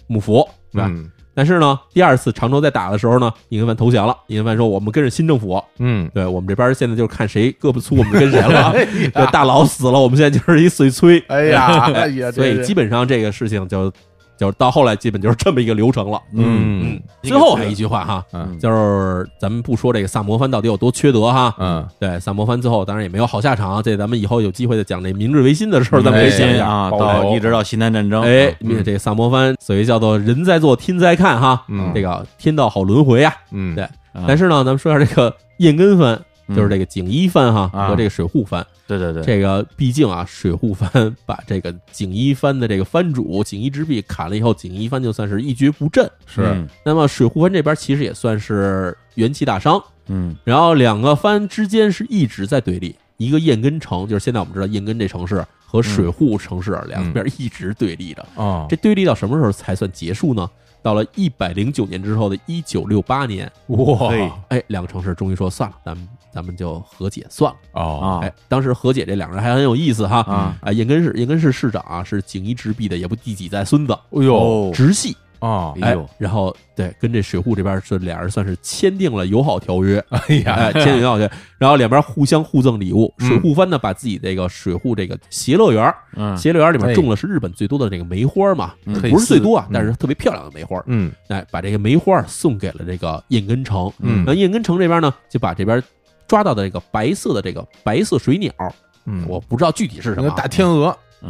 Speaker 3: 幕府对吧？
Speaker 5: 嗯
Speaker 3: 但是呢，第二次常州在打的时候呢，尹根范投降了。尹根范说：“我们跟着新政府，
Speaker 5: 嗯，
Speaker 3: 对我们这边现在就是看谁胳膊粗，我们就跟谁了。
Speaker 5: 哎
Speaker 3: 对，
Speaker 5: 呀，
Speaker 3: 大佬死了，我们现在就是一碎催。
Speaker 5: 哎 呀， 哎呀，
Speaker 3: 所以
Speaker 5: 这
Speaker 3: 基本上这个事情就就到后来基本就是这么一个流程了。
Speaker 5: 嗯
Speaker 3: 最后还一句话哈，
Speaker 5: 嗯
Speaker 3: 就是咱们不说这个萨摩藩到底有多缺德哈，
Speaker 5: 嗯，
Speaker 3: 对，萨摩藩最后当然也没有好下场，啊这咱们以后有机会再讲这明治维新的事儿，咱们可以
Speaker 1: 维
Speaker 3: 讲一
Speaker 1: 新
Speaker 3: 下。
Speaker 1: 啊，
Speaker 5: 保留
Speaker 1: 到一直到西南战争，
Speaker 3: 哎，
Speaker 5: 哎嗯
Speaker 3: 这个萨摩藩所谓叫做人在做天在看哈，
Speaker 5: 嗯
Speaker 3: 这个天道好轮回啊。
Speaker 5: 嗯，
Speaker 3: 对
Speaker 1: 啊
Speaker 3: 但是呢，咱们说一下这个燕根藩，
Speaker 1: 嗯
Speaker 3: 就是这个锦衣藩哈、
Speaker 5: 啊
Speaker 3: 和这个水户藩。
Speaker 1: 对对对，
Speaker 3: 这个毕竟啊，水户藩把这个锦衣藩的这个藩主锦衣之弼砍了以后，锦衣藩就算是一蹶不振。
Speaker 5: 是，
Speaker 1: 嗯
Speaker 3: 那么水户藩这边其实也算是元气大伤，
Speaker 1: 嗯
Speaker 3: 然后两个藩之间是一直在对立，一个燕根城，就是现在我们知道燕根这城市和水户城市两边一直对立着。
Speaker 5: 哦，
Speaker 3: 这对立到什么时候才算结束呢？到了一百零九年之后的一九六八年，
Speaker 5: 哇
Speaker 1: 嘿
Speaker 3: 哎，两个城市终于说算了，咱们咱们就和解算了。
Speaker 5: 哦，
Speaker 1: 啊
Speaker 3: 哎，当时和解这两个人还很有意思哈。
Speaker 1: 啊
Speaker 3: 啊，燕根市燕根市市长啊是锦衣直弼的，也不第几代孙子，
Speaker 5: 哎呦，
Speaker 1: 哦
Speaker 3: 直系。
Speaker 5: 哦，
Speaker 1: 哎
Speaker 3: 哎
Speaker 1: 呦，
Speaker 3: 然后对，跟这水户这边是俩人算是签订了友好条约，
Speaker 5: 哎呀
Speaker 3: 哎，，签订友好条约，然后两边互相互赠礼物。
Speaker 5: 嗯
Speaker 3: 水户藩呢，把自己这个水户这个偕乐园儿，
Speaker 1: 嗯
Speaker 3: 偕乐园里面
Speaker 5: 哎
Speaker 3: 种的是日本最多的这个梅花嘛，
Speaker 1: 嗯
Speaker 5: 可以
Speaker 3: 不是最多啊
Speaker 5: 撕，
Speaker 3: 但是特别漂亮的梅花。
Speaker 5: 嗯
Speaker 3: 哎，把这个梅花送给了这个燕根城。
Speaker 5: 嗯
Speaker 3: 那燕根城这边呢，就把这边抓到的这个白色的这个白色水鸟，
Speaker 5: 嗯，
Speaker 3: 我不知道具体是什
Speaker 5: 那
Speaker 3: 么
Speaker 5: 个
Speaker 3: 啊
Speaker 5: 大天鹅，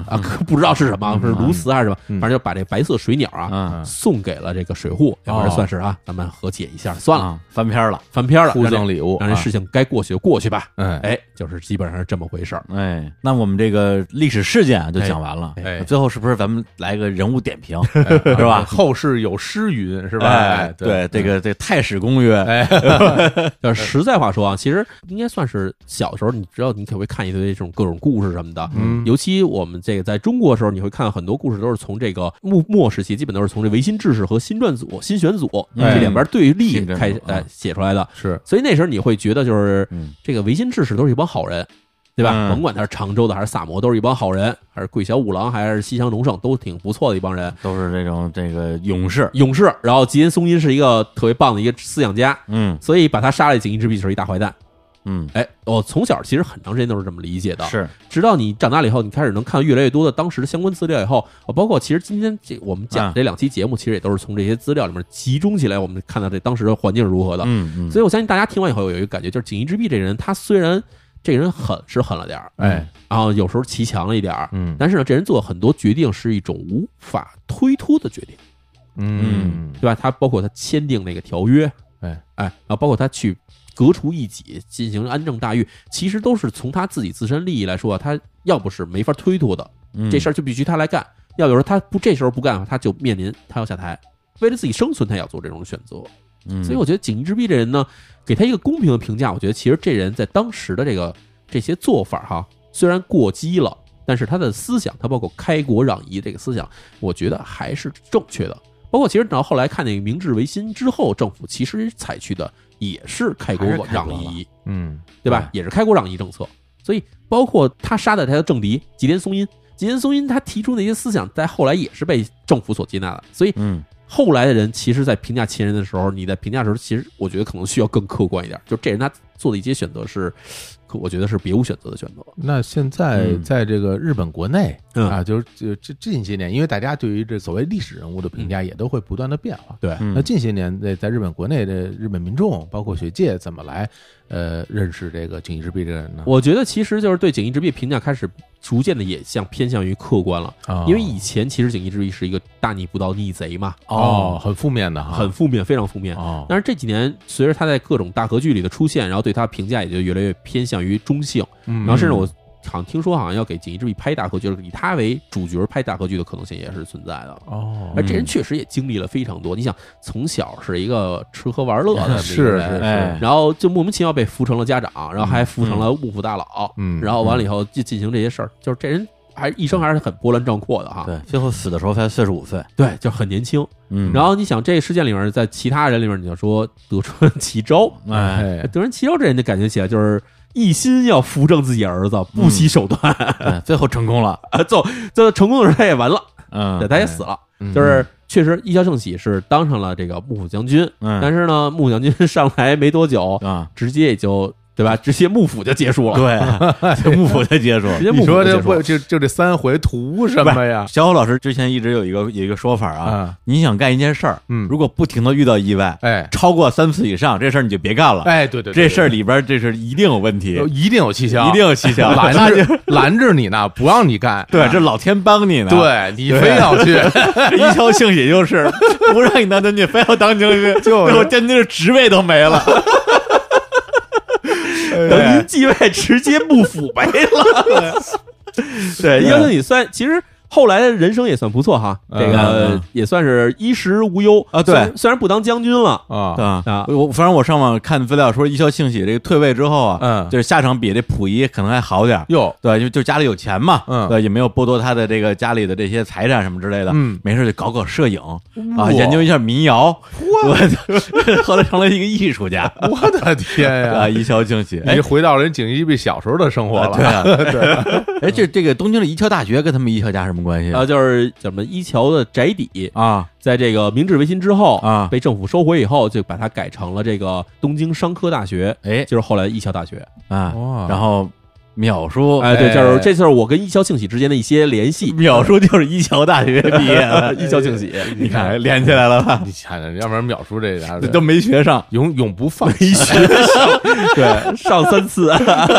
Speaker 3: 啊，可不知道是什么，是鸬鹚还是什么，
Speaker 5: 嗯
Speaker 3: 反正就把这白色水鸟啊。
Speaker 1: 啊
Speaker 3: 送给了这个水户，两个人算是啊，咱们和解一下，算了，
Speaker 1: 哦啊，翻篇了，
Speaker 3: 翻篇了，
Speaker 5: 互赠
Speaker 3: 礼，
Speaker 5: 礼物，啊
Speaker 3: 让这事情该过去就过去吧。
Speaker 5: 嗯，
Speaker 3: 哎，就是基本上是这么回事儿。
Speaker 1: 哎，那我们这个历史事件啊就讲完了，
Speaker 5: 哎
Speaker 1: 最后是不是咱们来个人物点评，是吧？
Speaker 5: 后世有诗云是吧？
Speaker 1: 哎
Speaker 5: 哎，，
Speaker 1: 对，
Speaker 2: 嗯
Speaker 1: 这个这《太史公约》
Speaker 3: 但是实在话说啊，其实应该算是小时候，你知道你可能会看一堆这种各种故事什么的。
Speaker 5: 嗯
Speaker 3: 尤其我们这个在中国的时候，你会看很多故事都是从这个幕末时期，基本都是从这维新志士和新撰组、新选组
Speaker 1: 哎
Speaker 3: 这两边对立
Speaker 1: 新撰组
Speaker 3: 开始
Speaker 1: 啊
Speaker 3: 哎写出来的。
Speaker 5: 是，
Speaker 3: 所以那时候你会觉得，就是
Speaker 1: 嗯
Speaker 3: 这个维新志士都是一帮好人，对吧？
Speaker 1: 嗯
Speaker 3: 甭管他是常州的还是萨摩，都是一帮好人，还是桂小五郎还是西乡隆盛，都挺不错的一帮人。
Speaker 1: 都是这种这个勇士，
Speaker 3: 勇士，然后吉恩松阴是一个特别棒的一个思想家，
Speaker 1: 嗯
Speaker 3: 所以把他杀了锦衣之弊就是一大坏蛋。
Speaker 1: 嗯，
Speaker 3: 哎，我从小其实很长时嗯间都是这么理解的，
Speaker 1: 是
Speaker 3: 直到你长大了以后，你开始能看越来越多的当时的相关资料以后，呃包括其实今天这我们讲
Speaker 1: 啊
Speaker 3: 这两期节目，其实也都是从这些资料里面集中起来，我们看到这当时的环境是如何的。
Speaker 1: 嗯嗯，
Speaker 3: 所以我相信大家听完以后有一个感觉，就是锦衣之弊这人，他虽然这个人狠是狠了点儿，
Speaker 5: 哎，
Speaker 3: 然后有时候骑强了一点儿，
Speaker 5: 嗯
Speaker 3: 但是呢，这人做很多决定是一种无法推脱的决定。
Speaker 5: 嗯
Speaker 3: 对吧？他包括他签订那个条约，
Speaker 5: 哎
Speaker 3: 哎，然后包括他去革除异己，进行安政大狱，其实都是从他自己自身利益来说啊，他要不是没法推脱的，这
Speaker 1: 儿
Speaker 3: 事儿就必须他来干；要有时候他不这时候不干，他就面临他要下台。为了自己生存，他也要做这种选择。，
Speaker 1: 嗯
Speaker 3: 所以我觉得锦衣之弊这人呢，给他一个公平的评价，我觉得其实这人在当时的这个这些做法哈，虽然过激了，但是他的思想，他包括开国攘夷这个思想，我觉得还是正确的。包括其实到后来看那个明治维新之后，政府其实采取的也是开国
Speaker 1: 还是开
Speaker 3: 攘
Speaker 1: 国了
Speaker 3: 夷，
Speaker 5: 嗯
Speaker 3: 对吧？也是开国攘夷政策。所以包括他杀的他的政敌吉田松阴，吉田松阴他提出的一些思想，在后来也是被政府所接纳的。所以
Speaker 1: 嗯
Speaker 3: 后来的人，其实，在评价前人的时候，你在评价的时候，其实我觉得可能需要更客观一点。就这人他做的一些选择是，可我觉得是别无选择的选择。
Speaker 5: 那现在
Speaker 1: 嗯
Speaker 5: 在这个日本国内
Speaker 3: 嗯
Speaker 5: 啊，就是这这近些年，因为大家对于这所谓历史人物的评价也都会不断的变化。
Speaker 3: 嗯对
Speaker 1: 嗯
Speaker 5: 那近些年在在日本国内的日本民众，包括学界，怎么来呃认识这个锦衣之弊这个人呢？
Speaker 3: 我觉得其实就是对锦衣之弊评价开始逐渐的也向偏向于客观了，
Speaker 5: 啊
Speaker 3: 因为以前其实锦衣之弊是一个大逆不道逆贼嘛，
Speaker 5: 哦，很负面的
Speaker 2: 啊
Speaker 5: 哈，
Speaker 3: 很负面，非常负面。
Speaker 5: 哦，
Speaker 3: 但是这几年随着他在各种大合剧里的出现，然后对他评价也就越来越偏向于中性，
Speaker 5: 然
Speaker 2: 嗯
Speaker 3: 然后甚至我好像听说好像要给锦衣之弊拍大合剧，就是以他为主角拍大合剧的可能性也是存在的。
Speaker 5: 哦
Speaker 3: 而这人确实也经历了非常多。你想，从小是一个吃喝玩乐的那 个
Speaker 5: 是
Speaker 3: 人
Speaker 5: 是
Speaker 1: 哎
Speaker 5: 是，
Speaker 3: 然后就莫名其妙被扶成了家长，然后还扶成了幕府大佬，
Speaker 5: 嗯
Speaker 3: 然后完了以后就进行这些事儿，就是这人还一生还是很波澜壮阔的哈。
Speaker 1: 对，最后死的时候才四十五岁，
Speaker 3: 对，就很年轻。
Speaker 1: 嗯，
Speaker 3: 然后你想，这个事件里面，在其他人里面，你就说德川 齐昭，
Speaker 1: 哎，
Speaker 5: 哎
Speaker 3: 德川齐昭这人就感觉起来就是。一心要扶正自己儿子，
Speaker 5: 嗯
Speaker 3: 不惜手段，
Speaker 1: 对最后成功了，
Speaker 3: 啊，最后最后成功的时候他也完了，
Speaker 1: 嗯，
Speaker 3: 对，他也死了。
Speaker 5: 嗯
Speaker 3: 就是确实一萧胜喜是当上了这个幕府将军，
Speaker 1: 嗯
Speaker 3: 但是呢，幕府将军上来没 多久，
Speaker 1: 啊，
Speaker 3: 直接也就对吧？直接幕府就结束了，
Speaker 1: 对，这 幕府的接触。
Speaker 3: 直接幕
Speaker 5: 你
Speaker 3: 府
Speaker 5: 说
Speaker 3: 就
Speaker 5: 这
Speaker 3: 结束
Speaker 5: 不
Speaker 3: 了。
Speaker 5: 就就这三回图什么呀？
Speaker 1: 小虎老师之前一直有一个有一个说法啊，
Speaker 5: 啊，
Speaker 1: 你想干一件事儿，
Speaker 5: 嗯
Speaker 1: 如果不停的遇到意外，
Speaker 5: 哎
Speaker 1: 超过三次以上，这事儿你就别干了。
Speaker 5: 哎，对对，对
Speaker 1: 这事儿里边儿这是一定有问题，
Speaker 5: 有
Speaker 1: 一
Speaker 5: 呃一定有蹊跷，
Speaker 1: 定有蹊 跷。
Speaker 5: 拦
Speaker 1: 那就
Speaker 5: 着拦着你呢，不让你干，
Speaker 1: 对，这老天帮你呢。，
Speaker 5: 对你非要去，
Speaker 1: 这一消兴许就是 不让你当将军，非要当将军，
Speaker 5: 就是
Speaker 1: 最后将军的职位都没了。
Speaker 3: 等于继位，直接幕府没 了。对，一萧胜喜算其实。后来的人生也算不错哈，这
Speaker 1: 嗯
Speaker 3: 个
Speaker 1: 嗯
Speaker 3: 也算是衣食无忧
Speaker 1: 啊对
Speaker 3: 虽然虽然不当将军了，
Speaker 5: 啊，
Speaker 1: 啊
Speaker 3: 啊
Speaker 1: 我反正我上网看资料说，一消兴许这个退位之后啊，
Speaker 5: 嗯
Speaker 1: 就是下场比这溥仪可能还好点儿。
Speaker 5: 哟，
Speaker 1: 对，就就家里有钱嘛，
Speaker 5: 嗯
Speaker 1: 对，也没有剥夺他的这个家里的这些财产什么之类的，
Speaker 5: 嗯
Speaker 1: 没事就搞搞摄影啊，研究一下民谣，我 后来成了一个艺术 家
Speaker 5: 我的天
Speaker 1: 啊，
Speaker 5: 呀！
Speaker 1: 一消兴许， 哎
Speaker 5: 你，回到人景一碧小时候的生活
Speaker 1: 啊对
Speaker 5: 了，
Speaker 1: 啊， 对啊，哎，这这个东京的一桥大学跟他们一桥家什么关系
Speaker 3: 然后啊就是怎么一桥的宅邸，
Speaker 1: 啊？
Speaker 3: 在这个明治维新之后
Speaker 1: 啊
Speaker 3: 被政府收回以后，就把它改成了这个东京商科大学，
Speaker 1: 哎
Speaker 3: 就是后来的艺校大学。
Speaker 1: 啊，
Speaker 5: 哇
Speaker 1: 然后淼叔，
Speaker 3: 哎，对，
Speaker 5: 哎
Speaker 3: 就是这就是我跟艺校庆喜之间的一些 联系。
Speaker 1: 淼叔就是一桥大 学毕业哎的，
Speaker 3: 艺校庆喜，
Speaker 1: 你看连起来了吧？
Speaker 5: 你想想，要不然秒叔这家
Speaker 1: 这都没学上，
Speaker 5: 永永不放
Speaker 3: 没 学上，对，上三次，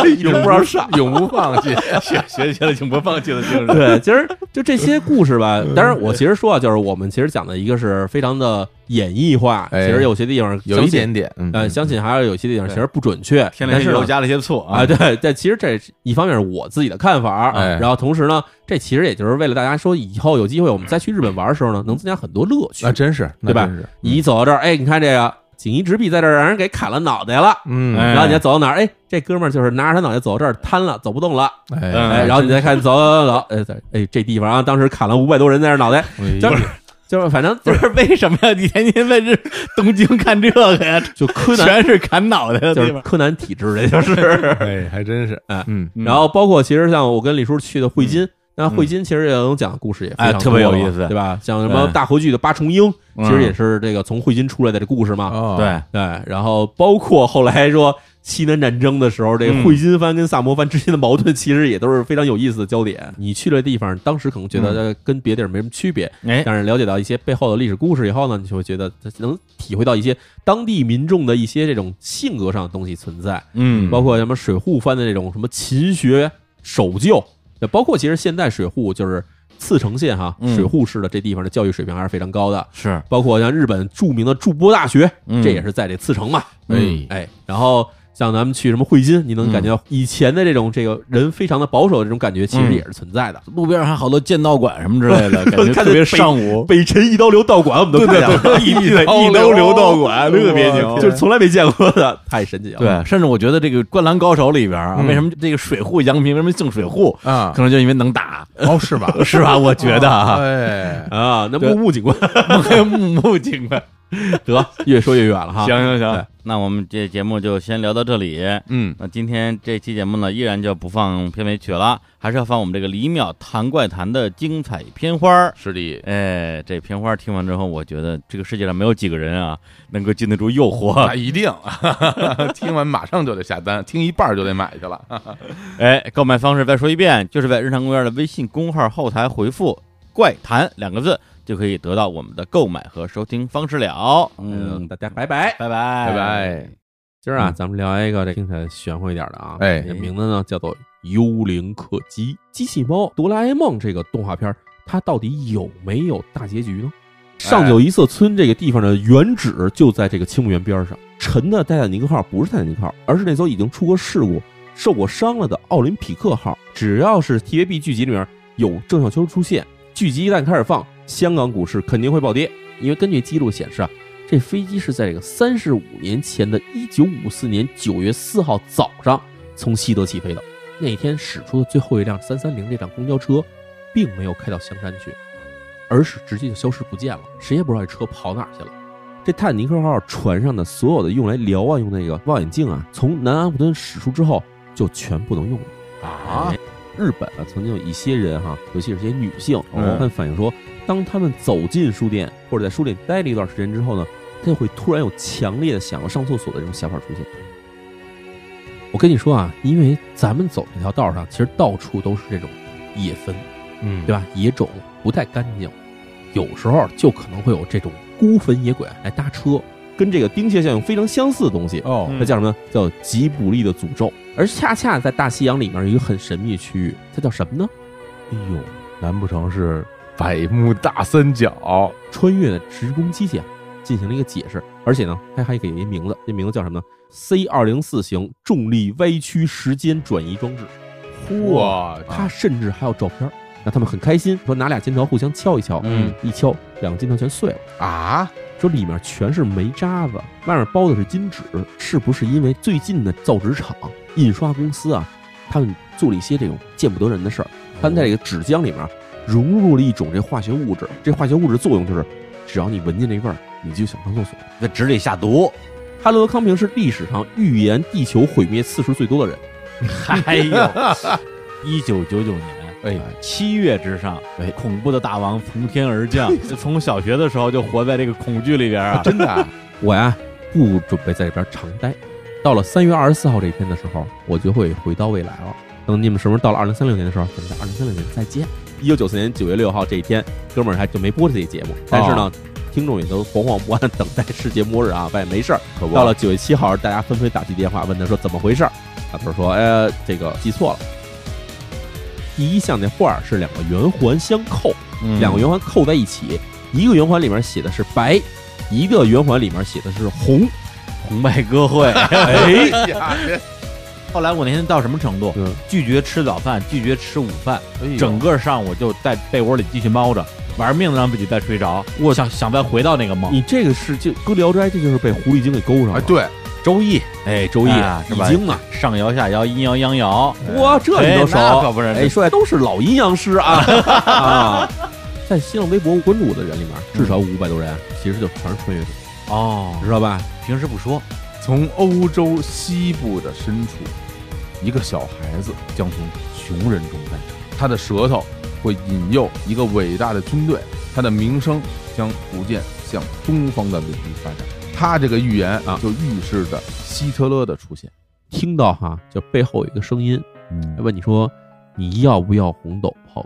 Speaker 3: 一直不知道上。
Speaker 5: 永不放弃，
Speaker 1: 学学学了就不放弃的精神。
Speaker 3: 对，其实就这些故事吧。
Speaker 5: 嗯
Speaker 3: 当然，我其实说啊，就是我们其实讲的一个是非常的演绎化，其
Speaker 5: 哎
Speaker 3: 实有些地方
Speaker 5: 有
Speaker 3: 相
Speaker 5: 一
Speaker 3: 信
Speaker 5: 点点，嗯
Speaker 3: 呃，相信还是有些地方其实不准确，
Speaker 1: 天
Speaker 3: 但
Speaker 1: 天
Speaker 3: 是
Speaker 1: 又
Speaker 3: 呢
Speaker 1: 加了些醋
Speaker 3: 啊，，对，但其实这是一方面是我自己的看法，
Speaker 5: 哎
Speaker 3: 然后同时呢，这其实也就是为了大家说以后有机会我们再去日本玩的时候呢，能增加很多乐趣
Speaker 5: 那。真是，那
Speaker 3: 对吧
Speaker 5: 真是
Speaker 3: 你一走到这儿，哎，你看这个锦衣直臂在这儿让人给砍了脑袋了，
Speaker 5: 嗯，
Speaker 1: 哎
Speaker 3: 然后你要走到哪儿，哎，这哥们儿就是拿着他脑袋走到这儿瘫了，走不动了，
Speaker 1: 嗯
Speaker 3: 哎，然后你再看走走走，哎对哎，这地方啊，当时砍了五百多人在这儿脑袋，
Speaker 1: 哎
Speaker 5: 就
Speaker 3: 就是就是反正
Speaker 1: 不是 为什么呀？你天天在这 东京看这个呀，
Speaker 3: 就柯南
Speaker 1: 全是砍脑袋的
Speaker 3: 就
Speaker 1: 地
Speaker 3: 是
Speaker 1: 方。
Speaker 3: 柯南体制，这就是。
Speaker 5: 哎，还真是，
Speaker 3: 哎
Speaker 5: 嗯，
Speaker 1: 嗯
Speaker 3: 然后包括其实像我跟李叔去的汇金，那汇金其实也能讲的故事也非常
Speaker 1: 哎特别有
Speaker 3: 多了
Speaker 1: 意思
Speaker 3: 对吧？像什么
Speaker 1: 对
Speaker 3: 大和剧的八重樱，
Speaker 1: 嗯
Speaker 3: 其实也是这个从汇金出来的这故事嘛。
Speaker 5: 哦，
Speaker 1: 对，
Speaker 3: 啊对，哎然后包括后来说西南战争的时候，这个
Speaker 1: 嗯
Speaker 3: 汇金藩跟萨摩藩之间的矛盾，其实也都是非常有意思的焦点。嗯你去了地方，当时可能觉得跟别地儿没什么区别，
Speaker 1: 哎，
Speaker 3: 但是了解到一些背后的历史故事以后呢，你就会觉得能体会到一些当地民众的一些这种性格上的东西存在。
Speaker 1: 嗯
Speaker 3: 包括什么水户藩的这种什么勤学守旧，那包括其实现在水户就是茨城县哈，
Speaker 1: 嗯
Speaker 3: 水户市的这地方的教育水平还是非常高的。
Speaker 1: 是
Speaker 3: 包括像日本著名的筑波大学，
Speaker 1: 嗯
Speaker 3: 这也是在这茨城嘛，
Speaker 1: 嗯
Speaker 3: 哎，然后像咱们去什么汇金，你能感觉到以前的这种这个人非常的保守的这种感觉，其实
Speaker 1: 嗯
Speaker 3: 也是存在的。
Speaker 1: 路边上还好多剑道馆什么之类 的，感觉
Speaker 3: 看
Speaker 1: 特别
Speaker 3: 那
Speaker 1: 上 午。
Speaker 3: 北辰一刀流道馆，我们都看见了，
Speaker 1: 一一
Speaker 5: 刀流
Speaker 1: 流道馆特别牛
Speaker 5: 我，
Speaker 3: 就是从来没见过的，太神奇了。
Speaker 1: 对，甚至我觉得这个《灌篮高手》里边啊，为什么这个水户杨平为什么姓水户，
Speaker 5: 啊
Speaker 1: 可，能就因为能 打，
Speaker 5: 哦，是吧？
Speaker 1: 是吧？我觉得 啊，
Speaker 5: 哎，
Speaker 3: 啊，那
Speaker 1: 对
Speaker 3: 木木警官，
Speaker 1: 木木警官。
Speaker 3: 得越说越远了哈。
Speaker 1: 行行行
Speaker 3: 对，
Speaker 1: 那我们这节目就先聊到这里。
Speaker 5: 嗯，
Speaker 1: 那今天这期节目呢，依然就不放片尾曲了，还是要放我们这个李淼谈怪谈的精彩片花儿。
Speaker 5: 是的，
Speaker 1: 哎，这片花儿听完之后，我觉得这个世界上没有几个人啊能够经得住诱惑
Speaker 5: 那。啊一定，啊 听完马上就得下单，听一半就得买去了。啊
Speaker 1: 哎，购买方式再说一遍，就是在日常公园的微信公号后台回复“怪谈”两个字，就可以得到我们的购买和收听方式了。
Speaker 3: 嗯，
Speaker 1: 嗯，
Speaker 3: 大家拜拜。
Speaker 1: 拜拜
Speaker 5: 拜拜。
Speaker 3: 今儿啊，
Speaker 1: 嗯
Speaker 3: 咱们聊一个这听起来玄乎一点的啊，
Speaker 5: 哎
Speaker 3: 这名字呢叫做《幽灵客机》。机器猫哆啦 A 梦这个动画片儿，它到底有没有大结局呢？ 上九一色村这个地方的原址就在这个青木园边上，沉的泰坦尼克号不是泰坦尼克号，而是那艘已经出过事故、受过伤了的奥林匹克号。只要是 TVB 剧集里面有郑少秋出现，剧集一旦开始放，香港股市肯定会暴跌，因为根据记录显示啊，这飞机是在这个三十五年前的一九五四年九月四号早上从西德起飞的。那天驶出的最后一辆三三零这辆公交车，并没有开到香山去，而是直接就消失不见了，谁也不知道这车跑哪儿去了。这泰坦尼克号船上的所有的用来瞭望用那个望远镜啊，从南安普敦驶出之后就全不能用了。
Speaker 5: 啊
Speaker 3: 哎，日本啊，曾经有一些人哈、尤其是些女性，我
Speaker 1: 嗯
Speaker 3: 看反映说，当他们走进书店或者在书店待了一段时间之后呢，他就会突然有强烈的想要上厕所的这种想法出现。我跟你说啊，因为咱们走这条道上，其实到处都是这种野坟，
Speaker 5: 嗯
Speaker 3: 对吧？野种不太干净，有时候就可能会有这种孤坟野鬼来搭车，跟这个丁蟹效应非常相似的东西。
Speaker 2: 哦
Speaker 3: 它叫什么呢？叫吉卜力的诅咒。而恰恰在大西洋里面有一个很神秘的区域，它叫什么呢？
Speaker 2: 哎呦，
Speaker 5: 难不成是百慕大三角？
Speaker 3: 穿越的时空机械进行了一个解释，而且呢，它还给一名字，这名字叫什么呢？C 二零四型重力歪曲时间转移装置。
Speaker 5: 哇，
Speaker 3: 它甚至还有照片儿，让他们很开心，说拿俩金条互相敲一敲，
Speaker 1: 嗯，
Speaker 3: 一敲两个金条全碎了。
Speaker 5: 啊，
Speaker 3: 说里面全是煤渣子，外面包的是金纸，是不是因为最近的造纸厂、印刷公司啊，他们做了一些这种见不得人的事儿？
Speaker 1: 哦
Speaker 3: 他们在这个纸浆里面融入了一种这化学物质，这化学物质作用就是，只要你闻见这味儿，你就想上厕所。
Speaker 1: 在纸里下毒，
Speaker 3: 哈罗德·康平是历史上预言地球毁灭次数最多的人。
Speaker 1: 哎呦， 一九九九年。
Speaker 2: 哎，
Speaker 1: 七月之上，
Speaker 3: 哎
Speaker 1: 恐怖的大王从天而 降，就从小学的时候就活在这个恐惧里边啊！
Speaker 2: 真的啊，
Speaker 3: 我呀不准备在这边常待。到了三月二十四号这一天的时候，我就会回到未来了。等你们什么时候到了二零三六年的时候，咱们在二零三六年再见。一九九四年九月六号这一天，哥们儿还就没播这期节目，但是呢，听众也都惶惶不安，等待世界末日啊！发现没事儿。
Speaker 2: 可不
Speaker 3: 到了九月七号，大家纷纷打去电话问他说怎么回事儿，啊，他说呃这个记错了。第一项那画儿是两个圆环相扣，
Speaker 1: 嗯
Speaker 3: 两个圆环扣在一起，一个圆环里面写的是白，一个圆环里面写的是红。
Speaker 1: 红白歌会。
Speaker 3: 哎，
Speaker 5: 哎呀，别
Speaker 1: 后来我那天到什么程度？
Speaker 3: 嗯
Speaker 1: 拒绝吃早饭，拒绝吃午饭，
Speaker 2: 哎呦
Speaker 1: 整个上午就在被窝里继续猫着，玩命的让自己再睡着。我想想再回到那个梦。
Speaker 3: 你这个是就搁《聊斋》，这就是被狐狸精给勾上了。
Speaker 5: 哎，对，
Speaker 1: 周易
Speaker 3: 哎，周易
Speaker 1: 啊是
Speaker 3: 易
Speaker 1: 吧
Speaker 3: 经啊，
Speaker 1: 上摇下摇，阴阳阳爻，
Speaker 3: 哇，这你
Speaker 1: 哎
Speaker 3: 都
Speaker 1: 那
Speaker 3: 熟
Speaker 1: 可？不是
Speaker 3: 哎，说来都是老阴阳师 啊啊！嗯在新浪微博关注我的人里面，至少五百多人，其实就全是穿越者，
Speaker 1: 哦
Speaker 3: 你，知道吧？
Speaker 1: 平时不说，
Speaker 2: 从欧洲西部的深处，一个小孩子将从穷人中诞生，他的舌头会引诱一个伟大的军队，他的名声将逐渐向东方的领域发展。他这个预言
Speaker 3: 啊
Speaker 2: 就预示着希特勒的出现。
Speaker 3: 听到哈，就背后有一个声音
Speaker 2: 嗯
Speaker 3: 问你说，你要不要红豆泡